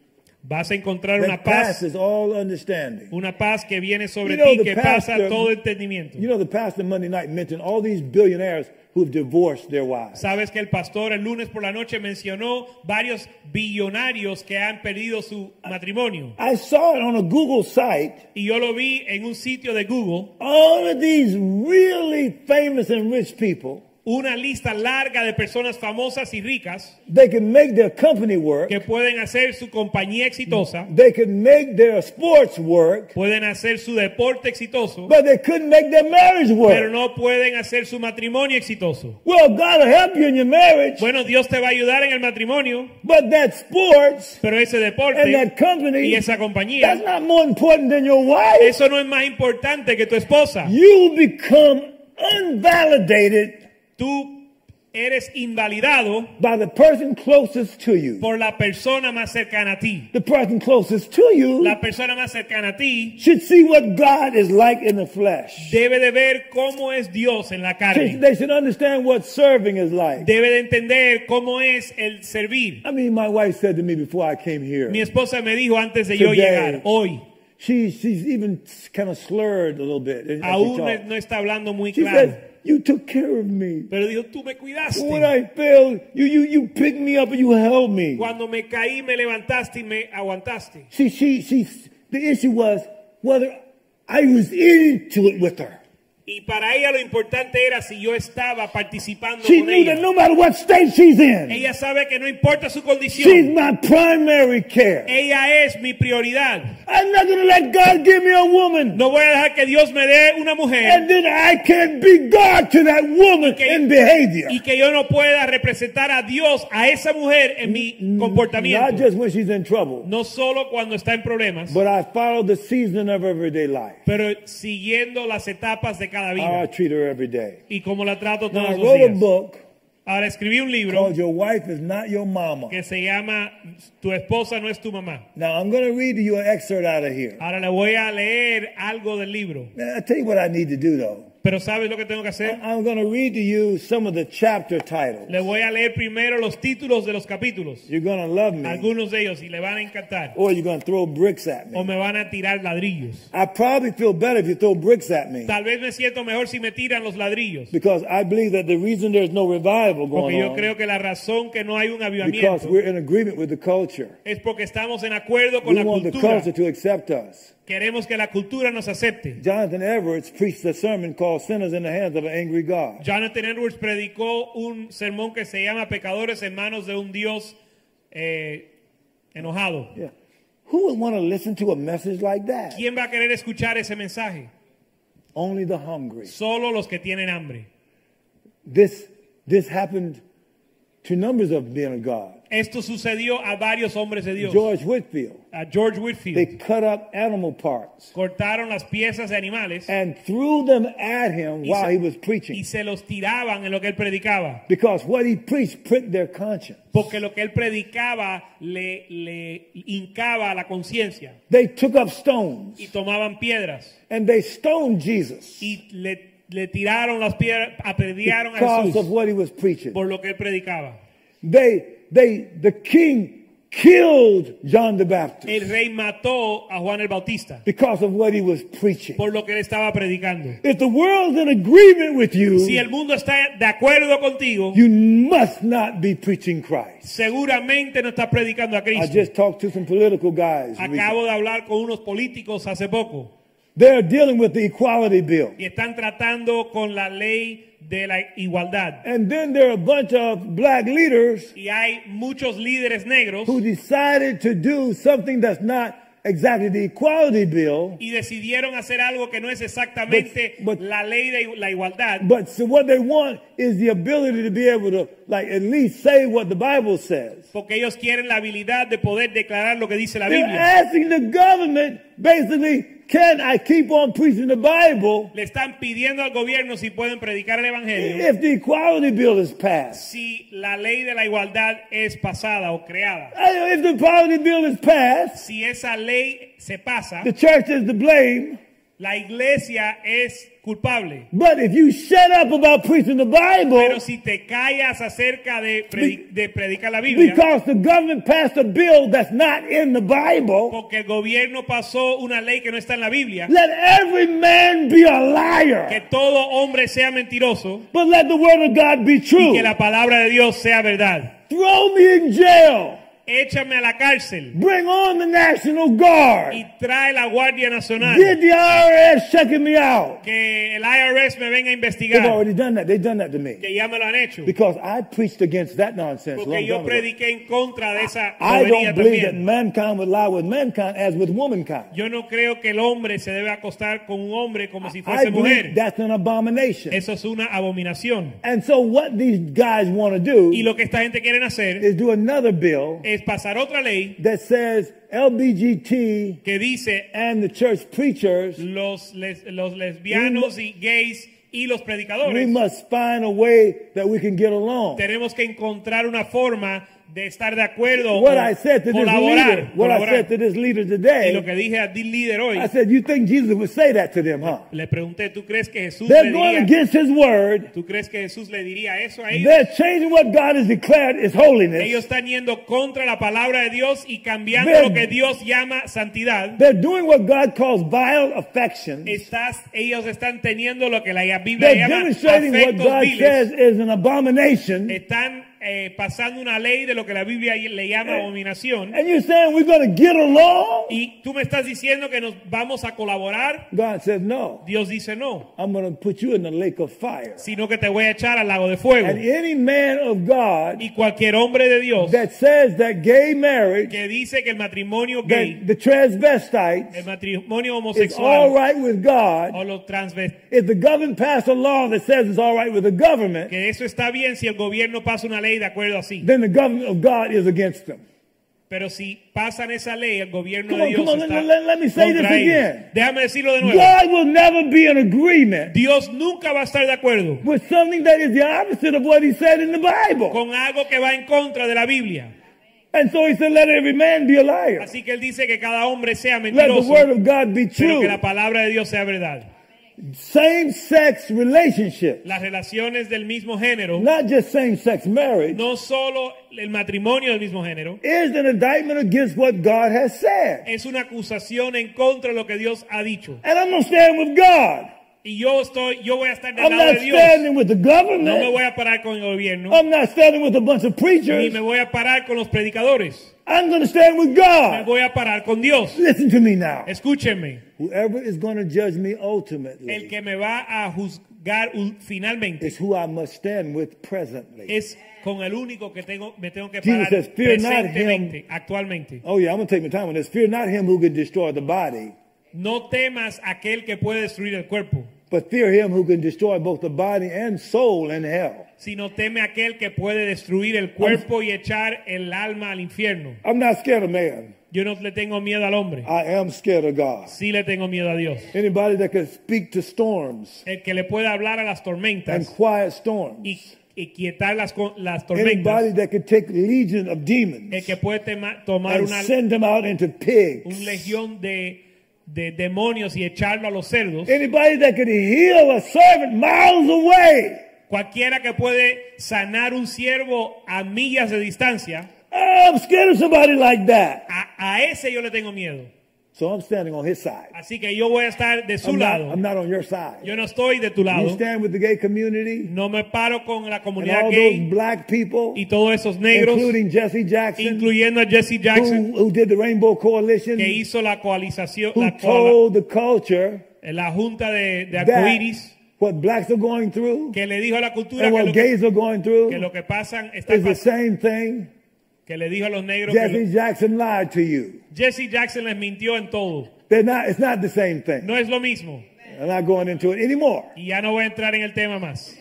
[SPEAKER 2] vas a encontrar una
[SPEAKER 3] that
[SPEAKER 2] paz,
[SPEAKER 3] passes all understanding.
[SPEAKER 2] una paz que viene sobre
[SPEAKER 3] You know,
[SPEAKER 2] ti,
[SPEAKER 3] the
[SPEAKER 2] que pasa
[SPEAKER 3] pastor-
[SPEAKER 2] todo entendimiento.
[SPEAKER 3] You know, the pastor Monday night mentioned all these billionaires who've divorced their wives.
[SPEAKER 2] Sabes que el pastor el lunes por la noche mencionó varios billonarios que han perdido su matrimonio.
[SPEAKER 3] I saw it on a Google site.
[SPEAKER 2] Y yo lo vi en un sitio de Google,
[SPEAKER 3] All of these really famous and rich people,
[SPEAKER 2] una lista larga de personas famosas y ricas
[SPEAKER 3] they can make their company work.
[SPEAKER 2] que pueden hacer su compañía exitosa,
[SPEAKER 3] They could make their sports work,
[SPEAKER 2] pueden hacer su deporte exitoso,
[SPEAKER 3] but they couldn't make their marriage
[SPEAKER 2] pero
[SPEAKER 3] work.
[SPEAKER 2] no pueden hacer su matrimonio exitoso.
[SPEAKER 3] Well, God will help you in your marriage,
[SPEAKER 2] Bueno, Dios te va a ayudar en el matrimonio,
[SPEAKER 3] but that sports
[SPEAKER 2] pero ese
[SPEAKER 3] and
[SPEAKER 2] deporte
[SPEAKER 3] that company,
[SPEAKER 2] y esa
[SPEAKER 3] that's
[SPEAKER 2] compañía,
[SPEAKER 3] not more important than your wife.
[SPEAKER 2] eso no es más importante que tu esposa.
[SPEAKER 3] You become unvalidated
[SPEAKER 2] Tú eres invalidado
[SPEAKER 3] by the person closest to you.
[SPEAKER 2] por la persona más cercana a ti.
[SPEAKER 3] The person closest to you
[SPEAKER 2] La persona más cercana a ti
[SPEAKER 3] should see what God is like in the flesh.
[SPEAKER 2] debe de ver cómo es Dios en la
[SPEAKER 3] Should-
[SPEAKER 2] carne.
[SPEAKER 3] They should understand what serving is like.
[SPEAKER 2] Debe de entender cómo es el servir.
[SPEAKER 3] I mean, my wife said to me before I came
[SPEAKER 2] Mi
[SPEAKER 3] here,
[SPEAKER 2] esposa me dijo antes de yo
[SPEAKER 3] Today.
[SPEAKER 2] llegar, hoy,
[SPEAKER 3] she, she's even kind of slurred a little bit. as she
[SPEAKER 2] aún
[SPEAKER 3] talked.
[SPEAKER 2] no está hablando muy
[SPEAKER 3] She
[SPEAKER 2] claro,
[SPEAKER 3] said, "You took care of me.
[SPEAKER 2] pero dijo, tú me cuidaste.
[SPEAKER 3] When I failed, you you you picked me up and you held me."
[SPEAKER 2] Cuando me caí, me levantaste y me aguantaste.
[SPEAKER 3] She she she. The issue was whether I was into it with her.
[SPEAKER 2] Y para ella lo importante era si yo estaba participando
[SPEAKER 3] She
[SPEAKER 2] con
[SPEAKER 3] knew
[SPEAKER 2] ella.
[SPEAKER 3] that no matter what state she's in,
[SPEAKER 2] Ella sabe que no importa su condición.
[SPEAKER 3] she's my primary care.
[SPEAKER 2] Ella es mi prioridad.
[SPEAKER 3] I'm not going to let God give me a woman.
[SPEAKER 2] No voy a dejar que Dios me dé una mujer
[SPEAKER 3] And then I can be God to that woman
[SPEAKER 2] Okay.
[SPEAKER 3] in behavior.
[SPEAKER 2] y que yo no pueda representar a Dios, a esa mujer en mi
[SPEAKER 3] Not
[SPEAKER 2] comportamiento.
[SPEAKER 3] just when she's in trouble,
[SPEAKER 2] No solo cuando está en problemas,
[SPEAKER 3] but I follow the season of everyday life.
[SPEAKER 2] pero siguiendo las etapas de cada
[SPEAKER 3] How I
[SPEAKER 2] vida
[SPEAKER 3] treat her every day.
[SPEAKER 2] y cómo la trato
[SPEAKER 3] Now, I
[SPEAKER 2] todos los
[SPEAKER 3] wrote a
[SPEAKER 2] días.
[SPEAKER 3] book
[SPEAKER 2] Ahora escribí un libro
[SPEAKER 3] called Your Wife Is Not Your Mama.
[SPEAKER 2] que se llama Tu esposa no es tu mamá.
[SPEAKER 3] Now, I'm going to read you an excerpt out of here.
[SPEAKER 2] Ahora le voy a leer algo del libro,
[SPEAKER 3] Now, I'll tell you what I need to do, though.
[SPEAKER 2] pero ¿sabes lo que tengo que hacer?
[SPEAKER 3] I'm going to read to you some of the chapter titles.
[SPEAKER 2] Le voy a leer primero los títulos de los capítulos,
[SPEAKER 3] You're going to love me,
[SPEAKER 2] algunos de ellos, y le van a encantar.
[SPEAKER 3] or you're going to throw bricks at
[SPEAKER 2] o
[SPEAKER 3] me.
[SPEAKER 2] me van a tirar ladrillos.
[SPEAKER 3] I probably feel better if you throw bricks at me,
[SPEAKER 2] Tal vez me siento mejor si me tiran los ladrillos.
[SPEAKER 3] because I believe that the reason there's no revival
[SPEAKER 2] Porque
[SPEAKER 3] going
[SPEAKER 2] yo
[SPEAKER 3] on
[SPEAKER 2] creo que la razón que no hay un
[SPEAKER 3] because
[SPEAKER 2] avivamiento
[SPEAKER 3] we're in agreement with the culture.
[SPEAKER 2] es porque estamos en acuerdo con
[SPEAKER 3] We
[SPEAKER 2] la
[SPEAKER 3] want the
[SPEAKER 2] cultura.
[SPEAKER 3] culture to accept us.
[SPEAKER 2] Queremos que la cultura nos acepte.
[SPEAKER 3] Jonathan Edwards preached a sermon called "Sinners in the Hands of an Angry God."
[SPEAKER 2] Jonathan Edwards predicó un sermón que se llama Pecadores en manos de un Dios eh, enojado.
[SPEAKER 3] Yeah. Who would want to listen to a message like that?
[SPEAKER 2] ¿Quién va a querer escuchar ese mensaje?
[SPEAKER 3] Only the hungry.
[SPEAKER 2] Solo los que tienen hambre.
[SPEAKER 3] This this happened to numbers of men of God.
[SPEAKER 2] Esto sucedió a varios hombres de Dios.
[SPEAKER 3] George Whitfield.
[SPEAKER 2] A George
[SPEAKER 3] They
[SPEAKER 2] Whitfield.
[SPEAKER 3] cut up animal parts
[SPEAKER 2] Cortaron las piezas de animales.
[SPEAKER 3] and threw them at him
[SPEAKER 2] Y
[SPEAKER 3] while
[SPEAKER 2] se-
[SPEAKER 3] he was
[SPEAKER 2] y
[SPEAKER 3] preaching
[SPEAKER 2] se los tiraban en lo que él predicaba.
[SPEAKER 3] because what he preached pricked their conscience.
[SPEAKER 2] Porque lo que él predicaba le, le hincaba a la conciencia.
[SPEAKER 3] They took up stones
[SPEAKER 2] Y tomaban piedras.
[SPEAKER 3] and they stoned Jesus
[SPEAKER 2] Y le, le tiraron las piedras, apedrearon a
[SPEAKER 3] because of
[SPEAKER 2] Jesús
[SPEAKER 3] what he was preaching.
[SPEAKER 2] por lo que él predicaba.
[SPEAKER 3] They they the king killed John the Baptist
[SPEAKER 2] El rey mató a Juan el Bautista
[SPEAKER 3] because of what he was preaching.
[SPEAKER 2] por lo que él estaba predicando.
[SPEAKER 3] If the world's in agreement with
[SPEAKER 2] Si el
[SPEAKER 3] you,
[SPEAKER 2] mundo está de acuerdo contigo,
[SPEAKER 3] you must not be preaching Christ.
[SPEAKER 2] seguramente no estás predicando a
[SPEAKER 3] I
[SPEAKER 2] Cristo.
[SPEAKER 3] just talked to some political guys.
[SPEAKER 2] Acabo de hablar con unos políticos hace poco.
[SPEAKER 3] They're dealing with the equality bill.
[SPEAKER 2] y están tratando con la ley de la igualdad.
[SPEAKER 3] And then there are a bunch of black leaders
[SPEAKER 2] Y hay muchos líderes negros
[SPEAKER 3] who decided to do something that's not exactly the equality bill.
[SPEAKER 2] y decidieron hacer algo que no es exactamente
[SPEAKER 3] But- but-
[SPEAKER 2] la ley de la igualdad,
[SPEAKER 3] But so what they want is the ability to be able to, like, at least say what the Bible says.
[SPEAKER 2] porque ellos quieren la habilidad de poder declarar lo que dice la
[SPEAKER 3] They're
[SPEAKER 2] Biblia.
[SPEAKER 3] asking the government, basically, can I keep on preaching the Bible
[SPEAKER 2] Le están pidiendo al gobierno si pueden predicar el Evangelio,
[SPEAKER 3] if the equality bill is passed?
[SPEAKER 2] si la ley de la igualdad es pasada o creada.
[SPEAKER 3] I- Uh, If the equality bill is passed,
[SPEAKER 2] Si esa ley se pasa,
[SPEAKER 3] the church is to blame.
[SPEAKER 2] la iglesia es culpable.
[SPEAKER 3] But if you shut up about preaching the Bible
[SPEAKER 2] Pero si te callas acerca de, predi- de predicar la Biblia,
[SPEAKER 3] because the government passed a bill that's not in the Bible,
[SPEAKER 2] Porque el gobierno pasó una ley que no está en la Biblia.
[SPEAKER 3] let every man be a
[SPEAKER 2] Que
[SPEAKER 3] liar.
[SPEAKER 2] todo hombre sea mentiroso
[SPEAKER 3] But let the word of God be
[SPEAKER 2] y
[SPEAKER 3] true.
[SPEAKER 2] que la palabra de Dios sea verdad.
[SPEAKER 3] Throw me in jail.
[SPEAKER 2] Échame a la cárcel
[SPEAKER 3] Bring on the National Guard.
[SPEAKER 2] y trae la Guardia
[SPEAKER 3] Did
[SPEAKER 2] Nacional.
[SPEAKER 3] the IRS checking me out?
[SPEAKER 2] Que el IRS me venga
[SPEAKER 3] They've
[SPEAKER 2] a investigar.
[SPEAKER 3] already done that. They've done that to me.
[SPEAKER 2] Que ya me lo han hecho.
[SPEAKER 3] Because I preached against that nonsense long
[SPEAKER 2] Porque yo
[SPEAKER 3] time ago.
[SPEAKER 2] prediqué en contra de esa
[SPEAKER 3] I
[SPEAKER 2] bobería
[SPEAKER 3] don't believe that
[SPEAKER 2] también.
[SPEAKER 3] mankind would lie with mankind as with womankind.
[SPEAKER 2] Yo no creo que el hombre se debe acostar con un hombre como si
[SPEAKER 3] I
[SPEAKER 2] fuese
[SPEAKER 3] believe
[SPEAKER 2] mujer.
[SPEAKER 3] that's an abomination.
[SPEAKER 2] Eso es una abominación.
[SPEAKER 3] And so what these guys want to
[SPEAKER 2] Y
[SPEAKER 3] do
[SPEAKER 2] lo que esta gente quiere hacer
[SPEAKER 3] is do another bill
[SPEAKER 2] es pasar otra ley
[SPEAKER 3] that says LBGT
[SPEAKER 2] que dice
[SPEAKER 3] and the church preachers,
[SPEAKER 2] los, les- los lesbianos y gays y los
[SPEAKER 3] we
[SPEAKER 2] predicadores.
[SPEAKER 3] must find a way that we can get along.
[SPEAKER 2] Tenemos que encontrar una forma de estar de acuerdo
[SPEAKER 3] What
[SPEAKER 2] o
[SPEAKER 3] I said to this
[SPEAKER 2] colaborar.
[SPEAKER 3] leader, what I
[SPEAKER 2] colaborar.
[SPEAKER 3] said to this leader
[SPEAKER 2] y lo que
[SPEAKER 3] today,
[SPEAKER 2] dije a Dean Leader hoy,
[SPEAKER 3] I said, you think Jesus would say that to them, huh?
[SPEAKER 2] le pregunté, ¿tú crees que Jesús le
[SPEAKER 3] They're going
[SPEAKER 2] diría,
[SPEAKER 3] against his word.
[SPEAKER 2] ¿tú crees que Jesús le diría eso a ellos?
[SPEAKER 3] They're changing what God has declared is
[SPEAKER 2] Ellos
[SPEAKER 3] holiness.
[SPEAKER 2] están yendo contra la palabra de Dios y cambiando
[SPEAKER 3] They're-
[SPEAKER 2] lo que Dios llama santidad.
[SPEAKER 3] They're doing what God calls vile affections.
[SPEAKER 2] Estás, ellos están teniendo lo que la Biblia
[SPEAKER 3] They're
[SPEAKER 2] llama
[SPEAKER 3] demonstrating what
[SPEAKER 2] afectos
[SPEAKER 3] God
[SPEAKER 2] viles.
[SPEAKER 3] says is an abomination.
[SPEAKER 2] Están eh, pasando una ley de lo que la Biblia le llama
[SPEAKER 3] Eh.
[SPEAKER 2] abominación.
[SPEAKER 3] And you're saying we're going to get along?
[SPEAKER 2] Y tú me estás diciendo que nos vamos a colaborar.
[SPEAKER 3] God says, no.
[SPEAKER 2] Dios dice no,
[SPEAKER 3] I'm going to put you in the lake of fire.
[SPEAKER 2] sino que te voy a echar al lago de fuego.
[SPEAKER 3] And any man of God
[SPEAKER 2] Y cualquier hombre de Dios
[SPEAKER 3] that says that gay marriage,
[SPEAKER 2] que dice que el matrimonio
[SPEAKER 3] that
[SPEAKER 2] gay,
[SPEAKER 3] the transvestite
[SPEAKER 2] el matrimonio
[SPEAKER 3] is all
[SPEAKER 2] homosexual
[SPEAKER 3] right with God,
[SPEAKER 2] o los transvestidos,
[SPEAKER 3] if the government passed a law that says it's all right with the government,
[SPEAKER 2] que eso está bien si el gobierno pasa una ley de acuerdo así.
[SPEAKER 3] then the government of God is against them.
[SPEAKER 2] Pero si pasan esa ley, el gobierno
[SPEAKER 3] Come on,
[SPEAKER 2] de Dios
[SPEAKER 3] come on,
[SPEAKER 2] está
[SPEAKER 3] let- let- let me say this
[SPEAKER 2] contra ellos.
[SPEAKER 3] again.
[SPEAKER 2] Déjame decirlo de nuevo.
[SPEAKER 3] God will never be in agreement
[SPEAKER 2] Dios nunca va a estar de acuerdo
[SPEAKER 3] with something that is the opposite of what he said in the Bible.
[SPEAKER 2] con algo que va en contra de la Biblia.
[SPEAKER 3] And so he said, let every man be a liar.
[SPEAKER 2] Así que él dice que cada hombre sea
[SPEAKER 3] Let the
[SPEAKER 2] mentiroso,
[SPEAKER 3] word of God be
[SPEAKER 2] pero que
[SPEAKER 3] true.
[SPEAKER 2] la palabra de Dios sea verdad.
[SPEAKER 3] Same sex relationship,
[SPEAKER 2] Las relaciones del mismo género,
[SPEAKER 3] not just same sex marriage,
[SPEAKER 2] no solo el matrimonio del mismo género,
[SPEAKER 3] is an indictment against what God has said.
[SPEAKER 2] es una acusación en contra de lo que Dios ha dicho.
[SPEAKER 3] And I'm going to stand with God.
[SPEAKER 2] Y yo estoy, yo voy a estar del
[SPEAKER 3] I'm
[SPEAKER 2] lado
[SPEAKER 3] not
[SPEAKER 2] de Dios.
[SPEAKER 3] standing Oh, with the
[SPEAKER 2] No me
[SPEAKER 3] government.
[SPEAKER 2] voy a parar con el gobierno,
[SPEAKER 3] I'm not standing with a bunch of
[SPEAKER 2] ni
[SPEAKER 3] preachers.
[SPEAKER 2] me voy a parar con los predicadores.
[SPEAKER 3] I'm going to stand with
[SPEAKER 2] Me
[SPEAKER 3] God.
[SPEAKER 2] voy a parar con Dios.
[SPEAKER 3] Listen to me now.
[SPEAKER 2] Escúchenme.
[SPEAKER 3] Whoever is going to judge me
[SPEAKER 2] El
[SPEAKER 3] ultimately
[SPEAKER 2] que me va a juzgar ul- finalmente
[SPEAKER 3] is who I must stand with presently.
[SPEAKER 2] es con el único que tengo, me tengo que
[SPEAKER 3] Jesus
[SPEAKER 2] parar
[SPEAKER 3] says, "Fear not
[SPEAKER 2] presentemente, actualmente.
[SPEAKER 3] Oh, yeah, I'm going to take my time on this. Fear not him who can destroy the body,
[SPEAKER 2] No temas aquel que puede destruir el cuerpo,
[SPEAKER 3] but fear him who can destroy both the body and soul in hell.
[SPEAKER 2] sino teme aquel que puede destruir el cuerpo y echar el alma al infierno.
[SPEAKER 3] I'm not scared of man.
[SPEAKER 2] Yo no le tengo miedo al hombre,
[SPEAKER 3] I am scared of God.
[SPEAKER 2] sí le tengo miedo a Dios.
[SPEAKER 3] Anybody that can speak to storms
[SPEAKER 2] El que le puede hablar a las
[SPEAKER 3] and
[SPEAKER 2] tormentas
[SPEAKER 3] quiet storms.
[SPEAKER 2] y, y quietar las, co- las
[SPEAKER 3] Anybody
[SPEAKER 2] tormentas,
[SPEAKER 3] that can take legion of
[SPEAKER 2] el
[SPEAKER 3] demons
[SPEAKER 2] que puede tema- tomar
[SPEAKER 3] and
[SPEAKER 2] una,
[SPEAKER 3] send them out into
[SPEAKER 2] un
[SPEAKER 3] pigs.
[SPEAKER 2] legión de, de demonios y echarlo a los cerdos.
[SPEAKER 3] Anybody that can heal a servant miles away.
[SPEAKER 2] Cualquiera que puede sanar un siervo a millas de distancia,
[SPEAKER 3] Oh, I'm scared of somebody like that.
[SPEAKER 2] a, a ese yo le tengo miedo.
[SPEAKER 3] So I'm standing on his side.
[SPEAKER 2] Así que yo voy a estar de su
[SPEAKER 3] I'm not,
[SPEAKER 2] lado.
[SPEAKER 3] I'm not on your side.
[SPEAKER 2] yo no estoy de tu
[SPEAKER 3] You
[SPEAKER 2] lado.
[SPEAKER 3] stand with the gay community
[SPEAKER 2] No me paro con la
[SPEAKER 3] and
[SPEAKER 2] comunidad
[SPEAKER 3] all
[SPEAKER 2] gay
[SPEAKER 3] those black people,
[SPEAKER 2] y todos esos negros,
[SPEAKER 3] including Jesse Jackson,
[SPEAKER 2] incluyendo a Jesse Jackson,
[SPEAKER 3] who, who did the Rainbow Coalition,
[SPEAKER 2] que hizo la coalización,
[SPEAKER 3] who
[SPEAKER 2] la, coala-
[SPEAKER 3] told the culture
[SPEAKER 2] la junta de, de
[SPEAKER 3] that
[SPEAKER 2] arcoíris,
[SPEAKER 3] what blacks are going through
[SPEAKER 2] que le dijo a la cultura
[SPEAKER 3] and
[SPEAKER 2] que lo
[SPEAKER 3] what
[SPEAKER 2] que,
[SPEAKER 3] gays are going
[SPEAKER 2] que
[SPEAKER 3] through
[SPEAKER 2] lo que pasan está
[SPEAKER 3] is the
[SPEAKER 2] pasando.
[SPEAKER 3] same thing.
[SPEAKER 2] Que le dijo a los negros que
[SPEAKER 3] Jesse Jackson lied to you.
[SPEAKER 2] lo- Jesse Jackson les mintió en todo.
[SPEAKER 3] They're not, it's not the same thing.
[SPEAKER 2] No es lo mismo.
[SPEAKER 3] I'm not going into it anymore.
[SPEAKER 2] Y ya no voy a entrar en el tema más.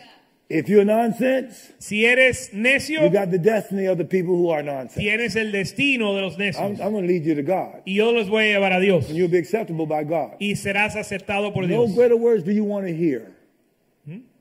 [SPEAKER 3] If you're nonsense,
[SPEAKER 2] Si eres necio,
[SPEAKER 3] you got the destiny of the people who are nonsense.
[SPEAKER 2] tienes el destino de los
[SPEAKER 3] I'm,
[SPEAKER 2] necios.
[SPEAKER 3] I'm going to lead you to God.
[SPEAKER 2] Y yo los voy a llevar a Dios.
[SPEAKER 3] You'll be acceptable by God.
[SPEAKER 2] Y serás aceptado por
[SPEAKER 3] No
[SPEAKER 2] Dios.
[SPEAKER 3] greater words do you want to hear.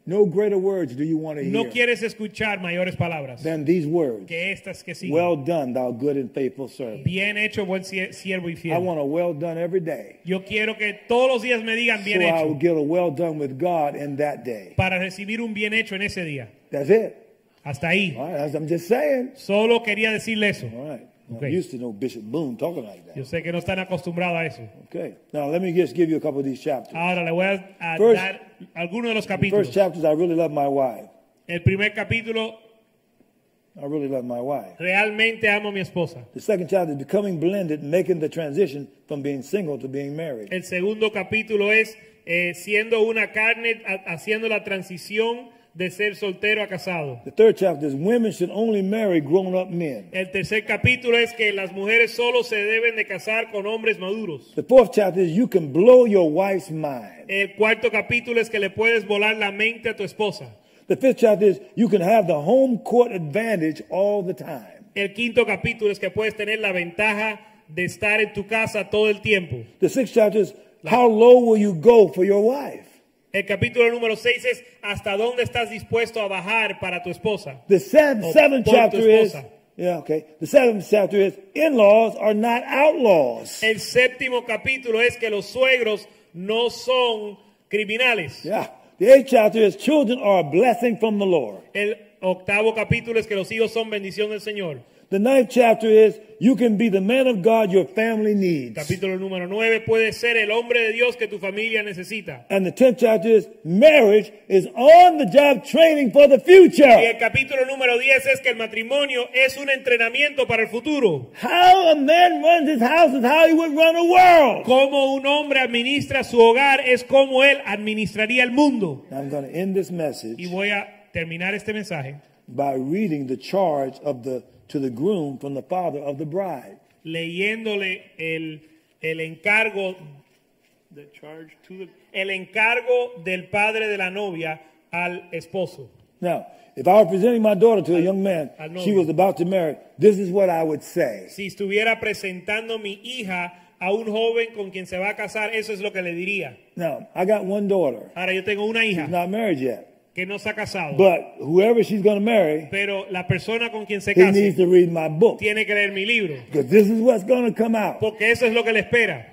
[SPEAKER 3] No greater words do you want to
[SPEAKER 2] Hmm? No
[SPEAKER 3] hear
[SPEAKER 2] quieres escuchar mayores palabras
[SPEAKER 3] than these words.
[SPEAKER 2] que estas que siguen.
[SPEAKER 3] Well done, thou good and faithful servant.
[SPEAKER 2] bien hecho, buen sie- siervo y
[SPEAKER 3] I
[SPEAKER 2] fiel.
[SPEAKER 3] want a well done every day.
[SPEAKER 2] Yo quiero que todos los días me digan
[SPEAKER 3] So
[SPEAKER 2] bien
[SPEAKER 3] I will
[SPEAKER 2] hecho
[SPEAKER 3] get a well done with God in that day.
[SPEAKER 2] para recibir un bien hecho en ese día.
[SPEAKER 3] That's it.
[SPEAKER 2] Hasta ahí.
[SPEAKER 3] All right, I'm just saying.
[SPEAKER 2] Solo quería decirle eso.
[SPEAKER 3] All right. I'm
[SPEAKER 2] Okay.
[SPEAKER 3] used to no Bishop Boone talking like that.
[SPEAKER 2] Yo sé que no están acostumbrados a eso.
[SPEAKER 3] Okay. Now let me just give you a couple of these chapters.
[SPEAKER 2] Ahora le voy a, a
[SPEAKER 3] First-
[SPEAKER 2] dar algunos de los
[SPEAKER 3] First
[SPEAKER 2] capítulos.
[SPEAKER 3] chapters, I really love my wife.
[SPEAKER 2] El primer capítulo,
[SPEAKER 3] I really love my wife.
[SPEAKER 2] realmente amo a mi esposa.
[SPEAKER 3] The second chapter is becoming blended, making the transition from being single to being married.
[SPEAKER 2] El segundo capítulo es eh, siendo una carne, ha- haciendo la transición de ser soltero a casado.
[SPEAKER 3] The third chapter is women should only marry grown-up men.
[SPEAKER 2] El tercer capítulo es que las mujeres solo se deben de casar con hombres maduros.
[SPEAKER 3] The fourth chapter is you can blow your wife's mind.
[SPEAKER 2] El cuarto capítulo es que le puedes volar la mente a tu esposa.
[SPEAKER 3] The fifth chapter is you can have the home court advantage all the time.
[SPEAKER 2] El quinto capítulo es que puedes tener la ventaja de estar en tu casa todo el tiempo.
[SPEAKER 3] The sixth chapter is how low will you go for your wife?
[SPEAKER 2] El capítulo número 6 es hasta dónde estás dispuesto a bajar para tu esposa.
[SPEAKER 3] The seventh,
[SPEAKER 2] O
[SPEAKER 3] seventh
[SPEAKER 2] por tu
[SPEAKER 3] chapter is
[SPEAKER 2] esposa.
[SPEAKER 3] yeah, okay. The seventh chapter is in-laws are not outlaws.
[SPEAKER 2] El séptimo capítulo es que los suegros no son criminales.
[SPEAKER 3] Yeah. The eighth chapter is children are a blessing from the Lord.
[SPEAKER 2] El octavo capítulo es que los hijos son bendición del Señor.
[SPEAKER 3] The ninth chapter is you can be the man of God your family needs.
[SPEAKER 2] Capítulo número 9 puede ser el hombre de Dios que tu familia necesita.
[SPEAKER 3] And the tenth chapter is marriage is on the job training for the future.
[SPEAKER 2] Y el capítulo número 10 es que el matrimonio es un entrenamiento para el futuro.
[SPEAKER 3] How a man runs his house is how he would run a world.
[SPEAKER 2] Cómo un hombre administra su hogar es como él administraría el mundo.
[SPEAKER 3] I'm going to end this message
[SPEAKER 2] Y voy a terminar este mensaje
[SPEAKER 3] by reading the charge of the to the groom from the father of the bride.
[SPEAKER 2] leyéndole el, el encargo el encargo del padre de la novia al esposo.
[SPEAKER 3] Now, if I were presenting my daughter to a young man
[SPEAKER 2] I know
[SPEAKER 3] she
[SPEAKER 2] you.
[SPEAKER 3] was about to marry, this is what I would say.
[SPEAKER 2] Si estuviera presentando mi hija a un joven con quien se va a casar, eso es lo que le diría.
[SPEAKER 3] Now, I got one daughter.
[SPEAKER 2] Ahora yo tengo una
[SPEAKER 3] She's
[SPEAKER 2] hija
[SPEAKER 3] not married yet.
[SPEAKER 2] que no se ha casado,
[SPEAKER 3] But whoever she's going to marry,
[SPEAKER 2] pero la persona con quien se
[SPEAKER 3] he needs
[SPEAKER 2] case
[SPEAKER 3] to read my book.
[SPEAKER 2] tiene que leer mi libro,
[SPEAKER 3] Because this is what's going to come out.
[SPEAKER 2] porque eso es lo que le espera.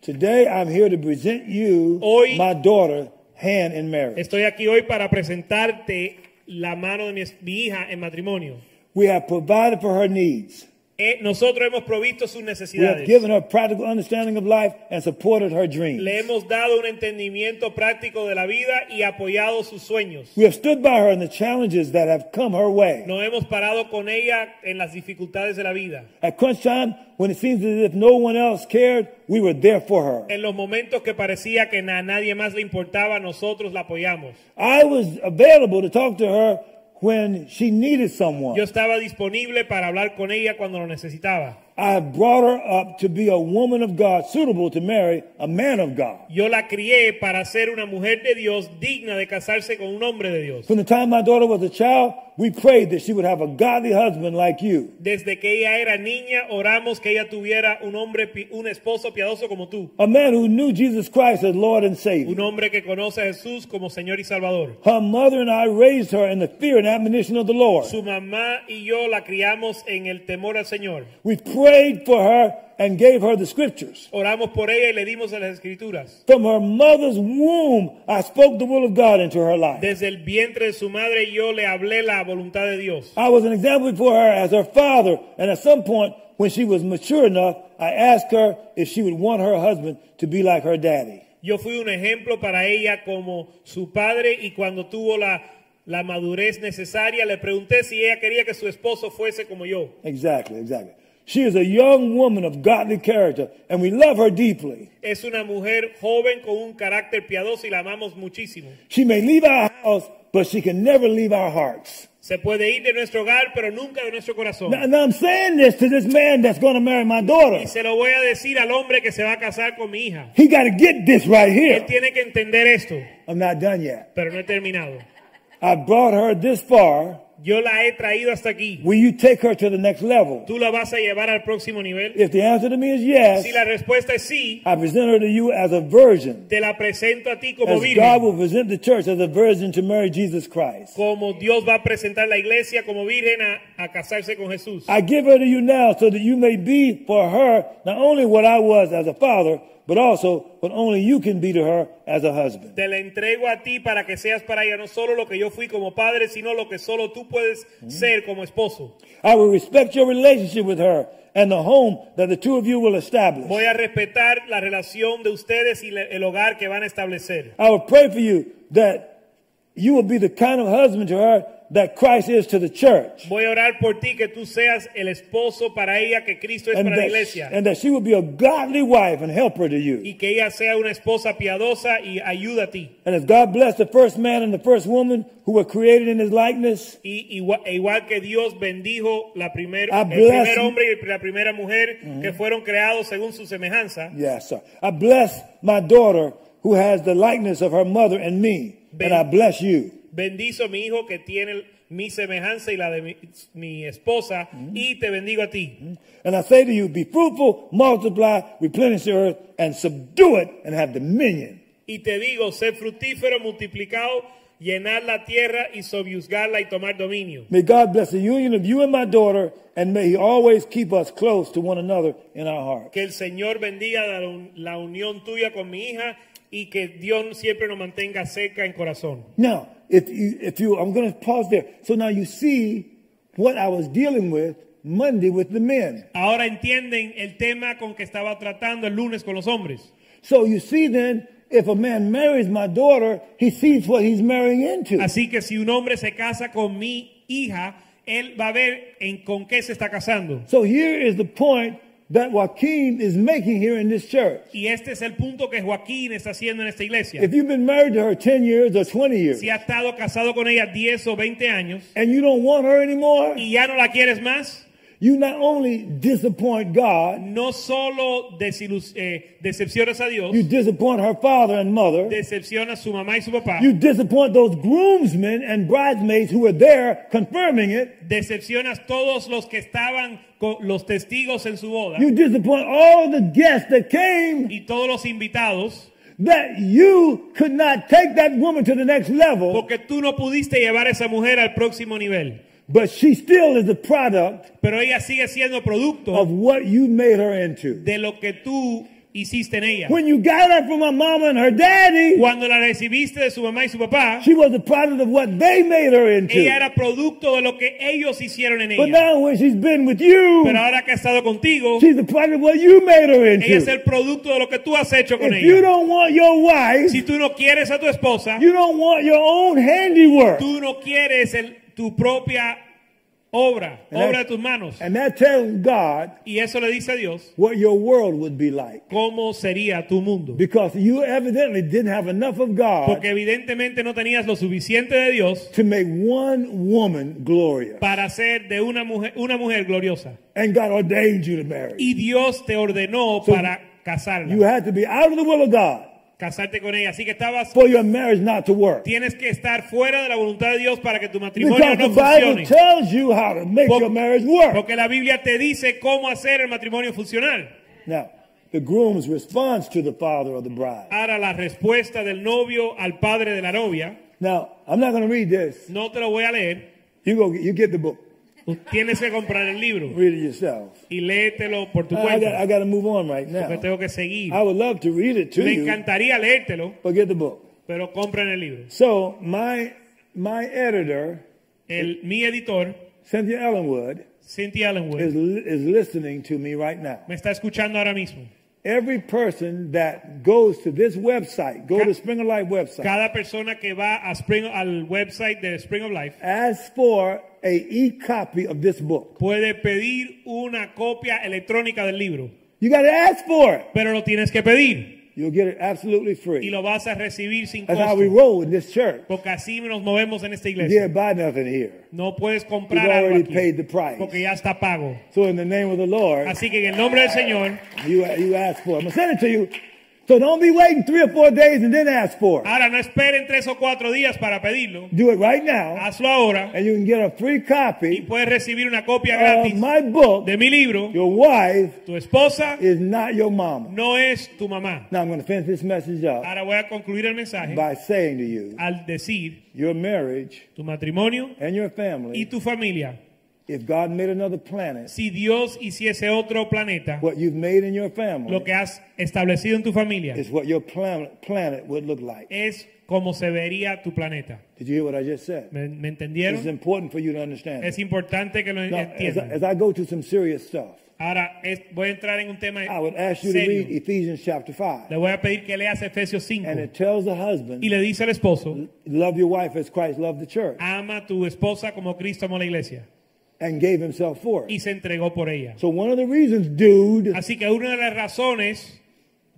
[SPEAKER 3] Today, I'm here to present you
[SPEAKER 2] Hoy-
[SPEAKER 3] my daughter, hand in marriage.
[SPEAKER 2] Estoy aquí hoy para presentarte la mano de mi, es- mi hija en matrimonio.
[SPEAKER 3] We have provided for her needs.
[SPEAKER 2] Eh, nosotros hemos provisto sus
[SPEAKER 3] We have
[SPEAKER 2] necesidades.
[SPEAKER 3] given her practical understanding of life and supported her dreams.
[SPEAKER 2] Le hemos dado un entendimiento práctico de la vida y apoyado sus sueños.
[SPEAKER 3] We have stood by her in the challenges that have come her way.
[SPEAKER 2] Nos hemos parado con ella en las dificultades de la vida.
[SPEAKER 3] At crunch time, when it seems as if no one else cared, we were there for her.
[SPEAKER 2] En los momentos que parecía que na- a nadie más le importaba, nosotros la apoyamos.
[SPEAKER 3] I was available to talk to her when she needed someone.
[SPEAKER 2] Yo estaba disponible para hablar con ella cuando lo necesitaba.
[SPEAKER 3] I have brought her up to be a woman of God, suitable to marry a man of God.
[SPEAKER 2] Yo la crié para ser una mujer de Dios digna de casarse con un hombre de Dios.
[SPEAKER 3] From the time my daughter was a child, we prayed that she would have a godly husband like you.
[SPEAKER 2] Desde que ella era niña, oramos que ella tuviera un hombre, pi- un esposo piadoso como tú.
[SPEAKER 3] A man who knew Jesus Christ as Lord and Savior.
[SPEAKER 2] Un hombre que conoce a Jesús como Señor y Salvador.
[SPEAKER 3] Her mother and I raised her in the fear and admonition of the Lord.
[SPEAKER 2] Su mamá y yo la criamos en el temor al Señor.
[SPEAKER 3] We prayed for her and gave her the scriptures.
[SPEAKER 2] Oramos por ella y le dimos las escrituras.
[SPEAKER 3] From her mother's womb, I spoke the will of God into her life.
[SPEAKER 2] Desde el vientre de su madre yo le hablé la voluntad de Dios.
[SPEAKER 3] I was an example for her as her father, and at some point, when she was mature enough, I asked her if she would want her husband to be like her daddy.
[SPEAKER 2] Yo fui un ejemplo para ella como su padre y cuando tuvo la, la madurez necesaria le pregunté si ella quería que su esposo fuese como yo.
[SPEAKER 3] Exactly, exactly. She is a young woman of godly character, and we love her deeply.
[SPEAKER 2] Es una mujer joven con un carácter piadoso y la amamos muchísimo.
[SPEAKER 3] She may leave our house, but she can never leave our hearts.
[SPEAKER 2] Se puede ir de nuestro hogar pero nunca de nuestro corazón.
[SPEAKER 3] Now, now I'm saying this to this man that's going to marry my daughter.
[SPEAKER 2] Y se lo voy a decir al hombre que se va a casar con mi hija.
[SPEAKER 3] He got to get this right
[SPEAKER 2] Él
[SPEAKER 3] here.
[SPEAKER 2] tiene que entender esto.
[SPEAKER 3] I'm not done yet.
[SPEAKER 2] pero no he terminado.
[SPEAKER 3] I brought her this far.
[SPEAKER 2] Yo la he traído hasta aquí.
[SPEAKER 3] Will you take her to the next level?
[SPEAKER 2] Tú la vas a llevar al próximo nivel.
[SPEAKER 3] If the answer to me is yes,
[SPEAKER 2] Si la respuesta es sí,
[SPEAKER 3] I present her to you as a virgin.
[SPEAKER 2] te la presento a ti como
[SPEAKER 3] As God will
[SPEAKER 2] virgen.
[SPEAKER 3] present the church as a virgin to marry Jesus Christ.
[SPEAKER 2] Como Dios va a presentar la iglesia como virgen a, a casarse con Jesús.
[SPEAKER 3] I give her to you now so that you may be for her not only what I was as a father, but also what only you can be to her as a husband.
[SPEAKER 2] Te la entrego a ti para que seas para ella no solo lo que yo fui como padre, sino lo que solo tú puedes
[SPEAKER 3] Mm.
[SPEAKER 2] ser como esposo.
[SPEAKER 3] I will respect your relationship with her and the home that the two of you will establish.
[SPEAKER 2] Voy a respetar la relación de ustedes y le- el hogar que van a establecer.
[SPEAKER 3] I will pray for you that you will be the kind of husband to her that Christ is to the church.
[SPEAKER 2] Voy a orar por ti que tú seas el esposo para ella que Cristo es
[SPEAKER 3] And
[SPEAKER 2] para la
[SPEAKER 3] that,
[SPEAKER 2] iglesia.
[SPEAKER 3] and that she will be a godly wife and helper to you.
[SPEAKER 2] y que ella sea una esposa piadosa y ayuda a ti.
[SPEAKER 3] And as God blessed the first man and the first woman who were created in his likeness,
[SPEAKER 2] Y igual, e igual que Dios bendijo la primer,
[SPEAKER 3] I
[SPEAKER 2] el
[SPEAKER 3] bless
[SPEAKER 2] primer
[SPEAKER 3] you.
[SPEAKER 2] hombre y la primera mujer que fueron creados según su semejanza,
[SPEAKER 3] Yes, sir. I bless my daughter who has the likeness of her mother and me.
[SPEAKER 2] Ben-
[SPEAKER 3] And I bless you.
[SPEAKER 2] bendizo a mi hijo que tiene el- mi semejanza y la de mi, mi esposa, y te bendigo a ti.
[SPEAKER 3] And I say to you, be fruitful, multiply, replenish the earth, and subdue it, and have dominion.
[SPEAKER 2] Y te digo, ser fructífero, multiplicado, llenar la tierra y subyuzgarla y tomar dominio.
[SPEAKER 3] May God bless the union of you and my daughter, and may He always keep us close to one another in our heart.
[SPEAKER 2] Que el Señor bendiga la, un- la unión tuya con mi hija y que Dios siempre nos mantenga cerca en corazón.
[SPEAKER 3] Now, if you, if you, I'm going to pause there. So now you see what I was dealing with Monday with the men.
[SPEAKER 2] Ahora entienden el tema con que estaba tratando el lunes con los hombres.
[SPEAKER 3] So you see then, if a man marries my daughter, he sees what he's marrying into.
[SPEAKER 2] Así que si un hombre se casa con mi hija, él va a ver en con qué se está casando.
[SPEAKER 3] So here is the point that Joaquin is making here in this church.
[SPEAKER 2] Y este es el punto que Joaquín está haciendo en esta iglesia.
[SPEAKER 3] If you've been married to her 10 years or 20 years,
[SPEAKER 2] Si ha estado casado con ella 10 o 20 años
[SPEAKER 3] and you don't want her anymore,
[SPEAKER 2] y ya no la quieres más,
[SPEAKER 3] you not only disappoint God,
[SPEAKER 2] no solo desilus- eh, decepcionas a Dios,
[SPEAKER 3] you disappoint her father and mother,
[SPEAKER 2] decepcionas a su mamá y su papá,
[SPEAKER 3] you disappoint those groomsmen and bridesmaids who were there confirming it,
[SPEAKER 2] decepcionas todos los que estaban con los testigos en su boda
[SPEAKER 3] you disappoint all the guests that came
[SPEAKER 2] y todos los invitados,
[SPEAKER 3] that you could not take that woman to the next level,
[SPEAKER 2] porque tú no pudiste llevar a esa mujer al próximo nivel.
[SPEAKER 3] but she still is a product
[SPEAKER 2] Pero ella sigue siendo
[SPEAKER 3] of
[SPEAKER 2] producto
[SPEAKER 3] what you made her into.
[SPEAKER 2] de lo que tú hiciste en ella.
[SPEAKER 3] When you got her from her mama and her daddy,
[SPEAKER 2] Cuando la recibiste de su mamá y su papá,
[SPEAKER 3] she was a product of what they made her
[SPEAKER 2] ella
[SPEAKER 3] into.
[SPEAKER 2] era producto de lo que ellos hicieron en
[SPEAKER 3] But
[SPEAKER 2] ella.
[SPEAKER 3] now when she's been with
[SPEAKER 2] Pero
[SPEAKER 3] you,
[SPEAKER 2] ahora que ha estado contigo,
[SPEAKER 3] she's a product of what you made her
[SPEAKER 2] ella es
[SPEAKER 3] into.
[SPEAKER 2] el producto de lo que tú has hecho con
[SPEAKER 3] If you
[SPEAKER 2] ella.
[SPEAKER 3] don't want your wife,
[SPEAKER 2] Si tú no quieres a tu esposa,
[SPEAKER 3] you don't want your own handiwork.
[SPEAKER 2] tú no quieres el- tu propia obra,
[SPEAKER 3] And that-
[SPEAKER 2] obra de tus manos.
[SPEAKER 3] And that tells God
[SPEAKER 2] Y eso le dice a Dios
[SPEAKER 3] what your world would be like.
[SPEAKER 2] cómo sería tu mundo.
[SPEAKER 3] Because you evidently didn't have enough of God
[SPEAKER 2] Porque evidentemente no tenías lo suficiente de Dios
[SPEAKER 3] to make one woman glorious.
[SPEAKER 2] para ser de una mujer, una mujer gloriosa.
[SPEAKER 3] And God ordained you to marry.
[SPEAKER 2] Y Dios te ordenó
[SPEAKER 3] So,
[SPEAKER 2] para
[SPEAKER 3] You
[SPEAKER 2] casarla,
[SPEAKER 3] had to be out of the will of God
[SPEAKER 2] casarte con ella. Así que estabas,
[SPEAKER 3] for your marriage not to work.
[SPEAKER 2] tienes que estar fuera de la voluntad de Dios para que tu matrimonio
[SPEAKER 3] Because the
[SPEAKER 2] no
[SPEAKER 3] Bible
[SPEAKER 2] funcione.
[SPEAKER 3] tells you how to make
[SPEAKER 2] Por-
[SPEAKER 3] your marriage work.
[SPEAKER 2] Porque la Biblia te dice cómo hacer el matrimonio funcional.
[SPEAKER 3] Now, the groom's response to the father of the bride.
[SPEAKER 2] Ahora la respuesta del novio al padre de la novia,
[SPEAKER 3] Now, I'm not going to read this.
[SPEAKER 2] no te lo voy a leer,
[SPEAKER 3] You go. You get the book.
[SPEAKER 2] tienes que comprar el libro
[SPEAKER 3] Read it yourself.
[SPEAKER 2] y léetelo por tu
[SPEAKER 3] I got,
[SPEAKER 2] cuenta,
[SPEAKER 3] I got to move on right
[SPEAKER 2] porque
[SPEAKER 3] now.
[SPEAKER 2] tengo que seguir.
[SPEAKER 3] I would love to read it to
[SPEAKER 2] Me
[SPEAKER 3] you,
[SPEAKER 2] encantaría leértelo,
[SPEAKER 3] but get the book.
[SPEAKER 2] pero compren el libro.
[SPEAKER 3] So my my editor,
[SPEAKER 2] El, mi editor,
[SPEAKER 3] Cynthia Ellenwood,
[SPEAKER 2] Cynthia Allenwood,
[SPEAKER 3] is li- is listening to me right now.
[SPEAKER 2] me está escuchando ahora mismo.
[SPEAKER 3] Every person that goes to this website, go to Spring of Life website,
[SPEAKER 2] Cada persona que va a Spring, al website de Spring of Life
[SPEAKER 3] asks for a e copy of this book.
[SPEAKER 2] puede pedir una copia electrónica del libro,
[SPEAKER 3] You got to ask for it.
[SPEAKER 2] pero lo tienes que pedir
[SPEAKER 3] You'll get it absolutely
[SPEAKER 2] y
[SPEAKER 3] free.
[SPEAKER 2] lo vas a recibir sin
[SPEAKER 3] That's how we
[SPEAKER 2] costo,
[SPEAKER 3] roll in this church.
[SPEAKER 2] porque así nos movemos en esta
[SPEAKER 3] You
[SPEAKER 2] iglesia.
[SPEAKER 3] didn't buy nothing here.
[SPEAKER 2] No puedes comprar
[SPEAKER 3] You've
[SPEAKER 2] algo
[SPEAKER 3] already
[SPEAKER 2] aquí
[SPEAKER 3] paid the price.
[SPEAKER 2] porque ya está pago.
[SPEAKER 3] So in the name of the Lord,
[SPEAKER 2] Así que en el nombre del Señor,
[SPEAKER 3] you you ask for it. I'm gonna send it to you. So don't be waiting three or four days and then ask for it.
[SPEAKER 2] ahora no esperen tres o cuatro días para pedirlo.
[SPEAKER 3] Do it right now.
[SPEAKER 2] Hazlo ahora
[SPEAKER 3] and you can get a free
[SPEAKER 2] y
[SPEAKER 3] copy
[SPEAKER 2] puedes recibir una copia
[SPEAKER 3] of
[SPEAKER 2] gratis
[SPEAKER 3] Oh, my book.
[SPEAKER 2] de mi libro.
[SPEAKER 3] Your wife
[SPEAKER 2] Tu esposa
[SPEAKER 3] is not your mama.
[SPEAKER 2] no es tu mamá.
[SPEAKER 3] Now I'm going to finish this message up
[SPEAKER 2] Ahora voy a concluir el mensaje
[SPEAKER 3] by saying to you,
[SPEAKER 2] al decir
[SPEAKER 3] your marriage
[SPEAKER 2] tu matrimonio
[SPEAKER 3] and your
[SPEAKER 2] y
[SPEAKER 3] family,
[SPEAKER 2] tu familia.
[SPEAKER 3] if God made another planet,
[SPEAKER 2] Si Dios hiciese otro planeta,
[SPEAKER 3] what you've made in your
[SPEAKER 2] lo
[SPEAKER 3] family
[SPEAKER 2] que has establecido en tu familia
[SPEAKER 3] is what your planet planet would look like.
[SPEAKER 2] es como se vería tu planeta.
[SPEAKER 3] Did you hear what I just said?
[SPEAKER 2] ¿Me, me
[SPEAKER 3] It's
[SPEAKER 2] entendieron?
[SPEAKER 3] important for you to understand.
[SPEAKER 2] Es importante que lo
[SPEAKER 3] Now, as, I,
[SPEAKER 2] entiendan.
[SPEAKER 3] as I go to some serious stuff,
[SPEAKER 2] Ahora es- voy a entrar en un tema
[SPEAKER 3] I would ask you to
[SPEAKER 2] serio.
[SPEAKER 3] read Ephesians chapter 5.
[SPEAKER 2] Le voy a pedir que leas Efesios 5
[SPEAKER 3] And it tells the
[SPEAKER 2] y
[SPEAKER 3] husband,
[SPEAKER 2] le Ah. dice al esposo,
[SPEAKER 3] love your wife as Christ loved the church
[SPEAKER 2] ama a tu esposa como Cristo amó la iglesia
[SPEAKER 3] and gave himself for it.
[SPEAKER 2] y se entregó por ella.
[SPEAKER 3] So one of the reasons, dude,
[SPEAKER 2] Así que una de las razones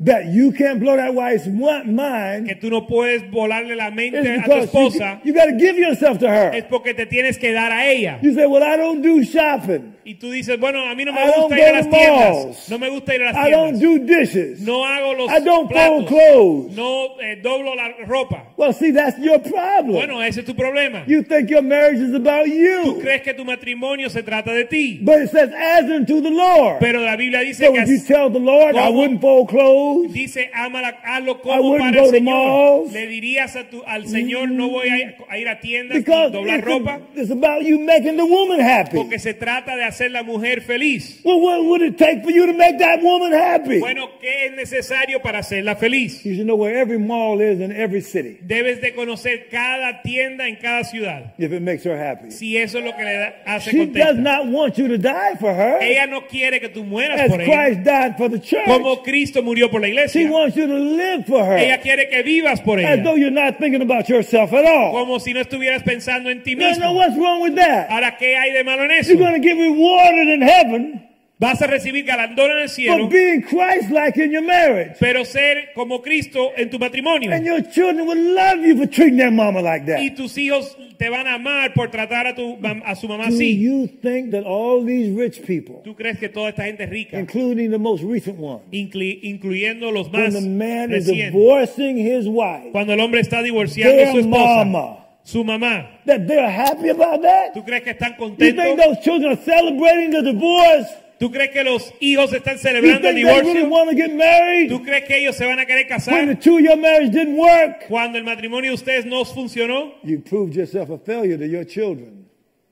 [SPEAKER 3] that you can't blow that wife's wa- mind
[SPEAKER 2] que tú no puedes volarle la
[SPEAKER 3] is
[SPEAKER 2] mente a tu
[SPEAKER 3] because you,
[SPEAKER 2] esposa
[SPEAKER 3] got to give yourself to
[SPEAKER 2] es
[SPEAKER 3] her.
[SPEAKER 2] porque te tienes que dar a ella.
[SPEAKER 3] You say, well, I don't do shopping.
[SPEAKER 2] Y tú dices, bueno, a mí no
[SPEAKER 3] I
[SPEAKER 2] me
[SPEAKER 3] don't
[SPEAKER 2] gusta
[SPEAKER 3] go
[SPEAKER 2] ir a las
[SPEAKER 3] to
[SPEAKER 2] tiendas.
[SPEAKER 3] malls.
[SPEAKER 2] No me gusta ir a las
[SPEAKER 3] I don't
[SPEAKER 2] tiendas.
[SPEAKER 3] do dishes.
[SPEAKER 2] No hago los
[SPEAKER 3] I don't fold
[SPEAKER 2] platos.
[SPEAKER 3] clothes.
[SPEAKER 2] No eh, doblo la ropa.
[SPEAKER 3] Well, see, that's your problem.
[SPEAKER 2] Bueno, ese es tu problema.
[SPEAKER 3] you think your marriage is about you.
[SPEAKER 2] Crees que tu matrimonio se trata de ti.
[SPEAKER 3] But it says, as unto the Lord.
[SPEAKER 2] Pero la Biblia dice
[SPEAKER 3] so
[SPEAKER 2] que
[SPEAKER 3] if you
[SPEAKER 2] as-
[SPEAKER 3] tell the Lord, I
[SPEAKER 2] Como-
[SPEAKER 3] wouldn't fold clothes,
[SPEAKER 2] dice, ámala, hazlo
[SPEAKER 3] I
[SPEAKER 2] como
[SPEAKER 3] wouldn't
[SPEAKER 2] para el
[SPEAKER 3] go to
[SPEAKER 2] Señor.
[SPEAKER 3] malls.
[SPEAKER 2] Le dirías a tu, al Señor, no voy a, ir- a ir a tiendas ni
[SPEAKER 3] because
[SPEAKER 2] doblar
[SPEAKER 3] it's,
[SPEAKER 2] ropa.
[SPEAKER 3] it's about you making the woman happy.
[SPEAKER 2] Porque se trata de hacer la mujer feliz?
[SPEAKER 3] Well, what would it take for you to make that woman happy?
[SPEAKER 2] Bueno, ¿qué es necesario para hacerla feliz?
[SPEAKER 3] You should know where every mall is in every city
[SPEAKER 2] Debes de conocer cada tienda en cada ciudad.
[SPEAKER 3] if it makes her happy.
[SPEAKER 2] Si eso es lo que le da- hace
[SPEAKER 3] She does
[SPEAKER 2] contenta.
[SPEAKER 3] not want you to die for her
[SPEAKER 2] Ella no quiere que tú mueras
[SPEAKER 3] as
[SPEAKER 2] por ella.
[SPEAKER 3] Christ died for the church.
[SPEAKER 2] Como Cristo murió por la
[SPEAKER 3] She
[SPEAKER 2] iglesia.
[SPEAKER 3] wants you to live for her
[SPEAKER 2] Ella quiere que vivas por
[SPEAKER 3] as though
[SPEAKER 2] ella.
[SPEAKER 3] you're not thinking about yourself at all.
[SPEAKER 2] Como si no estuvieras pensando en ti
[SPEAKER 3] No, no,
[SPEAKER 2] mismo.
[SPEAKER 3] what's wrong with that?
[SPEAKER 2] Ahora, ¿qué hay de malo en eso?
[SPEAKER 3] You're going to get rewarded in heaven
[SPEAKER 2] Vas a recibir galardón en el cielo,
[SPEAKER 3] for being Christ like in your marriage.
[SPEAKER 2] pero ser como Cristo en tu matrimonio.
[SPEAKER 3] And your children will love you for treating their mama like that.
[SPEAKER 2] Y tus hijos te van a amar por tratar a, tu, mam- a su mamá
[SPEAKER 3] Do
[SPEAKER 2] así.
[SPEAKER 3] you think that all these rich people,
[SPEAKER 2] ¿Tú crees que toda esta gente es rica,
[SPEAKER 3] including the most recent one,
[SPEAKER 2] incli- incluyendo los
[SPEAKER 3] when
[SPEAKER 2] más
[SPEAKER 3] the man is
[SPEAKER 2] recientes,
[SPEAKER 3] divorcing his wife,
[SPEAKER 2] cuando el hombre está divorciando a su
[SPEAKER 3] their
[SPEAKER 2] esposa,
[SPEAKER 3] mama,
[SPEAKER 2] su mamá,
[SPEAKER 3] that they're happy about that?
[SPEAKER 2] ¿tú crees que están
[SPEAKER 3] You think
[SPEAKER 2] contentos?
[SPEAKER 3] those children are celebrating the divorce?
[SPEAKER 2] ¿Tú crees que los hijos están
[SPEAKER 3] You think
[SPEAKER 2] celebrando
[SPEAKER 3] they
[SPEAKER 2] el divorcio?
[SPEAKER 3] really want to get married?
[SPEAKER 2] ¿Tú crees que ellos se van a querer
[SPEAKER 3] When the
[SPEAKER 2] casar?
[SPEAKER 3] two-year marriage didn't work,
[SPEAKER 2] Cuando el matrimonio de ustedes no funcionó,
[SPEAKER 3] you proved yourself a failure to your children.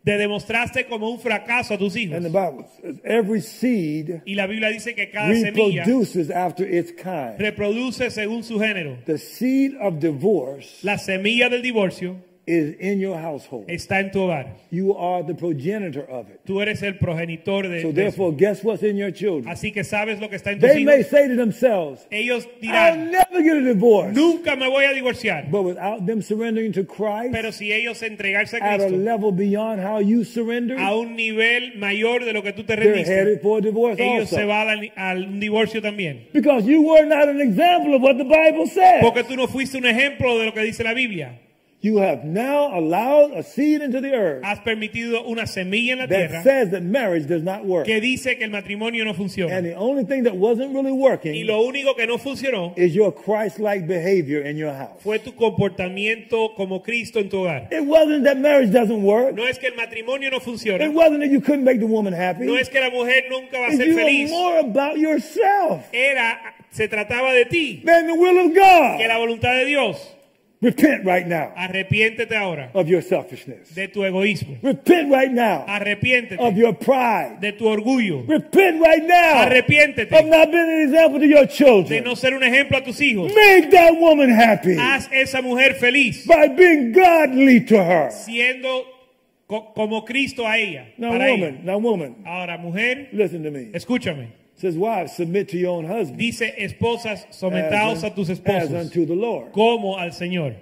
[SPEAKER 2] te demostraste como un fracaso a tus hijos.
[SPEAKER 3] And the Bible says every seed
[SPEAKER 2] Y la Biblia dice que cada semilla
[SPEAKER 3] reproduces after its kind.
[SPEAKER 2] reproduce según su género.
[SPEAKER 3] The seed of divorce
[SPEAKER 2] La semilla del divorcio
[SPEAKER 3] is in your household.
[SPEAKER 2] está en tu hogar.
[SPEAKER 3] You are the progenitor of it.
[SPEAKER 2] Tú eres el progenitor de,
[SPEAKER 3] So
[SPEAKER 2] de
[SPEAKER 3] therefore,
[SPEAKER 2] eso.
[SPEAKER 3] guess what's in your children?
[SPEAKER 2] Así que sabes lo que está en tus
[SPEAKER 3] They may
[SPEAKER 2] hijos.
[SPEAKER 3] say to themselves,
[SPEAKER 2] Ellos
[SPEAKER 3] I'll
[SPEAKER 2] dirán,
[SPEAKER 3] never get a divorce.
[SPEAKER 2] nunca me voy a divorciar.
[SPEAKER 3] But without them surrendering to Christ
[SPEAKER 2] Pero si ellos entregarse a
[SPEAKER 3] at a
[SPEAKER 2] Cristo
[SPEAKER 3] level beyond how you surrender,
[SPEAKER 2] a un nivel mayor de lo que tú te
[SPEAKER 3] they're
[SPEAKER 2] rendiste,
[SPEAKER 3] headed for a divorce
[SPEAKER 2] ellos se
[SPEAKER 3] also.
[SPEAKER 2] van al, al un divorcio también.
[SPEAKER 3] Because you were not an example of what the Bible says.
[SPEAKER 2] Porque tú no fuiste un ejemplo de lo que dice la Biblia.
[SPEAKER 3] You have now allowed a seed into the earth
[SPEAKER 2] Has permitido una semilla en la
[SPEAKER 3] that
[SPEAKER 2] tierra
[SPEAKER 3] says that marriage does not work.
[SPEAKER 2] que dice que el matrimonio no
[SPEAKER 3] And
[SPEAKER 2] funciona.
[SPEAKER 3] the only thing that wasn't really
[SPEAKER 2] Y
[SPEAKER 3] working
[SPEAKER 2] lo único que no funcionó
[SPEAKER 3] is your Christ-like behavior in your house.
[SPEAKER 2] fue tu comportamiento como Cristo en tu hogar.
[SPEAKER 3] It wasn't that marriage doesn't work.
[SPEAKER 2] No es que el matrimonio no
[SPEAKER 3] It
[SPEAKER 2] funcione.
[SPEAKER 3] wasn't that you couldn't make the woman happy.
[SPEAKER 2] No es que la mujer nunca va a
[SPEAKER 3] It's
[SPEAKER 2] ser
[SPEAKER 3] you
[SPEAKER 2] feliz.
[SPEAKER 3] were more about yourself
[SPEAKER 2] Era, se trataba de ti,
[SPEAKER 3] than the will of
[SPEAKER 2] que
[SPEAKER 3] God.
[SPEAKER 2] la voluntad de Dios.
[SPEAKER 3] Repent right now
[SPEAKER 2] Arrepiéntete ahora
[SPEAKER 3] of your selfishness.
[SPEAKER 2] de tu egoísmo.
[SPEAKER 3] Repent right now of
[SPEAKER 2] Arrepiéntete
[SPEAKER 3] your pride.
[SPEAKER 2] de tu orgullo.
[SPEAKER 3] Repent right now of
[SPEAKER 2] Arrepiéntete
[SPEAKER 3] not being an example to your
[SPEAKER 2] de
[SPEAKER 3] children.
[SPEAKER 2] no ser un ejemplo a tus hijos.
[SPEAKER 3] Make that woman happy
[SPEAKER 2] Haz esa mujer feliz,
[SPEAKER 3] by being godly to her.
[SPEAKER 2] siendo co- como Cristo a ella.
[SPEAKER 3] Now,
[SPEAKER 2] para ella.
[SPEAKER 3] woman, now, woman,
[SPEAKER 2] Ahora, mujer,
[SPEAKER 3] listen to me. It
[SPEAKER 2] escúchame.
[SPEAKER 3] says, wives, submit to your own husband
[SPEAKER 2] Dice, esposas,
[SPEAKER 3] as,
[SPEAKER 2] sometaos a tus
[SPEAKER 3] as
[SPEAKER 2] esposos
[SPEAKER 3] unto the Lord.
[SPEAKER 2] como al Señor.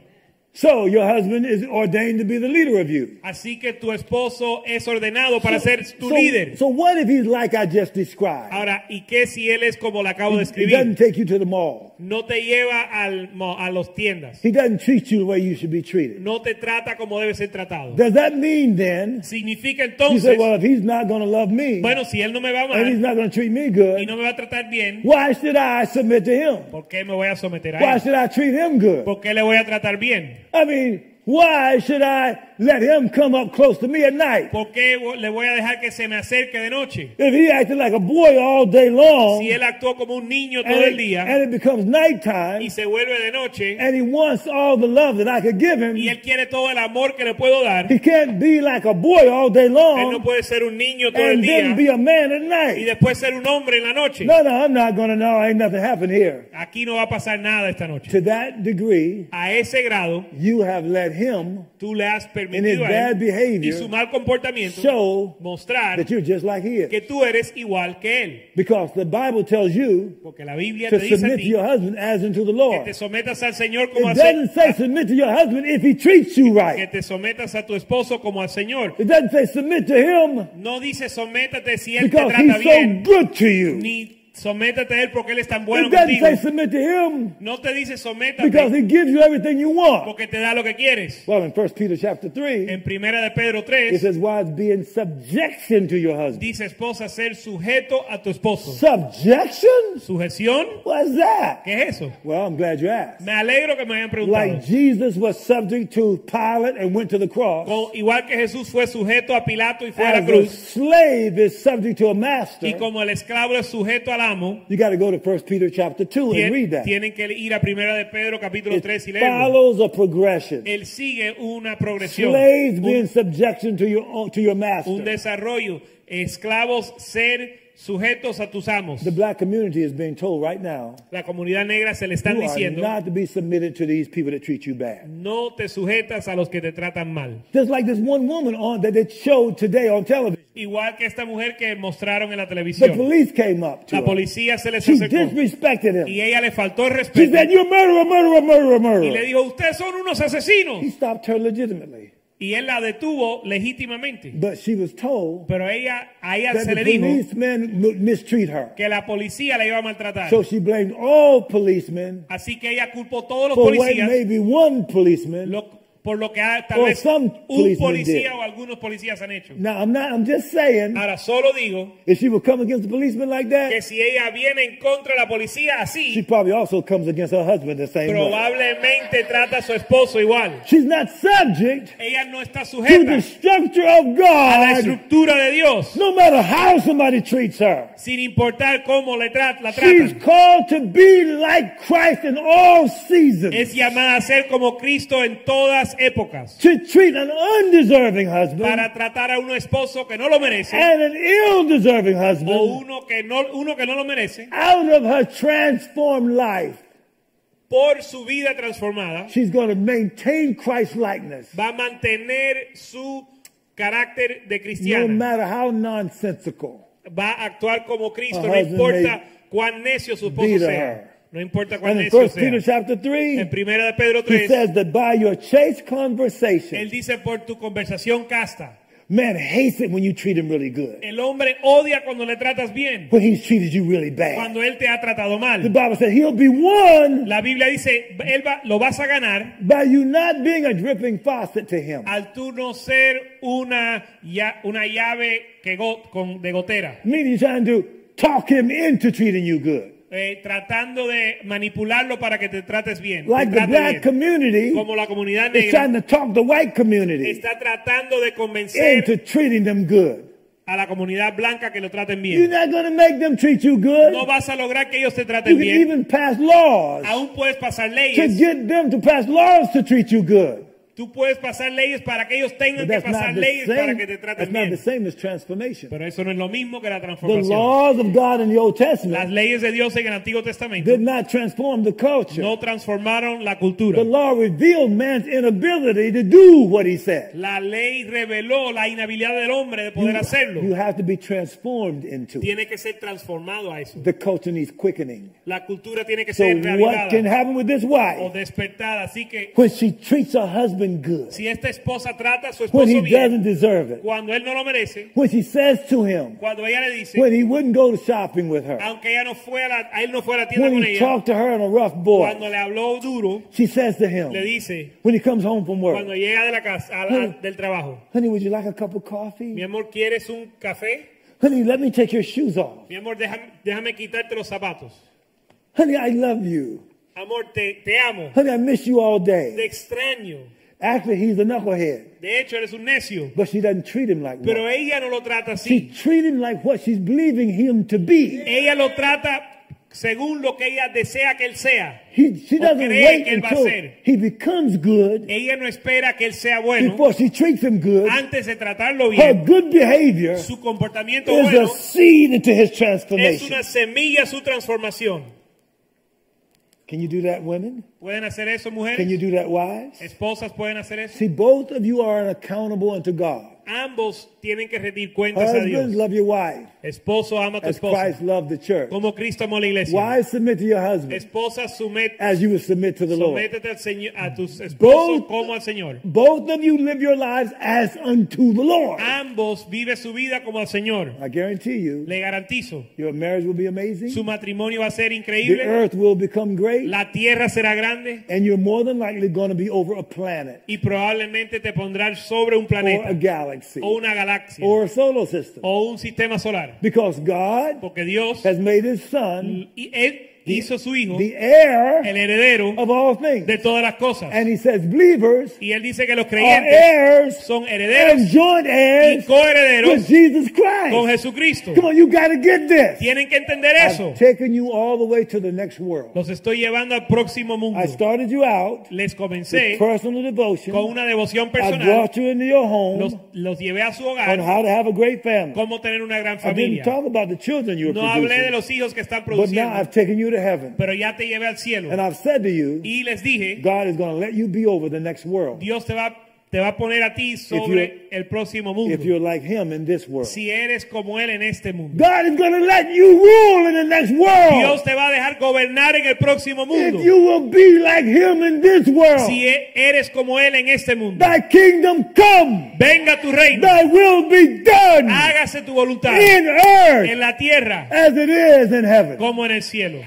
[SPEAKER 3] So, your husband is ordained to be the leader of you.
[SPEAKER 2] Así que tu esposo es ordenado para ser tu
[SPEAKER 3] so,
[SPEAKER 2] líder.
[SPEAKER 3] so what if he's like I just described?
[SPEAKER 2] Ahora, ¿y qué si él es como lo acabo de
[SPEAKER 3] He doesn't
[SPEAKER 2] escribir?
[SPEAKER 3] take you to the mall.
[SPEAKER 2] No te lleva al, mo- a los tiendas.
[SPEAKER 3] He doesn't treat you the way you should be treated.
[SPEAKER 2] No te trata como debe ser tratado.
[SPEAKER 3] Does that mean then?
[SPEAKER 2] Significa
[SPEAKER 3] You say,
[SPEAKER 2] entonces,
[SPEAKER 3] well, if he's not going to love me
[SPEAKER 2] bueno, si él no me va a
[SPEAKER 3] and he's
[SPEAKER 2] amar
[SPEAKER 3] not going to treat me
[SPEAKER 2] y
[SPEAKER 3] good,
[SPEAKER 2] no me va a tratar bien,
[SPEAKER 3] why should I submit to him?
[SPEAKER 2] ¿por qué me voy a someter a
[SPEAKER 3] Why
[SPEAKER 2] él?
[SPEAKER 3] should I treat him good?
[SPEAKER 2] ¿Por qué le voy a tratar bien?
[SPEAKER 3] I mean, why should I let him come up close to me at night?
[SPEAKER 2] ¿Por qué vo- le voy a dejar que se me acerque de noche?
[SPEAKER 3] If he acted like a boy all day long
[SPEAKER 2] Si él actuó como un niño todo el
[SPEAKER 3] and it,
[SPEAKER 2] día
[SPEAKER 3] and it becomes nighttime
[SPEAKER 2] y se vuelve de noche
[SPEAKER 3] and he wants all the love that I could give him,
[SPEAKER 2] y él quiere todo el amor que le puedo dar,
[SPEAKER 3] he can't be like a boy all day
[SPEAKER 2] él no
[SPEAKER 3] long
[SPEAKER 2] puede ser un niño todo el
[SPEAKER 3] and then
[SPEAKER 2] día
[SPEAKER 3] be a man at
[SPEAKER 2] y
[SPEAKER 3] night.
[SPEAKER 2] después ser un hombre en la noche.
[SPEAKER 3] No, no, I'm not going to know. Ain't nothing happened here.
[SPEAKER 2] Aquí no va a pasar nada esta noche.
[SPEAKER 3] To that degree,
[SPEAKER 2] A ese grado,
[SPEAKER 3] you have let him
[SPEAKER 2] tú le has
[SPEAKER 3] In his
[SPEAKER 2] permitido a
[SPEAKER 3] bad
[SPEAKER 2] él y
[SPEAKER 3] behavior,
[SPEAKER 2] su mal comportamiento
[SPEAKER 3] show
[SPEAKER 2] mostrar
[SPEAKER 3] that you're just like he is.
[SPEAKER 2] que tú eres igual que él.
[SPEAKER 3] Because the Bible tells you
[SPEAKER 2] Porque la Biblia te
[SPEAKER 3] to
[SPEAKER 2] dice a
[SPEAKER 3] submit to
[SPEAKER 2] ti
[SPEAKER 3] your husband as unto the
[SPEAKER 2] que
[SPEAKER 3] Lord.
[SPEAKER 2] te sometas al Señor como
[SPEAKER 3] It
[SPEAKER 2] al Señor.
[SPEAKER 3] doesn't say submit to your husband if he treats you
[SPEAKER 2] Que
[SPEAKER 3] right.
[SPEAKER 2] te sometas a tu esposo como al Señor.
[SPEAKER 3] It doesn't say submit to him
[SPEAKER 2] No dice sométate si él te
[SPEAKER 3] because
[SPEAKER 2] trata
[SPEAKER 3] he's so
[SPEAKER 2] bien,
[SPEAKER 3] good to you.
[SPEAKER 2] ni sométate a él porque él es tan bueno
[SPEAKER 3] It doesn't
[SPEAKER 2] contigo.
[SPEAKER 3] say submit to him
[SPEAKER 2] No te dice
[SPEAKER 3] because
[SPEAKER 2] sométate
[SPEAKER 3] he gives you everything you want.
[SPEAKER 2] porque te da lo que quieres.
[SPEAKER 3] Well, in 1 Peter chapter 3,
[SPEAKER 2] En primera de Pedro
[SPEAKER 3] it
[SPEAKER 2] 3
[SPEAKER 3] says, Wives, be in subjection to your husband.
[SPEAKER 2] dice esposa ser sujeto a tu esposo.
[SPEAKER 3] Subjection?
[SPEAKER 2] Sujeción,
[SPEAKER 3] What's that?
[SPEAKER 2] ¿qué es eso?
[SPEAKER 3] Well, I'm glad you asked.
[SPEAKER 2] Me alegro que me hayan preguntado.
[SPEAKER 3] Like Jesus was subject to Pilate and went to the cross.
[SPEAKER 2] Co- igual que Jesús fue sujeto a Pilato y fue a la
[SPEAKER 3] As eh. a
[SPEAKER 2] cruz,
[SPEAKER 3] slave is subject to a
[SPEAKER 2] y
[SPEAKER 3] master,
[SPEAKER 2] como el esclavo es sujeto a la amo,
[SPEAKER 3] You got to go to First Peter chapter 2 and Pues read
[SPEAKER 2] tien-
[SPEAKER 3] that.
[SPEAKER 2] tienen que ir a Primera de Pedro capítulo 3 y
[SPEAKER 3] It
[SPEAKER 2] leerlo.
[SPEAKER 3] follows a progression.
[SPEAKER 2] Él sigue una progresión,
[SPEAKER 3] Slaves being
[SPEAKER 2] un,
[SPEAKER 3] subjection to your own, to your
[SPEAKER 2] un
[SPEAKER 3] master.
[SPEAKER 2] desarrollo, esclavos ser sujetos a tus amos.
[SPEAKER 3] The black community is being told right now,
[SPEAKER 2] La comunidad negra se le están
[SPEAKER 3] you are
[SPEAKER 2] diciendo,
[SPEAKER 3] not to be submitted to these people that treat you bad.
[SPEAKER 2] no te sujetas a los que te tratan mal.
[SPEAKER 3] Just like this one woman on that they showed today on television.
[SPEAKER 2] Igual que esta mujer que mostraron en la
[SPEAKER 3] The
[SPEAKER 2] televisión.
[SPEAKER 3] police came up to
[SPEAKER 2] La
[SPEAKER 3] her.
[SPEAKER 2] policía se les
[SPEAKER 3] She
[SPEAKER 2] acercó
[SPEAKER 3] disrespected him.
[SPEAKER 2] y ella le faltó el
[SPEAKER 3] She
[SPEAKER 2] respeto
[SPEAKER 3] said, "You're murderer, murderer, murderer,
[SPEAKER 2] y le
[SPEAKER 3] murderer."
[SPEAKER 2] dijo, ustedes son unos asesinos.
[SPEAKER 3] He stopped her legitimately,
[SPEAKER 2] Y él la detuvo legítimamente.
[SPEAKER 3] but she was told
[SPEAKER 2] Pero ella, a ella
[SPEAKER 3] that the
[SPEAKER 2] se le dijo
[SPEAKER 3] policemen m- mistreat her.
[SPEAKER 2] que la policía la iba a maltratar.
[SPEAKER 3] So she blamed all policemen
[SPEAKER 2] Así que ella culpó a todos los
[SPEAKER 3] for what
[SPEAKER 2] policías
[SPEAKER 3] maybe one policeman
[SPEAKER 2] lo- por lo que ha- tal
[SPEAKER 3] Or
[SPEAKER 2] vez
[SPEAKER 3] some
[SPEAKER 2] un
[SPEAKER 3] policemen
[SPEAKER 2] policía
[SPEAKER 3] did.
[SPEAKER 2] o algunos policías han hecho.
[SPEAKER 3] Now I'm not. I'm just saying,
[SPEAKER 2] Ahora solo digo
[SPEAKER 3] if she would come against the policeman like
[SPEAKER 2] que
[SPEAKER 3] that,
[SPEAKER 2] si ella viene en contra de la policía
[SPEAKER 3] she
[SPEAKER 2] así,
[SPEAKER 3] probably also comes against her husband the same way.
[SPEAKER 2] probablemente trata a su esposo igual.
[SPEAKER 3] She's not subject
[SPEAKER 2] Ella no está
[SPEAKER 3] to the
[SPEAKER 2] sujeta
[SPEAKER 3] structure of
[SPEAKER 2] a la
[SPEAKER 3] God.
[SPEAKER 2] estructura de Dios,
[SPEAKER 3] No matter how somebody treats her,
[SPEAKER 2] sin importar cómo le tra- la
[SPEAKER 3] she's
[SPEAKER 2] tratan.
[SPEAKER 3] called to be like Christ in all seasons.
[SPEAKER 2] Es llamada a ser como Cristo en todas épocas,
[SPEAKER 3] To treat an undeserving husband
[SPEAKER 2] para tratar a un esposo que no lo merece
[SPEAKER 3] and an ill-deserving
[SPEAKER 2] o
[SPEAKER 3] husband
[SPEAKER 2] uno que no, uno que no lo merece
[SPEAKER 3] out of her transformed life.
[SPEAKER 2] por su vida transformada.
[SPEAKER 3] She's going to maintain Christ likeness,
[SPEAKER 2] va a mantener su carácter de
[SPEAKER 3] no
[SPEAKER 2] cristiano.
[SPEAKER 3] matter how nonsensical.
[SPEAKER 2] Va a actuar como Cristo,
[SPEAKER 3] Her
[SPEAKER 2] no
[SPEAKER 3] husband
[SPEAKER 2] importa
[SPEAKER 3] may
[SPEAKER 2] cuán necio su
[SPEAKER 3] beat
[SPEAKER 2] esposo
[SPEAKER 3] her.
[SPEAKER 2] sea. No importa cuán
[SPEAKER 3] And in
[SPEAKER 2] necio
[SPEAKER 3] First Peter
[SPEAKER 2] sea.
[SPEAKER 3] chapter
[SPEAKER 2] En
[SPEAKER 3] three,
[SPEAKER 2] primera de Pedro
[SPEAKER 3] he
[SPEAKER 2] 3,
[SPEAKER 3] says that by your chaste
[SPEAKER 2] él
[SPEAKER 3] conversation,
[SPEAKER 2] dice por tu conversación casta.
[SPEAKER 3] man hates it when you treat him really good,
[SPEAKER 2] El hombre odia cuando le tratas bien,
[SPEAKER 3] when he's treated you really bad.
[SPEAKER 2] cuando él te ha tratado
[SPEAKER 3] The
[SPEAKER 2] mal.
[SPEAKER 3] Bible says he'll be won
[SPEAKER 2] La Biblia dice, él va- lo vas a ganar
[SPEAKER 3] by you not being a dripping faucet to him,
[SPEAKER 2] al tú no ser una, ya- una llave que go- con, de gotera,
[SPEAKER 3] meaning you're trying to talk him into treating you good.
[SPEAKER 2] eh, tratando de manipularlo para que te trates bien. te
[SPEAKER 3] Like the
[SPEAKER 2] trate bien.
[SPEAKER 3] black community
[SPEAKER 2] como la comunidad
[SPEAKER 3] is
[SPEAKER 2] negra
[SPEAKER 3] trying to talk the white community
[SPEAKER 2] está tratando de convencer
[SPEAKER 3] into treating them good.
[SPEAKER 2] a la comunidad blanca que lo traten
[SPEAKER 3] You're
[SPEAKER 2] bien.
[SPEAKER 3] not going to make them treat you good.
[SPEAKER 2] No vas a lograr que ellos te
[SPEAKER 3] You
[SPEAKER 2] traten
[SPEAKER 3] can
[SPEAKER 2] bien.
[SPEAKER 3] even pass laws
[SPEAKER 2] Aún puedes pasar
[SPEAKER 3] to
[SPEAKER 2] leyes.
[SPEAKER 3] get them to pass laws to treat you good.
[SPEAKER 2] Tú puedes pasar leyes para que ellos tengan
[SPEAKER 3] But
[SPEAKER 2] que
[SPEAKER 3] that's not
[SPEAKER 2] pasar
[SPEAKER 3] the
[SPEAKER 2] leyes para
[SPEAKER 3] same.
[SPEAKER 2] que te
[SPEAKER 3] that's
[SPEAKER 2] traten
[SPEAKER 3] not the
[SPEAKER 2] bien.
[SPEAKER 3] same as transformation.
[SPEAKER 2] Pero eso no es lo mismo que la
[SPEAKER 3] The
[SPEAKER 2] transformación.
[SPEAKER 3] laws of God in the Old
[SPEAKER 2] Las
[SPEAKER 3] Testament
[SPEAKER 2] leyes de Dios en el Antiguo Testamento
[SPEAKER 3] did not transform the culture.
[SPEAKER 2] no transformaron la
[SPEAKER 3] The
[SPEAKER 2] cultura.
[SPEAKER 3] law revealed man's inability to do what he said.
[SPEAKER 2] La ley reveló la inhabilidad del hombre de
[SPEAKER 3] You,
[SPEAKER 2] poder
[SPEAKER 3] you
[SPEAKER 2] hacerlo.
[SPEAKER 3] have to be transformed into it.
[SPEAKER 2] Tiene que ser transformado a eso.
[SPEAKER 3] The culture needs quickening.
[SPEAKER 2] La cultura tiene que
[SPEAKER 3] So
[SPEAKER 2] ser
[SPEAKER 3] what can
[SPEAKER 2] reavivada
[SPEAKER 3] happen with this
[SPEAKER 2] o
[SPEAKER 3] wife
[SPEAKER 2] despertada. Así que
[SPEAKER 3] when she treats her husband good,
[SPEAKER 2] Si esta esposa trata a su
[SPEAKER 3] when
[SPEAKER 2] esposo
[SPEAKER 3] he doesn't
[SPEAKER 2] bien,
[SPEAKER 3] deserve it,
[SPEAKER 2] cuando él no lo merece,
[SPEAKER 3] when she says to him,
[SPEAKER 2] cuando ella le dice,
[SPEAKER 3] when he wouldn't go to shopping with her,
[SPEAKER 2] aunque ella no fue a, la- a él no fue a la tienda
[SPEAKER 3] when
[SPEAKER 2] con
[SPEAKER 3] he
[SPEAKER 2] ella,
[SPEAKER 3] talked to her in a rough voice,
[SPEAKER 2] cuando le habló duro,
[SPEAKER 3] she says to him,
[SPEAKER 2] le dice,
[SPEAKER 3] when he comes home from work,
[SPEAKER 2] cuando llega de la casa, a la-
[SPEAKER 3] Honey.
[SPEAKER 2] del trabajo,
[SPEAKER 3] honey, would you like a cup of
[SPEAKER 2] mi
[SPEAKER 3] coffee?
[SPEAKER 2] amor, ¿quieres un café?
[SPEAKER 3] Honey, let me take your shoes off.
[SPEAKER 2] Mi amor, déjame, déjame quitarte los zapatos.
[SPEAKER 3] Honey, I love you.
[SPEAKER 2] Amor, te, te amo,
[SPEAKER 3] Honey, I miss you all
[SPEAKER 2] te
[SPEAKER 3] day.
[SPEAKER 2] extraño.
[SPEAKER 3] Actually, he's a knucklehead,
[SPEAKER 2] De hecho, eres un necio.
[SPEAKER 3] but she doesn't treat him like
[SPEAKER 2] Pero
[SPEAKER 3] one.
[SPEAKER 2] ella no lo trata
[SPEAKER 3] She
[SPEAKER 2] así.
[SPEAKER 3] treats him like what she's believing him to be.
[SPEAKER 2] Ella lo trata según lo que ella desea que él sea.
[SPEAKER 3] He, she
[SPEAKER 2] O
[SPEAKER 3] doesn't
[SPEAKER 2] cree
[SPEAKER 3] wait
[SPEAKER 2] que él va a
[SPEAKER 3] until
[SPEAKER 2] ser.
[SPEAKER 3] he becomes good
[SPEAKER 2] Ella no espera que él sea bueno
[SPEAKER 3] before she treats him good.
[SPEAKER 2] antes de tratarlo
[SPEAKER 3] Her
[SPEAKER 2] bien.
[SPEAKER 3] good behavior
[SPEAKER 2] su comportamiento
[SPEAKER 3] is a
[SPEAKER 2] bueno
[SPEAKER 3] seed into his
[SPEAKER 2] es
[SPEAKER 3] transformation.
[SPEAKER 2] una semilla a su transformación.
[SPEAKER 3] Can you do that, women?
[SPEAKER 2] ¿Pueden hacer eso,
[SPEAKER 3] Can
[SPEAKER 2] mujeres?
[SPEAKER 3] you do that, wives?
[SPEAKER 2] ¿Esposas pueden hacer eso?
[SPEAKER 3] See, both of you are accountable unto God.
[SPEAKER 2] Ambos tienen que rendir cuentas a
[SPEAKER 3] Husbands,
[SPEAKER 2] Dios.
[SPEAKER 3] love your wife
[SPEAKER 2] Esposo ama a tu
[SPEAKER 3] as
[SPEAKER 2] esposa,
[SPEAKER 3] Christ loved the church.
[SPEAKER 2] como Cristo amó a la iglesia.
[SPEAKER 3] Wives, submit to your husband
[SPEAKER 2] Esposa, sumet-
[SPEAKER 3] as you would submit to the Lord.
[SPEAKER 2] sométete al Señor, a tus esposos
[SPEAKER 3] Both-
[SPEAKER 2] como al Señor.
[SPEAKER 3] Both of you live your lives as unto the Lord.
[SPEAKER 2] Ambos vive su vida como al Señor.
[SPEAKER 3] I guarantee you,
[SPEAKER 2] Ah. Le garantizo,
[SPEAKER 3] your marriage will be amazing.
[SPEAKER 2] su matrimonio va a ser
[SPEAKER 3] The
[SPEAKER 2] increíble,
[SPEAKER 3] earth will become great.
[SPEAKER 2] la tierra será grande
[SPEAKER 3] And you're more than likely going to be over a planet
[SPEAKER 2] y probablemente te pondrán sobre un
[SPEAKER 3] or a
[SPEAKER 2] planeta
[SPEAKER 3] galaxy
[SPEAKER 2] o una galaxia
[SPEAKER 3] or a solar system.
[SPEAKER 2] o un sistema solar.
[SPEAKER 3] Because God
[SPEAKER 2] Porque Dios
[SPEAKER 3] has made his son
[SPEAKER 2] y él, hizo su hijo
[SPEAKER 3] the heir
[SPEAKER 2] el heredero
[SPEAKER 3] of all things.
[SPEAKER 2] de todas las cosas.
[SPEAKER 3] And he says, believers
[SPEAKER 2] Y él dice que los
[SPEAKER 3] are
[SPEAKER 2] creyentes
[SPEAKER 3] heirs
[SPEAKER 2] son herederos
[SPEAKER 3] and joint
[SPEAKER 2] y
[SPEAKER 3] heirs
[SPEAKER 2] coherederos
[SPEAKER 3] with Jesus
[SPEAKER 2] con
[SPEAKER 3] Christ.
[SPEAKER 2] Jesucristo.
[SPEAKER 3] Come on, you got to get this.
[SPEAKER 2] Tienen que entender eso.
[SPEAKER 3] I've taken you all the way to the next world.
[SPEAKER 2] Los estoy llevando al próximo
[SPEAKER 3] I
[SPEAKER 2] mundo.
[SPEAKER 3] started you out
[SPEAKER 2] Les
[SPEAKER 3] with
[SPEAKER 2] comencé
[SPEAKER 3] personal devotion.
[SPEAKER 2] con una devoción
[SPEAKER 3] I
[SPEAKER 2] personal.
[SPEAKER 3] brought you into your
[SPEAKER 2] Los,
[SPEAKER 3] home
[SPEAKER 2] los llevé a su
[SPEAKER 3] on
[SPEAKER 2] hogar.
[SPEAKER 3] how to have a great family.
[SPEAKER 2] Cómo tener una gran
[SPEAKER 3] I didn't
[SPEAKER 2] familia.
[SPEAKER 3] talk about the children you were
[SPEAKER 2] No hablé de
[SPEAKER 3] producing,
[SPEAKER 2] los hijos que están
[SPEAKER 3] but now I've
[SPEAKER 2] produciendo.
[SPEAKER 3] taken you to heaven.
[SPEAKER 2] Pero ya te llevé al cielo.
[SPEAKER 3] And I've said to you,
[SPEAKER 2] Y les dije,
[SPEAKER 3] God is going to let you be over the next world
[SPEAKER 2] Dios te va, te va a poner a ti sobre el próximo
[SPEAKER 3] if
[SPEAKER 2] mundo.
[SPEAKER 3] you're like Him in this world.
[SPEAKER 2] Si eres como Él en este mundo.
[SPEAKER 3] God is going to let you rule in the next world
[SPEAKER 2] Dios te va a dejar gobernar en el próximo mundo.
[SPEAKER 3] if you will be like Him in this world.
[SPEAKER 2] Si e- eres como Él en este mundo.
[SPEAKER 3] Thy kingdom come,
[SPEAKER 2] Venga tu reino.
[SPEAKER 3] thy will be done
[SPEAKER 2] Hágase tu voluntad
[SPEAKER 3] in earth
[SPEAKER 2] en la tierra
[SPEAKER 3] as it is in heaven.
[SPEAKER 2] como en el cielo.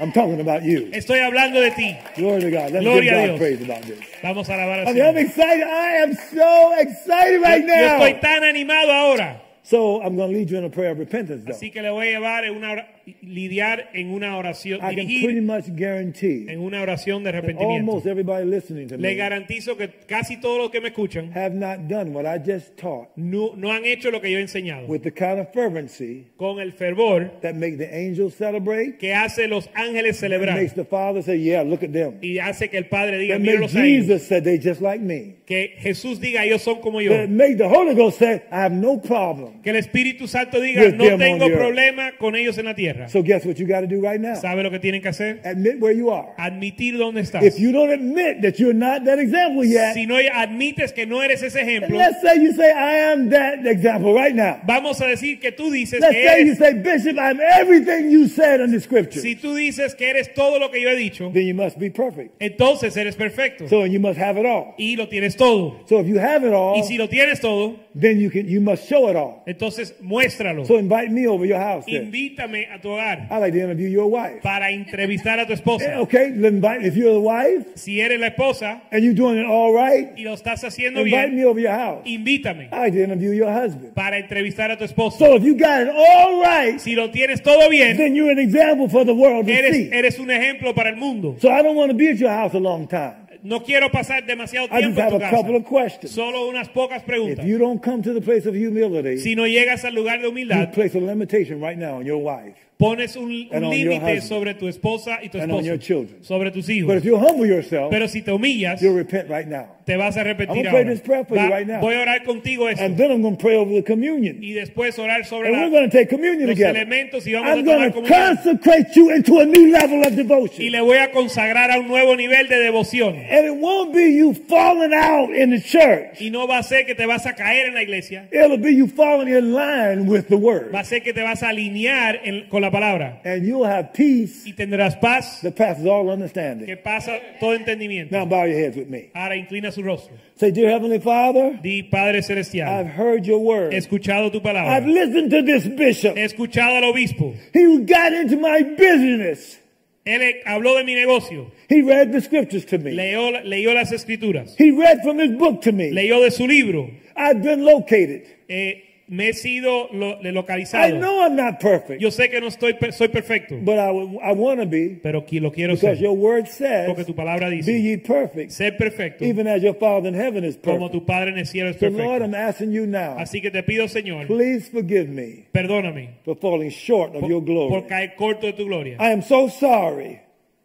[SPEAKER 3] I'm talking about you.
[SPEAKER 2] Estoy hablando de ti.
[SPEAKER 3] Glory to God. Let's give
[SPEAKER 2] Gloria a
[SPEAKER 3] God
[SPEAKER 2] Dios.
[SPEAKER 3] praise about this.
[SPEAKER 2] Vamos a alabar
[SPEAKER 3] I
[SPEAKER 2] al
[SPEAKER 3] mean, I'm
[SPEAKER 2] Señor.
[SPEAKER 3] excited. I am so excited right
[SPEAKER 2] Yo estoy
[SPEAKER 3] now.
[SPEAKER 2] tan animado ahora.
[SPEAKER 3] So I'm going to lead you in a prayer of repentance, though.
[SPEAKER 2] Así que le voy a llevar en una or- lidiar en una oración,
[SPEAKER 3] I can pretty
[SPEAKER 2] dirigir
[SPEAKER 3] much guarantee
[SPEAKER 2] en una oración de
[SPEAKER 3] that
[SPEAKER 2] arrepentimiento.
[SPEAKER 3] almost everybody listening to
[SPEAKER 2] Le
[SPEAKER 3] me
[SPEAKER 2] garantizo que casi todos los que me escuchan
[SPEAKER 3] have not done what I just taught
[SPEAKER 2] no, no han hecho lo que yo he enseñado.
[SPEAKER 3] with the kind of fervency
[SPEAKER 2] Con el fervor
[SPEAKER 3] that make the angels celebrate,
[SPEAKER 2] que hace los ángeles
[SPEAKER 3] that
[SPEAKER 2] celebrar
[SPEAKER 3] makes the Father say, "Yeah, look at them."
[SPEAKER 2] y hace que el Padre diga,
[SPEAKER 3] That make
[SPEAKER 2] míralos a ellos.
[SPEAKER 3] Jesus say, "They just like me."
[SPEAKER 2] Que Jesús diga, ellos son como yo.
[SPEAKER 3] That make the Holy Ghost say, "I have no problem."
[SPEAKER 2] Que el Espíritu Santo diga,
[SPEAKER 3] With them
[SPEAKER 2] no
[SPEAKER 3] on
[SPEAKER 2] tengo
[SPEAKER 3] the earth.
[SPEAKER 2] problema con ellos en la tierra.
[SPEAKER 3] So guess what you got to do right now?
[SPEAKER 2] ¿Sabe lo que tienen que hacer?
[SPEAKER 3] Admit where you are.
[SPEAKER 2] Admitir dónde estás.
[SPEAKER 3] If you don't admit that you're not that example yet,
[SPEAKER 2] Si no admites que no eres ese
[SPEAKER 3] And
[SPEAKER 2] ejemplo,
[SPEAKER 3] let's say you say, I am that example right now.
[SPEAKER 2] vamos a decir que tú dices
[SPEAKER 3] Let's
[SPEAKER 2] que
[SPEAKER 3] say you
[SPEAKER 2] eres,
[SPEAKER 3] say, Bishop, I'm everything you said in the scripture.
[SPEAKER 2] si tú dices que eres todo lo que yo he dicho,
[SPEAKER 3] Then you must be perfect.
[SPEAKER 2] entonces eres perfecto
[SPEAKER 3] So you must have it all.
[SPEAKER 2] y lo tienes todo.
[SPEAKER 3] So if you have it all,
[SPEAKER 2] Y si lo tienes todo,
[SPEAKER 3] then you can you must show it all.
[SPEAKER 2] entonces muéstralo.
[SPEAKER 3] So invite me over your house. Then.
[SPEAKER 2] Invítame a tu hogar
[SPEAKER 3] I'd like to interview your wife.
[SPEAKER 2] para entrevistar a tu
[SPEAKER 3] Eh,
[SPEAKER 2] esposa.
[SPEAKER 3] Okay, then invite if you're the wife
[SPEAKER 2] Si eres la esposa
[SPEAKER 3] and you're doing it all right,
[SPEAKER 2] y lo estás haciendo
[SPEAKER 3] invite
[SPEAKER 2] bien,
[SPEAKER 3] me over your house.
[SPEAKER 2] invítame
[SPEAKER 3] I'd like to interview your husband.
[SPEAKER 2] para entrevistar a tu esposo.
[SPEAKER 3] So if you got it all right,
[SPEAKER 2] Si lo tienes todo bien,
[SPEAKER 3] then you're an example for the world to
[SPEAKER 2] eres,
[SPEAKER 3] see.
[SPEAKER 2] eres un ejemplo para el mundo.
[SPEAKER 3] So I don't want to be at your house a long time.
[SPEAKER 2] No quiero pasar demasiado
[SPEAKER 3] I just
[SPEAKER 2] tiempo en
[SPEAKER 3] have
[SPEAKER 2] tu
[SPEAKER 3] a couple of
[SPEAKER 2] casa.
[SPEAKER 3] questions.
[SPEAKER 2] Solo unas pocas
[SPEAKER 3] If
[SPEAKER 2] preguntas.
[SPEAKER 3] you don't come to the place of humility,
[SPEAKER 2] Si no llegas al lugar de
[SPEAKER 3] you
[SPEAKER 2] humildad,
[SPEAKER 3] place a limitation right now on your wife.
[SPEAKER 2] pones un, un
[SPEAKER 3] And on your
[SPEAKER 2] límite
[SPEAKER 3] husband.
[SPEAKER 2] sobre tu esposa y tu
[SPEAKER 3] And on
[SPEAKER 2] esposo,
[SPEAKER 3] your children.
[SPEAKER 2] sobre tus
[SPEAKER 3] But if
[SPEAKER 2] hijos.
[SPEAKER 3] you humble yourself,
[SPEAKER 2] Pero si te humillas,
[SPEAKER 3] you'll repent right now.
[SPEAKER 2] te vas a
[SPEAKER 3] I'm
[SPEAKER 2] repetir
[SPEAKER 3] gonna pray
[SPEAKER 2] ahora.
[SPEAKER 3] this prayer for you right now.
[SPEAKER 2] voy a orar contigo esto
[SPEAKER 3] And then I'm going to pray over the communion.
[SPEAKER 2] y después orar sobre
[SPEAKER 3] And
[SPEAKER 2] la-
[SPEAKER 3] we're going to take communion
[SPEAKER 2] los
[SPEAKER 3] together.
[SPEAKER 2] elementos y vamos
[SPEAKER 3] I'm
[SPEAKER 2] a tomar
[SPEAKER 3] going to
[SPEAKER 2] comunión.
[SPEAKER 3] consecrate you into a new level of
[SPEAKER 2] Y
[SPEAKER 3] devotion.
[SPEAKER 2] le voy a consagrar a un nuevo nivel de devoción.
[SPEAKER 3] And it won't be you falling out in the church.
[SPEAKER 2] Y no va a ser que te vas a caer en la iglesia,
[SPEAKER 3] It'll be you falling in line with the
[SPEAKER 2] va a
[SPEAKER 3] word.
[SPEAKER 2] ser que te vas a alinear en- con la palabra.
[SPEAKER 3] And you'll have peace
[SPEAKER 2] Y tendrás paz
[SPEAKER 3] that passes all
[SPEAKER 2] que
[SPEAKER 3] understanding.
[SPEAKER 2] pasa todo entendimiento.
[SPEAKER 3] Now bow your heads with me.
[SPEAKER 2] Ahora inclina su rostro.
[SPEAKER 3] Say, Dear Heavenly Father,
[SPEAKER 2] Di, Padre
[SPEAKER 3] I've
[SPEAKER 2] Celestial,
[SPEAKER 3] heard your
[SPEAKER 2] he
[SPEAKER 3] word.
[SPEAKER 2] escuchado tu palabra.
[SPEAKER 3] I've listened to this bishop.
[SPEAKER 2] He escuchado al obispo.
[SPEAKER 3] He got into my business.
[SPEAKER 2] Él eh, habló de mi negocio.
[SPEAKER 3] He read the scriptures to me.
[SPEAKER 2] Leyó, leyó las escrituras.
[SPEAKER 3] He read from his book to me.
[SPEAKER 2] Leyó de su libro.
[SPEAKER 3] I've been located.
[SPEAKER 2] Eh, me he sido lo- le-
[SPEAKER 3] I
[SPEAKER 2] localizado.
[SPEAKER 3] know I'm not perfect,
[SPEAKER 2] Yo sé que no estoy per- soy perfecto,
[SPEAKER 3] but I, want to be
[SPEAKER 2] pero qui- lo quiero
[SPEAKER 3] because
[SPEAKER 2] ser.
[SPEAKER 3] your word
[SPEAKER 2] Porque
[SPEAKER 3] says,
[SPEAKER 2] tu palabra
[SPEAKER 3] Be
[SPEAKER 2] dice,
[SPEAKER 3] ye perfect,
[SPEAKER 2] ser perfecto
[SPEAKER 3] even as your Father in heaven is
[SPEAKER 2] como
[SPEAKER 3] perfect.
[SPEAKER 2] tu Padre en el cielo es
[SPEAKER 3] So, Lord,
[SPEAKER 2] perfecto.
[SPEAKER 3] I'm asking you now,
[SPEAKER 2] Así que te pido, Señor,
[SPEAKER 3] please forgive me
[SPEAKER 2] perdóname
[SPEAKER 3] for falling short of your
[SPEAKER 2] por
[SPEAKER 3] glory. Ah.
[SPEAKER 2] caer corto de tu gloria.
[SPEAKER 3] I am so sorry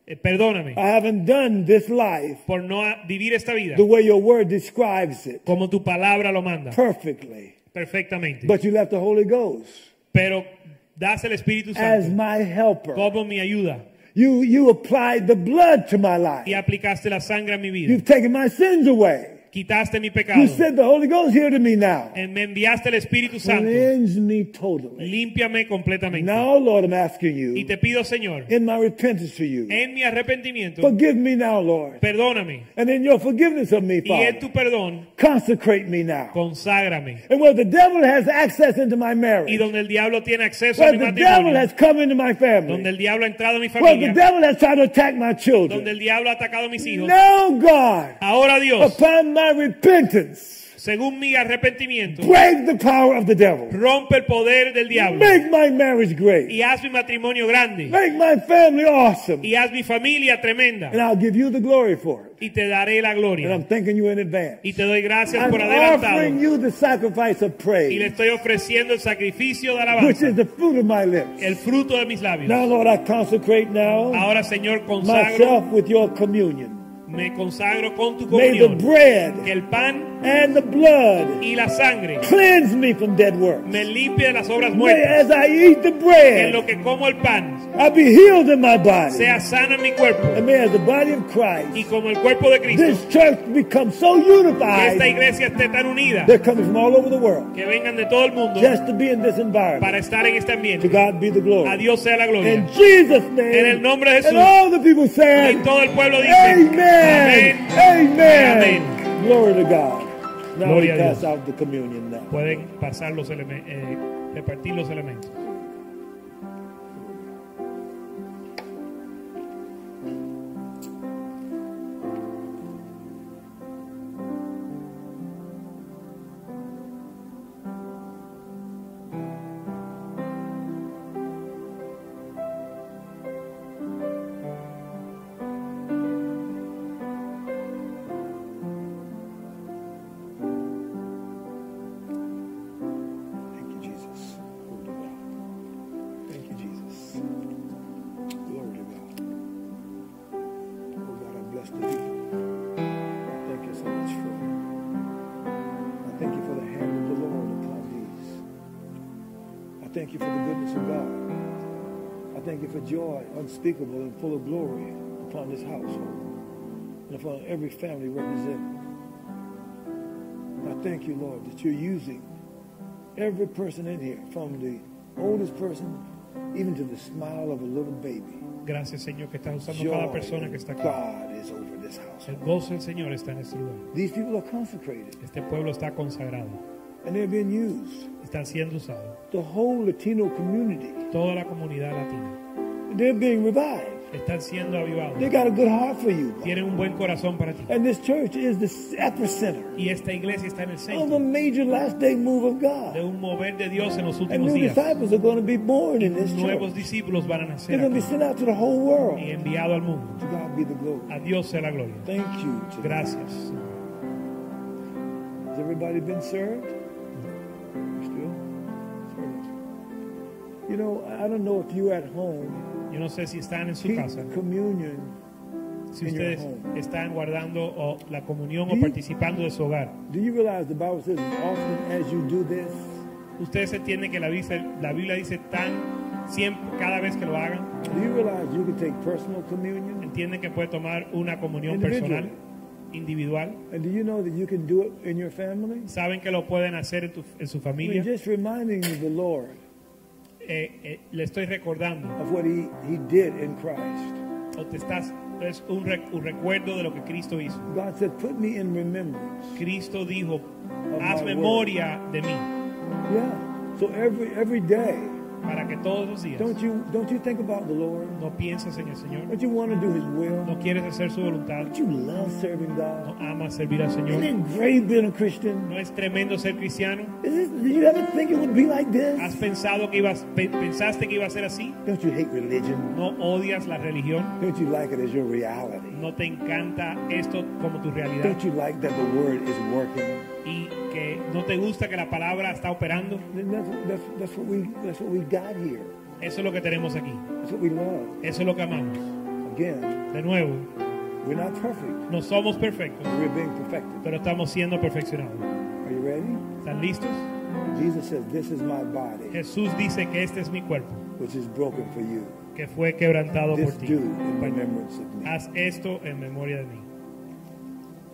[SPEAKER 2] Eh, Perdóname
[SPEAKER 3] I haven't done this life
[SPEAKER 2] por no a- vivir esta vida
[SPEAKER 3] the way your word describes it
[SPEAKER 2] como tu palabra lo manda,
[SPEAKER 3] perfectly.
[SPEAKER 2] perfectamente.
[SPEAKER 3] But you left the Holy Ghost
[SPEAKER 2] Pero das el Espíritu
[SPEAKER 3] as
[SPEAKER 2] Santo
[SPEAKER 3] my helper.
[SPEAKER 2] como mi ayuda.
[SPEAKER 3] You you applied the blood to my life.
[SPEAKER 2] y aplicaste la sangre a mi vida.
[SPEAKER 3] You've taken my sins away.
[SPEAKER 2] Quitaste mi pecado.
[SPEAKER 3] You said the Holy Ghost here to me now.
[SPEAKER 2] Eh, Me enviaste el Espíritu Santo.
[SPEAKER 3] Cleanse me totally.
[SPEAKER 2] Límpiame completamente.
[SPEAKER 3] eh, Now, eh, Lord, I'm asking
[SPEAKER 2] Y
[SPEAKER 3] you
[SPEAKER 2] te pido, Señor,
[SPEAKER 3] in my repentance to you.
[SPEAKER 2] en mi arrepentimiento,
[SPEAKER 3] Forgive me now, Lord.
[SPEAKER 2] perdóname.
[SPEAKER 3] And in your forgiveness of me,
[SPEAKER 2] Y en
[SPEAKER 3] Father,
[SPEAKER 2] tu perdón,
[SPEAKER 3] consecrate me now.
[SPEAKER 2] conságrame.
[SPEAKER 3] And where the devil has access into my
[SPEAKER 2] Y
[SPEAKER 3] marriage,
[SPEAKER 2] donde el diablo tiene acceso
[SPEAKER 3] where
[SPEAKER 2] a mi
[SPEAKER 3] the devil
[SPEAKER 2] matrimonio,
[SPEAKER 3] has come into my
[SPEAKER 2] donde
[SPEAKER 3] family,
[SPEAKER 2] el diablo ha entrado a mi
[SPEAKER 3] where the
[SPEAKER 2] familia,
[SPEAKER 3] devil has tried to attack my
[SPEAKER 2] donde
[SPEAKER 3] children.
[SPEAKER 2] el diablo ha atacado a mis hijos.
[SPEAKER 3] Now, God,
[SPEAKER 2] Ahora Dios,
[SPEAKER 3] upon my repentance,
[SPEAKER 2] según mi arrepentimiento,
[SPEAKER 3] Break the power of the devil.
[SPEAKER 2] rompe el poder del diablo
[SPEAKER 3] Make my marriage great.
[SPEAKER 2] y haz mi matrimonio grande
[SPEAKER 3] Make my family awesome.
[SPEAKER 2] y haz mi familia tremenda
[SPEAKER 3] And I'll give you the glory for it.
[SPEAKER 2] y te daré la
[SPEAKER 3] And
[SPEAKER 2] gloria
[SPEAKER 3] I'm thanking you in advance.
[SPEAKER 2] y te doy gracias
[SPEAKER 3] I'm
[SPEAKER 2] por
[SPEAKER 3] offering
[SPEAKER 2] adelantado
[SPEAKER 3] you the sacrifice of
[SPEAKER 2] y le
[SPEAKER 3] praise,
[SPEAKER 2] estoy ofreciendo el sacrificio de
[SPEAKER 3] which
[SPEAKER 2] alabanza,
[SPEAKER 3] is the fruit of my lips.
[SPEAKER 2] el fruto de mis
[SPEAKER 3] Now,
[SPEAKER 2] labios.
[SPEAKER 3] Lord, I consecrate now
[SPEAKER 2] Ahora, Señor, consagro,
[SPEAKER 3] myself with your communion.
[SPEAKER 2] me consagro con tu
[SPEAKER 3] May the
[SPEAKER 2] comunión. Que
[SPEAKER 3] bread
[SPEAKER 2] el pan
[SPEAKER 3] and the blood
[SPEAKER 2] y la sangre
[SPEAKER 3] cleanse me from dead works.
[SPEAKER 2] me limpie de las obras
[SPEAKER 3] May
[SPEAKER 2] muertas.
[SPEAKER 3] as I eat the
[SPEAKER 2] Que en lo
[SPEAKER 3] bread,
[SPEAKER 2] que como el pan
[SPEAKER 3] I be healed in my body.
[SPEAKER 2] sea sano en mi cuerpo
[SPEAKER 3] And may as the body of Christ,
[SPEAKER 2] y como el cuerpo de Cristo.
[SPEAKER 3] this church become so
[SPEAKER 2] Que esta
[SPEAKER 3] unified
[SPEAKER 2] iglesia esté tan unida,
[SPEAKER 3] they're coming from all over the world
[SPEAKER 2] que vengan de todo el mundo
[SPEAKER 3] just to be in this
[SPEAKER 2] para
[SPEAKER 3] environment.
[SPEAKER 2] estar en este
[SPEAKER 3] To
[SPEAKER 2] ambiente.
[SPEAKER 3] God be the
[SPEAKER 2] A
[SPEAKER 3] glory.
[SPEAKER 2] Dios sea la gloria.
[SPEAKER 3] In Jesus'
[SPEAKER 2] En el
[SPEAKER 3] name.
[SPEAKER 2] nombre de
[SPEAKER 3] And
[SPEAKER 2] Jesús.
[SPEAKER 3] all the people
[SPEAKER 2] Y
[SPEAKER 3] said,
[SPEAKER 2] todo el pueblo dice,
[SPEAKER 3] Amen.
[SPEAKER 2] amén.
[SPEAKER 3] Amen.
[SPEAKER 2] Amén.
[SPEAKER 3] Glory to God. Now
[SPEAKER 2] Gloria a
[SPEAKER 3] we pass
[SPEAKER 2] Dios.
[SPEAKER 3] out the communion now.
[SPEAKER 2] Pueden pasar los elemen- eh, repartir los elementos.
[SPEAKER 3] Thank you, Jesus. Glory to God. Thank you, Jesus. Glory to God. Oh God, I bless the people. I thank you so much for I thank you for the hand of the Lord upon these. I thank you for the goodness of God. I thank you for joy unspeakable and full of glory upon this household and upon every family represented. I thank you, Lord, that you're using every person in here, from the oldest person even to the smile of a little baby.
[SPEAKER 2] Gracias, Señor, que estás usando cada
[SPEAKER 3] Joy
[SPEAKER 2] persona que está
[SPEAKER 3] of
[SPEAKER 2] aquí.
[SPEAKER 3] God is over this house.
[SPEAKER 2] El gozo del Señor está en este lugar.
[SPEAKER 3] These people are consecrated
[SPEAKER 2] Este pueblo está consagrado.
[SPEAKER 3] and they're being used.
[SPEAKER 2] Están siendo usados.
[SPEAKER 3] The whole Latino community,
[SPEAKER 2] Toda la comunidad latina.
[SPEAKER 3] they're being revived.
[SPEAKER 2] Están siendo avivados.
[SPEAKER 3] They got a good heart for you.
[SPEAKER 2] Tienen un buen corazón para ti.
[SPEAKER 3] And this church is the epicenter
[SPEAKER 2] Y esta iglesia está en el
[SPEAKER 3] of a
[SPEAKER 2] centro
[SPEAKER 3] major last day move of
[SPEAKER 2] de
[SPEAKER 3] God.
[SPEAKER 2] un mover de Dios en los
[SPEAKER 3] And
[SPEAKER 2] últimos
[SPEAKER 3] new
[SPEAKER 2] días.
[SPEAKER 3] disciples are going to be born in this
[SPEAKER 2] Nuevos
[SPEAKER 3] church.
[SPEAKER 2] discípulos van a
[SPEAKER 3] They're
[SPEAKER 2] nacer
[SPEAKER 3] going to
[SPEAKER 2] aquí
[SPEAKER 3] be sent out to the whole world.
[SPEAKER 2] y enviado al mundo.
[SPEAKER 3] To God be the glory.
[SPEAKER 2] A Dios sea la gloria.
[SPEAKER 3] Thank you. to God.
[SPEAKER 2] Gracias. Señor.
[SPEAKER 3] Has everybody been served? Still? Served. You know, I I don't know if you at home
[SPEAKER 2] Yo no sé si están en su
[SPEAKER 3] keep
[SPEAKER 2] casa,
[SPEAKER 3] communion.
[SPEAKER 2] si
[SPEAKER 3] in your
[SPEAKER 2] ustedes
[SPEAKER 3] home.
[SPEAKER 2] están guardando o la comunión o
[SPEAKER 3] Sí.
[SPEAKER 2] participando de su hogar.
[SPEAKER 3] Do you realize the Bible says as often as you do this,
[SPEAKER 2] Ustedes entienden que la Biblia, la Biblia dice tan siempre, cada vez que lo hagan,
[SPEAKER 3] do you realize you can take personal communion?
[SPEAKER 2] entienden que puede tomar una comunión
[SPEAKER 3] Individual.
[SPEAKER 2] personal, individual.
[SPEAKER 3] And do you know that you can do it in your family?
[SPEAKER 2] Saben que lo pueden hacer en, tu- en su
[SPEAKER 3] I
[SPEAKER 2] familia.
[SPEAKER 3] mean, just reminding the Lord
[SPEAKER 2] Eh, eh, le estoy recordando,
[SPEAKER 3] of what he, he did in Christ.
[SPEAKER 2] o te estás, es un, rec- un recuerdo de lo que Cristo hizo.
[SPEAKER 3] God said, put me in remembrance.
[SPEAKER 2] Cristo dijo,
[SPEAKER 3] Oh, my
[SPEAKER 2] haz
[SPEAKER 3] word.
[SPEAKER 2] memoria de mí,
[SPEAKER 3] Yeah. So every every day,
[SPEAKER 2] para que todos los días
[SPEAKER 3] don't you don't you think about the Lord?
[SPEAKER 2] no pienses en el Señor,
[SPEAKER 3] Don't you want to do his will?
[SPEAKER 2] no quieres hacer su voluntad,
[SPEAKER 3] Don't you love serving
[SPEAKER 2] no
[SPEAKER 3] God?
[SPEAKER 2] amas servir al
[SPEAKER 3] Isn't
[SPEAKER 2] Señor.
[SPEAKER 3] it great being a Christian?
[SPEAKER 2] ¿No es tremendo ser cristiano?
[SPEAKER 3] Is this, did you ever think it would be like
[SPEAKER 2] ¿Has
[SPEAKER 3] this?
[SPEAKER 2] pensado que ibas, pe- pensaste que iba a ser así?
[SPEAKER 3] Don't you hate religion?
[SPEAKER 2] ¿No odias la religión?
[SPEAKER 3] Don't you like it as your reality?
[SPEAKER 2] ¿No te encanta esto como tu realidad?
[SPEAKER 3] Don't you like that the word is working?
[SPEAKER 2] ¿Y que no te gusta que la palabra está operando?
[SPEAKER 3] Then That's, that's, that's, what we, that's what we got here.
[SPEAKER 2] Eso es lo que tenemos aquí.
[SPEAKER 3] That's what we love.
[SPEAKER 2] Eso es lo que amamos.
[SPEAKER 3] Again,
[SPEAKER 2] De nuevo,
[SPEAKER 3] we're not perfect.
[SPEAKER 2] no somos perfectos,
[SPEAKER 3] We're being perfected.
[SPEAKER 2] pero estamos siendo perfeccionados.
[SPEAKER 3] Are you ready?
[SPEAKER 2] ¿Están listos?
[SPEAKER 3] Jesus says, This is my body,
[SPEAKER 2] Jesús dice que este es mi cuerpo,
[SPEAKER 3] which is broken for you.
[SPEAKER 2] que fue quebrantado
[SPEAKER 3] This
[SPEAKER 2] por
[SPEAKER 3] do
[SPEAKER 2] ti.
[SPEAKER 3] in remembrance of me.
[SPEAKER 2] Haz esto en memoria de mí.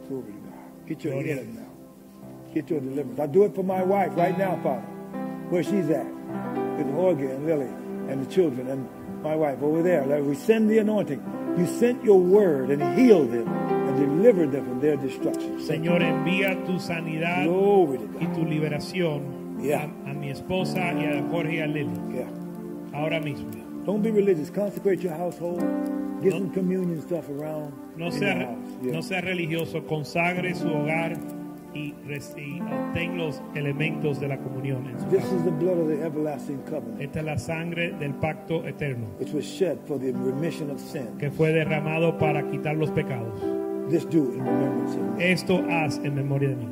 [SPEAKER 3] Glory to God. Get your
[SPEAKER 2] Glory.
[SPEAKER 3] healing now. Get your deliverance. I do it for my wife right now, Father. Where she's at. With Jorge and Lily and the children and my wife over there. Lord, we send the anointing. You sent your word and healed them and delivered them from their destruction. Thank you.
[SPEAKER 2] Señor, envía tu sanidad
[SPEAKER 3] Glory to
[SPEAKER 2] y
[SPEAKER 3] God.
[SPEAKER 2] tu liberación
[SPEAKER 3] Yeah.
[SPEAKER 2] a, a mi esposa y a Jorge y a Lili,
[SPEAKER 3] Yeah.
[SPEAKER 2] ahora mismo.
[SPEAKER 3] Don't be religious. Consecrate your household. Get some communion stuff around.
[SPEAKER 2] No
[SPEAKER 3] in
[SPEAKER 2] sea,
[SPEAKER 3] your house. Yeah.
[SPEAKER 2] no sea religioso, consagre su hogar y, reci- y obtén los elementos de la comunión en su
[SPEAKER 3] This
[SPEAKER 2] casa.
[SPEAKER 3] is the blood of the everlasting covenant,
[SPEAKER 2] Esta es la sangre del pacto eterno
[SPEAKER 3] which was shed for the remission of sin.
[SPEAKER 2] que fue derramado para quitar los pecados.
[SPEAKER 3] This do in remembrance of me.
[SPEAKER 2] Esto haz en memoria de mí.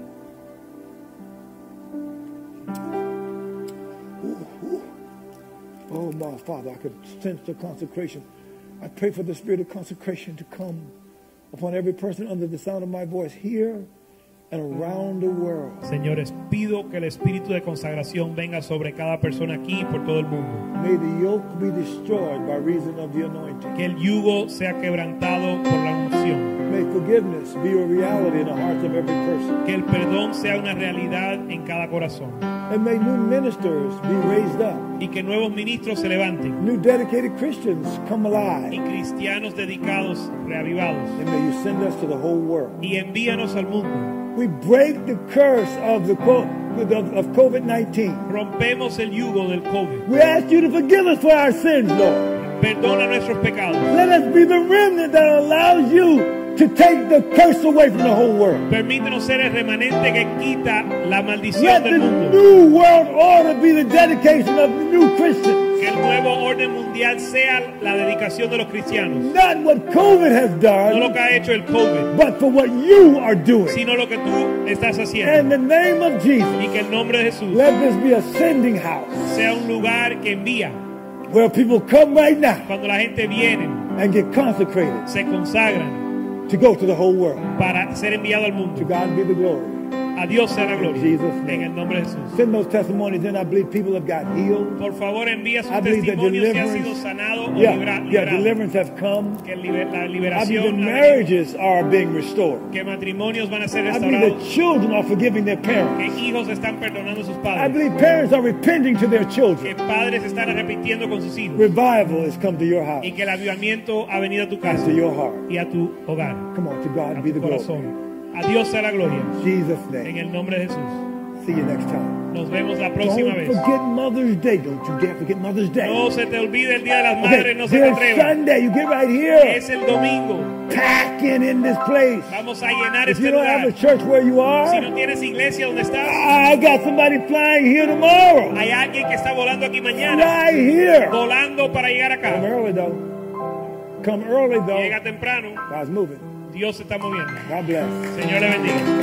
[SPEAKER 3] Oh, my Father, I could sense the consecration. I pray for the spirit of consecration to come upon every person under the sound of my voice here and around the world.
[SPEAKER 2] Señores, pido que el espíritu de consagración venga sobre cada persona aquí y por todo el mundo.
[SPEAKER 3] May the yoke be destroyed by reason of the anointing.
[SPEAKER 2] Que el yugo sea quebrantado por la unción.
[SPEAKER 3] May forgiveness be a reality in the hearts of every person.
[SPEAKER 2] Que el perdón sea una realidad en cada corazón.
[SPEAKER 3] And may new ministers be raised up.
[SPEAKER 2] Y que nuevos ministros se levanten.
[SPEAKER 3] New dedicated Christians come
[SPEAKER 2] Y
[SPEAKER 3] alive.
[SPEAKER 2] cristianos dedicados, reavivados.
[SPEAKER 3] And may you send us to the whole world.
[SPEAKER 2] Y envíanos al mundo.
[SPEAKER 3] We break the curse of the co- of COVID 19.
[SPEAKER 2] Rompemos el yugo del COVID.
[SPEAKER 3] We ask you to forgive us for our sins, Lord.
[SPEAKER 2] Perdona nuestros pecados.
[SPEAKER 3] Let us be the remnant that allows you to take the curse away from the whole world.
[SPEAKER 2] Permítenos ser el remanente que quita la maldición
[SPEAKER 3] Let the
[SPEAKER 2] del mundo.
[SPEAKER 3] new world order be the dedication of the new Christians.
[SPEAKER 2] Que el nuevo orden mundial sea la dedicación de los cristianos.
[SPEAKER 3] Not what COVID has
[SPEAKER 2] No lo
[SPEAKER 3] done,
[SPEAKER 2] que ha hecho el COVID.
[SPEAKER 3] but for what you are doing.
[SPEAKER 2] sino lo que tú estás
[SPEAKER 3] In
[SPEAKER 2] haciendo.
[SPEAKER 3] the name of Jesus,
[SPEAKER 2] Y que el nombre de Jesús
[SPEAKER 3] let this be a sending house
[SPEAKER 2] sea un lugar que envía.
[SPEAKER 3] where people come right now
[SPEAKER 2] Cuando la gente viene,
[SPEAKER 3] and get consecrated
[SPEAKER 2] se consagran
[SPEAKER 3] to go to the whole world.
[SPEAKER 2] para ser enviado al
[SPEAKER 3] To
[SPEAKER 2] mundo.
[SPEAKER 3] God be the glory.
[SPEAKER 2] A Dios sea la gloria.
[SPEAKER 3] Jesus' name.
[SPEAKER 2] En el nombre de Jesús.
[SPEAKER 3] Send those testimonies in. I believe people have got healed.
[SPEAKER 2] Por favor, envía
[SPEAKER 3] I
[SPEAKER 2] su
[SPEAKER 3] believe that
[SPEAKER 2] testimonio si ha sido
[SPEAKER 3] deliverance,
[SPEAKER 2] sanado o libra-
[SPEAKER 3] yeah, yeah,
[SPEAKER 2] librado.
[SPEAKER 3] deliverance have come.
[SPEAKER 2] que liber- la
[SPEAKER 3] I believe that
[SPEAKER 2] liberación, la bendición,
[SPEAKER 3] marriages are being restored.
[SPEAKER 2] que matrimonios van a ser
[SPEAKER 3] I believe that
[SPEAKER 2] restaurados,
[SPEAKER 3] children are forgiving their
[SPEAKER 2] que
[SPEAKER 3] parents.
[SPEAKER 2] hijos están perdonando a sus
[SPEAKER 3] I
[SPEAKER 2] padres,
[SPEAKER 3] believe parents are repenting to their
[SPEAKER 2] que
[SPEAKER 3] children.
[SPEAKER 2] padres están arrepintiendo con sus hijos
[SPEAKER 3] Revival has come to your house,
[SPEAKER 2] y que el avivamiento ha venido a tu casa
[SPEAKER 3] to your heart.
[SPEAKER 2] y a tu hogar,
[SPEAKER 3] Come on, to
[SPEAKER 2] a
[SPEAKER 3] God be the
[SPEAKER 2] tu
[SPEAKER 3] glory.
[SPEAKER 2] corazón. A Dios sea la gloria.
[SPEAKER 3] In Jesus'
[SPEAKER 2] En
[SPEAKER 3] name.
[SPEAKER 2] el nombre de Jesús.
[SPEAKER 3] See you next time.
[SPEAKER 2] Nos vemos la próxima
[SPEAKER 3] Don't
[SPEAKER 2] vez.
[SPEAKER 3] forget Mother's Day. Don't you dare forget Mother's Day.
[SPEAKER 2] No se te olvide el Día de las Madres,
[SPEAKER 3] Okay,
[SPEAKER 2] no se te
[SPEAKER 3] there's
[SPEAKER 2] atreva.
[SPEAKER 3] Sunday. You get right here,
[SPEAKER 2] Es el domingo.
[SPEAKER 3] packing in this place.
[SPEAKER 2] Vamos a llenar
[SPEAKER 3] If
[SPEAKER 2] este
[SPEAKER 3] you don't have
[SPEAKER 2] lugar.
[SPEAKER 3] a Ah. church where you
[SPEAKER 2] Si
[SPEAKER 3] are,
[SPEAKER 2] no tienes iglesia donde estás,
[SPEAKER 3] I got somebody flying here tomorrow.
[SPEAKER 2] hay alguien que está volando aquí mañana,
[SPEAKER 3] Right here.
[SPEAKER 2] volando para llegar
[SPEAKER 3] Come
[SPEAKER 2] acá.
[SPEAKER 3] early though. Come early though.
[SPEAKER 2] Llega temprano,
[SPEAKER 3] God's moving.
[SPEAKER 2] Dios se está moviendo.
[SPEAKER 3] God bless.
[SPEAKER 2] Señor le bendiga.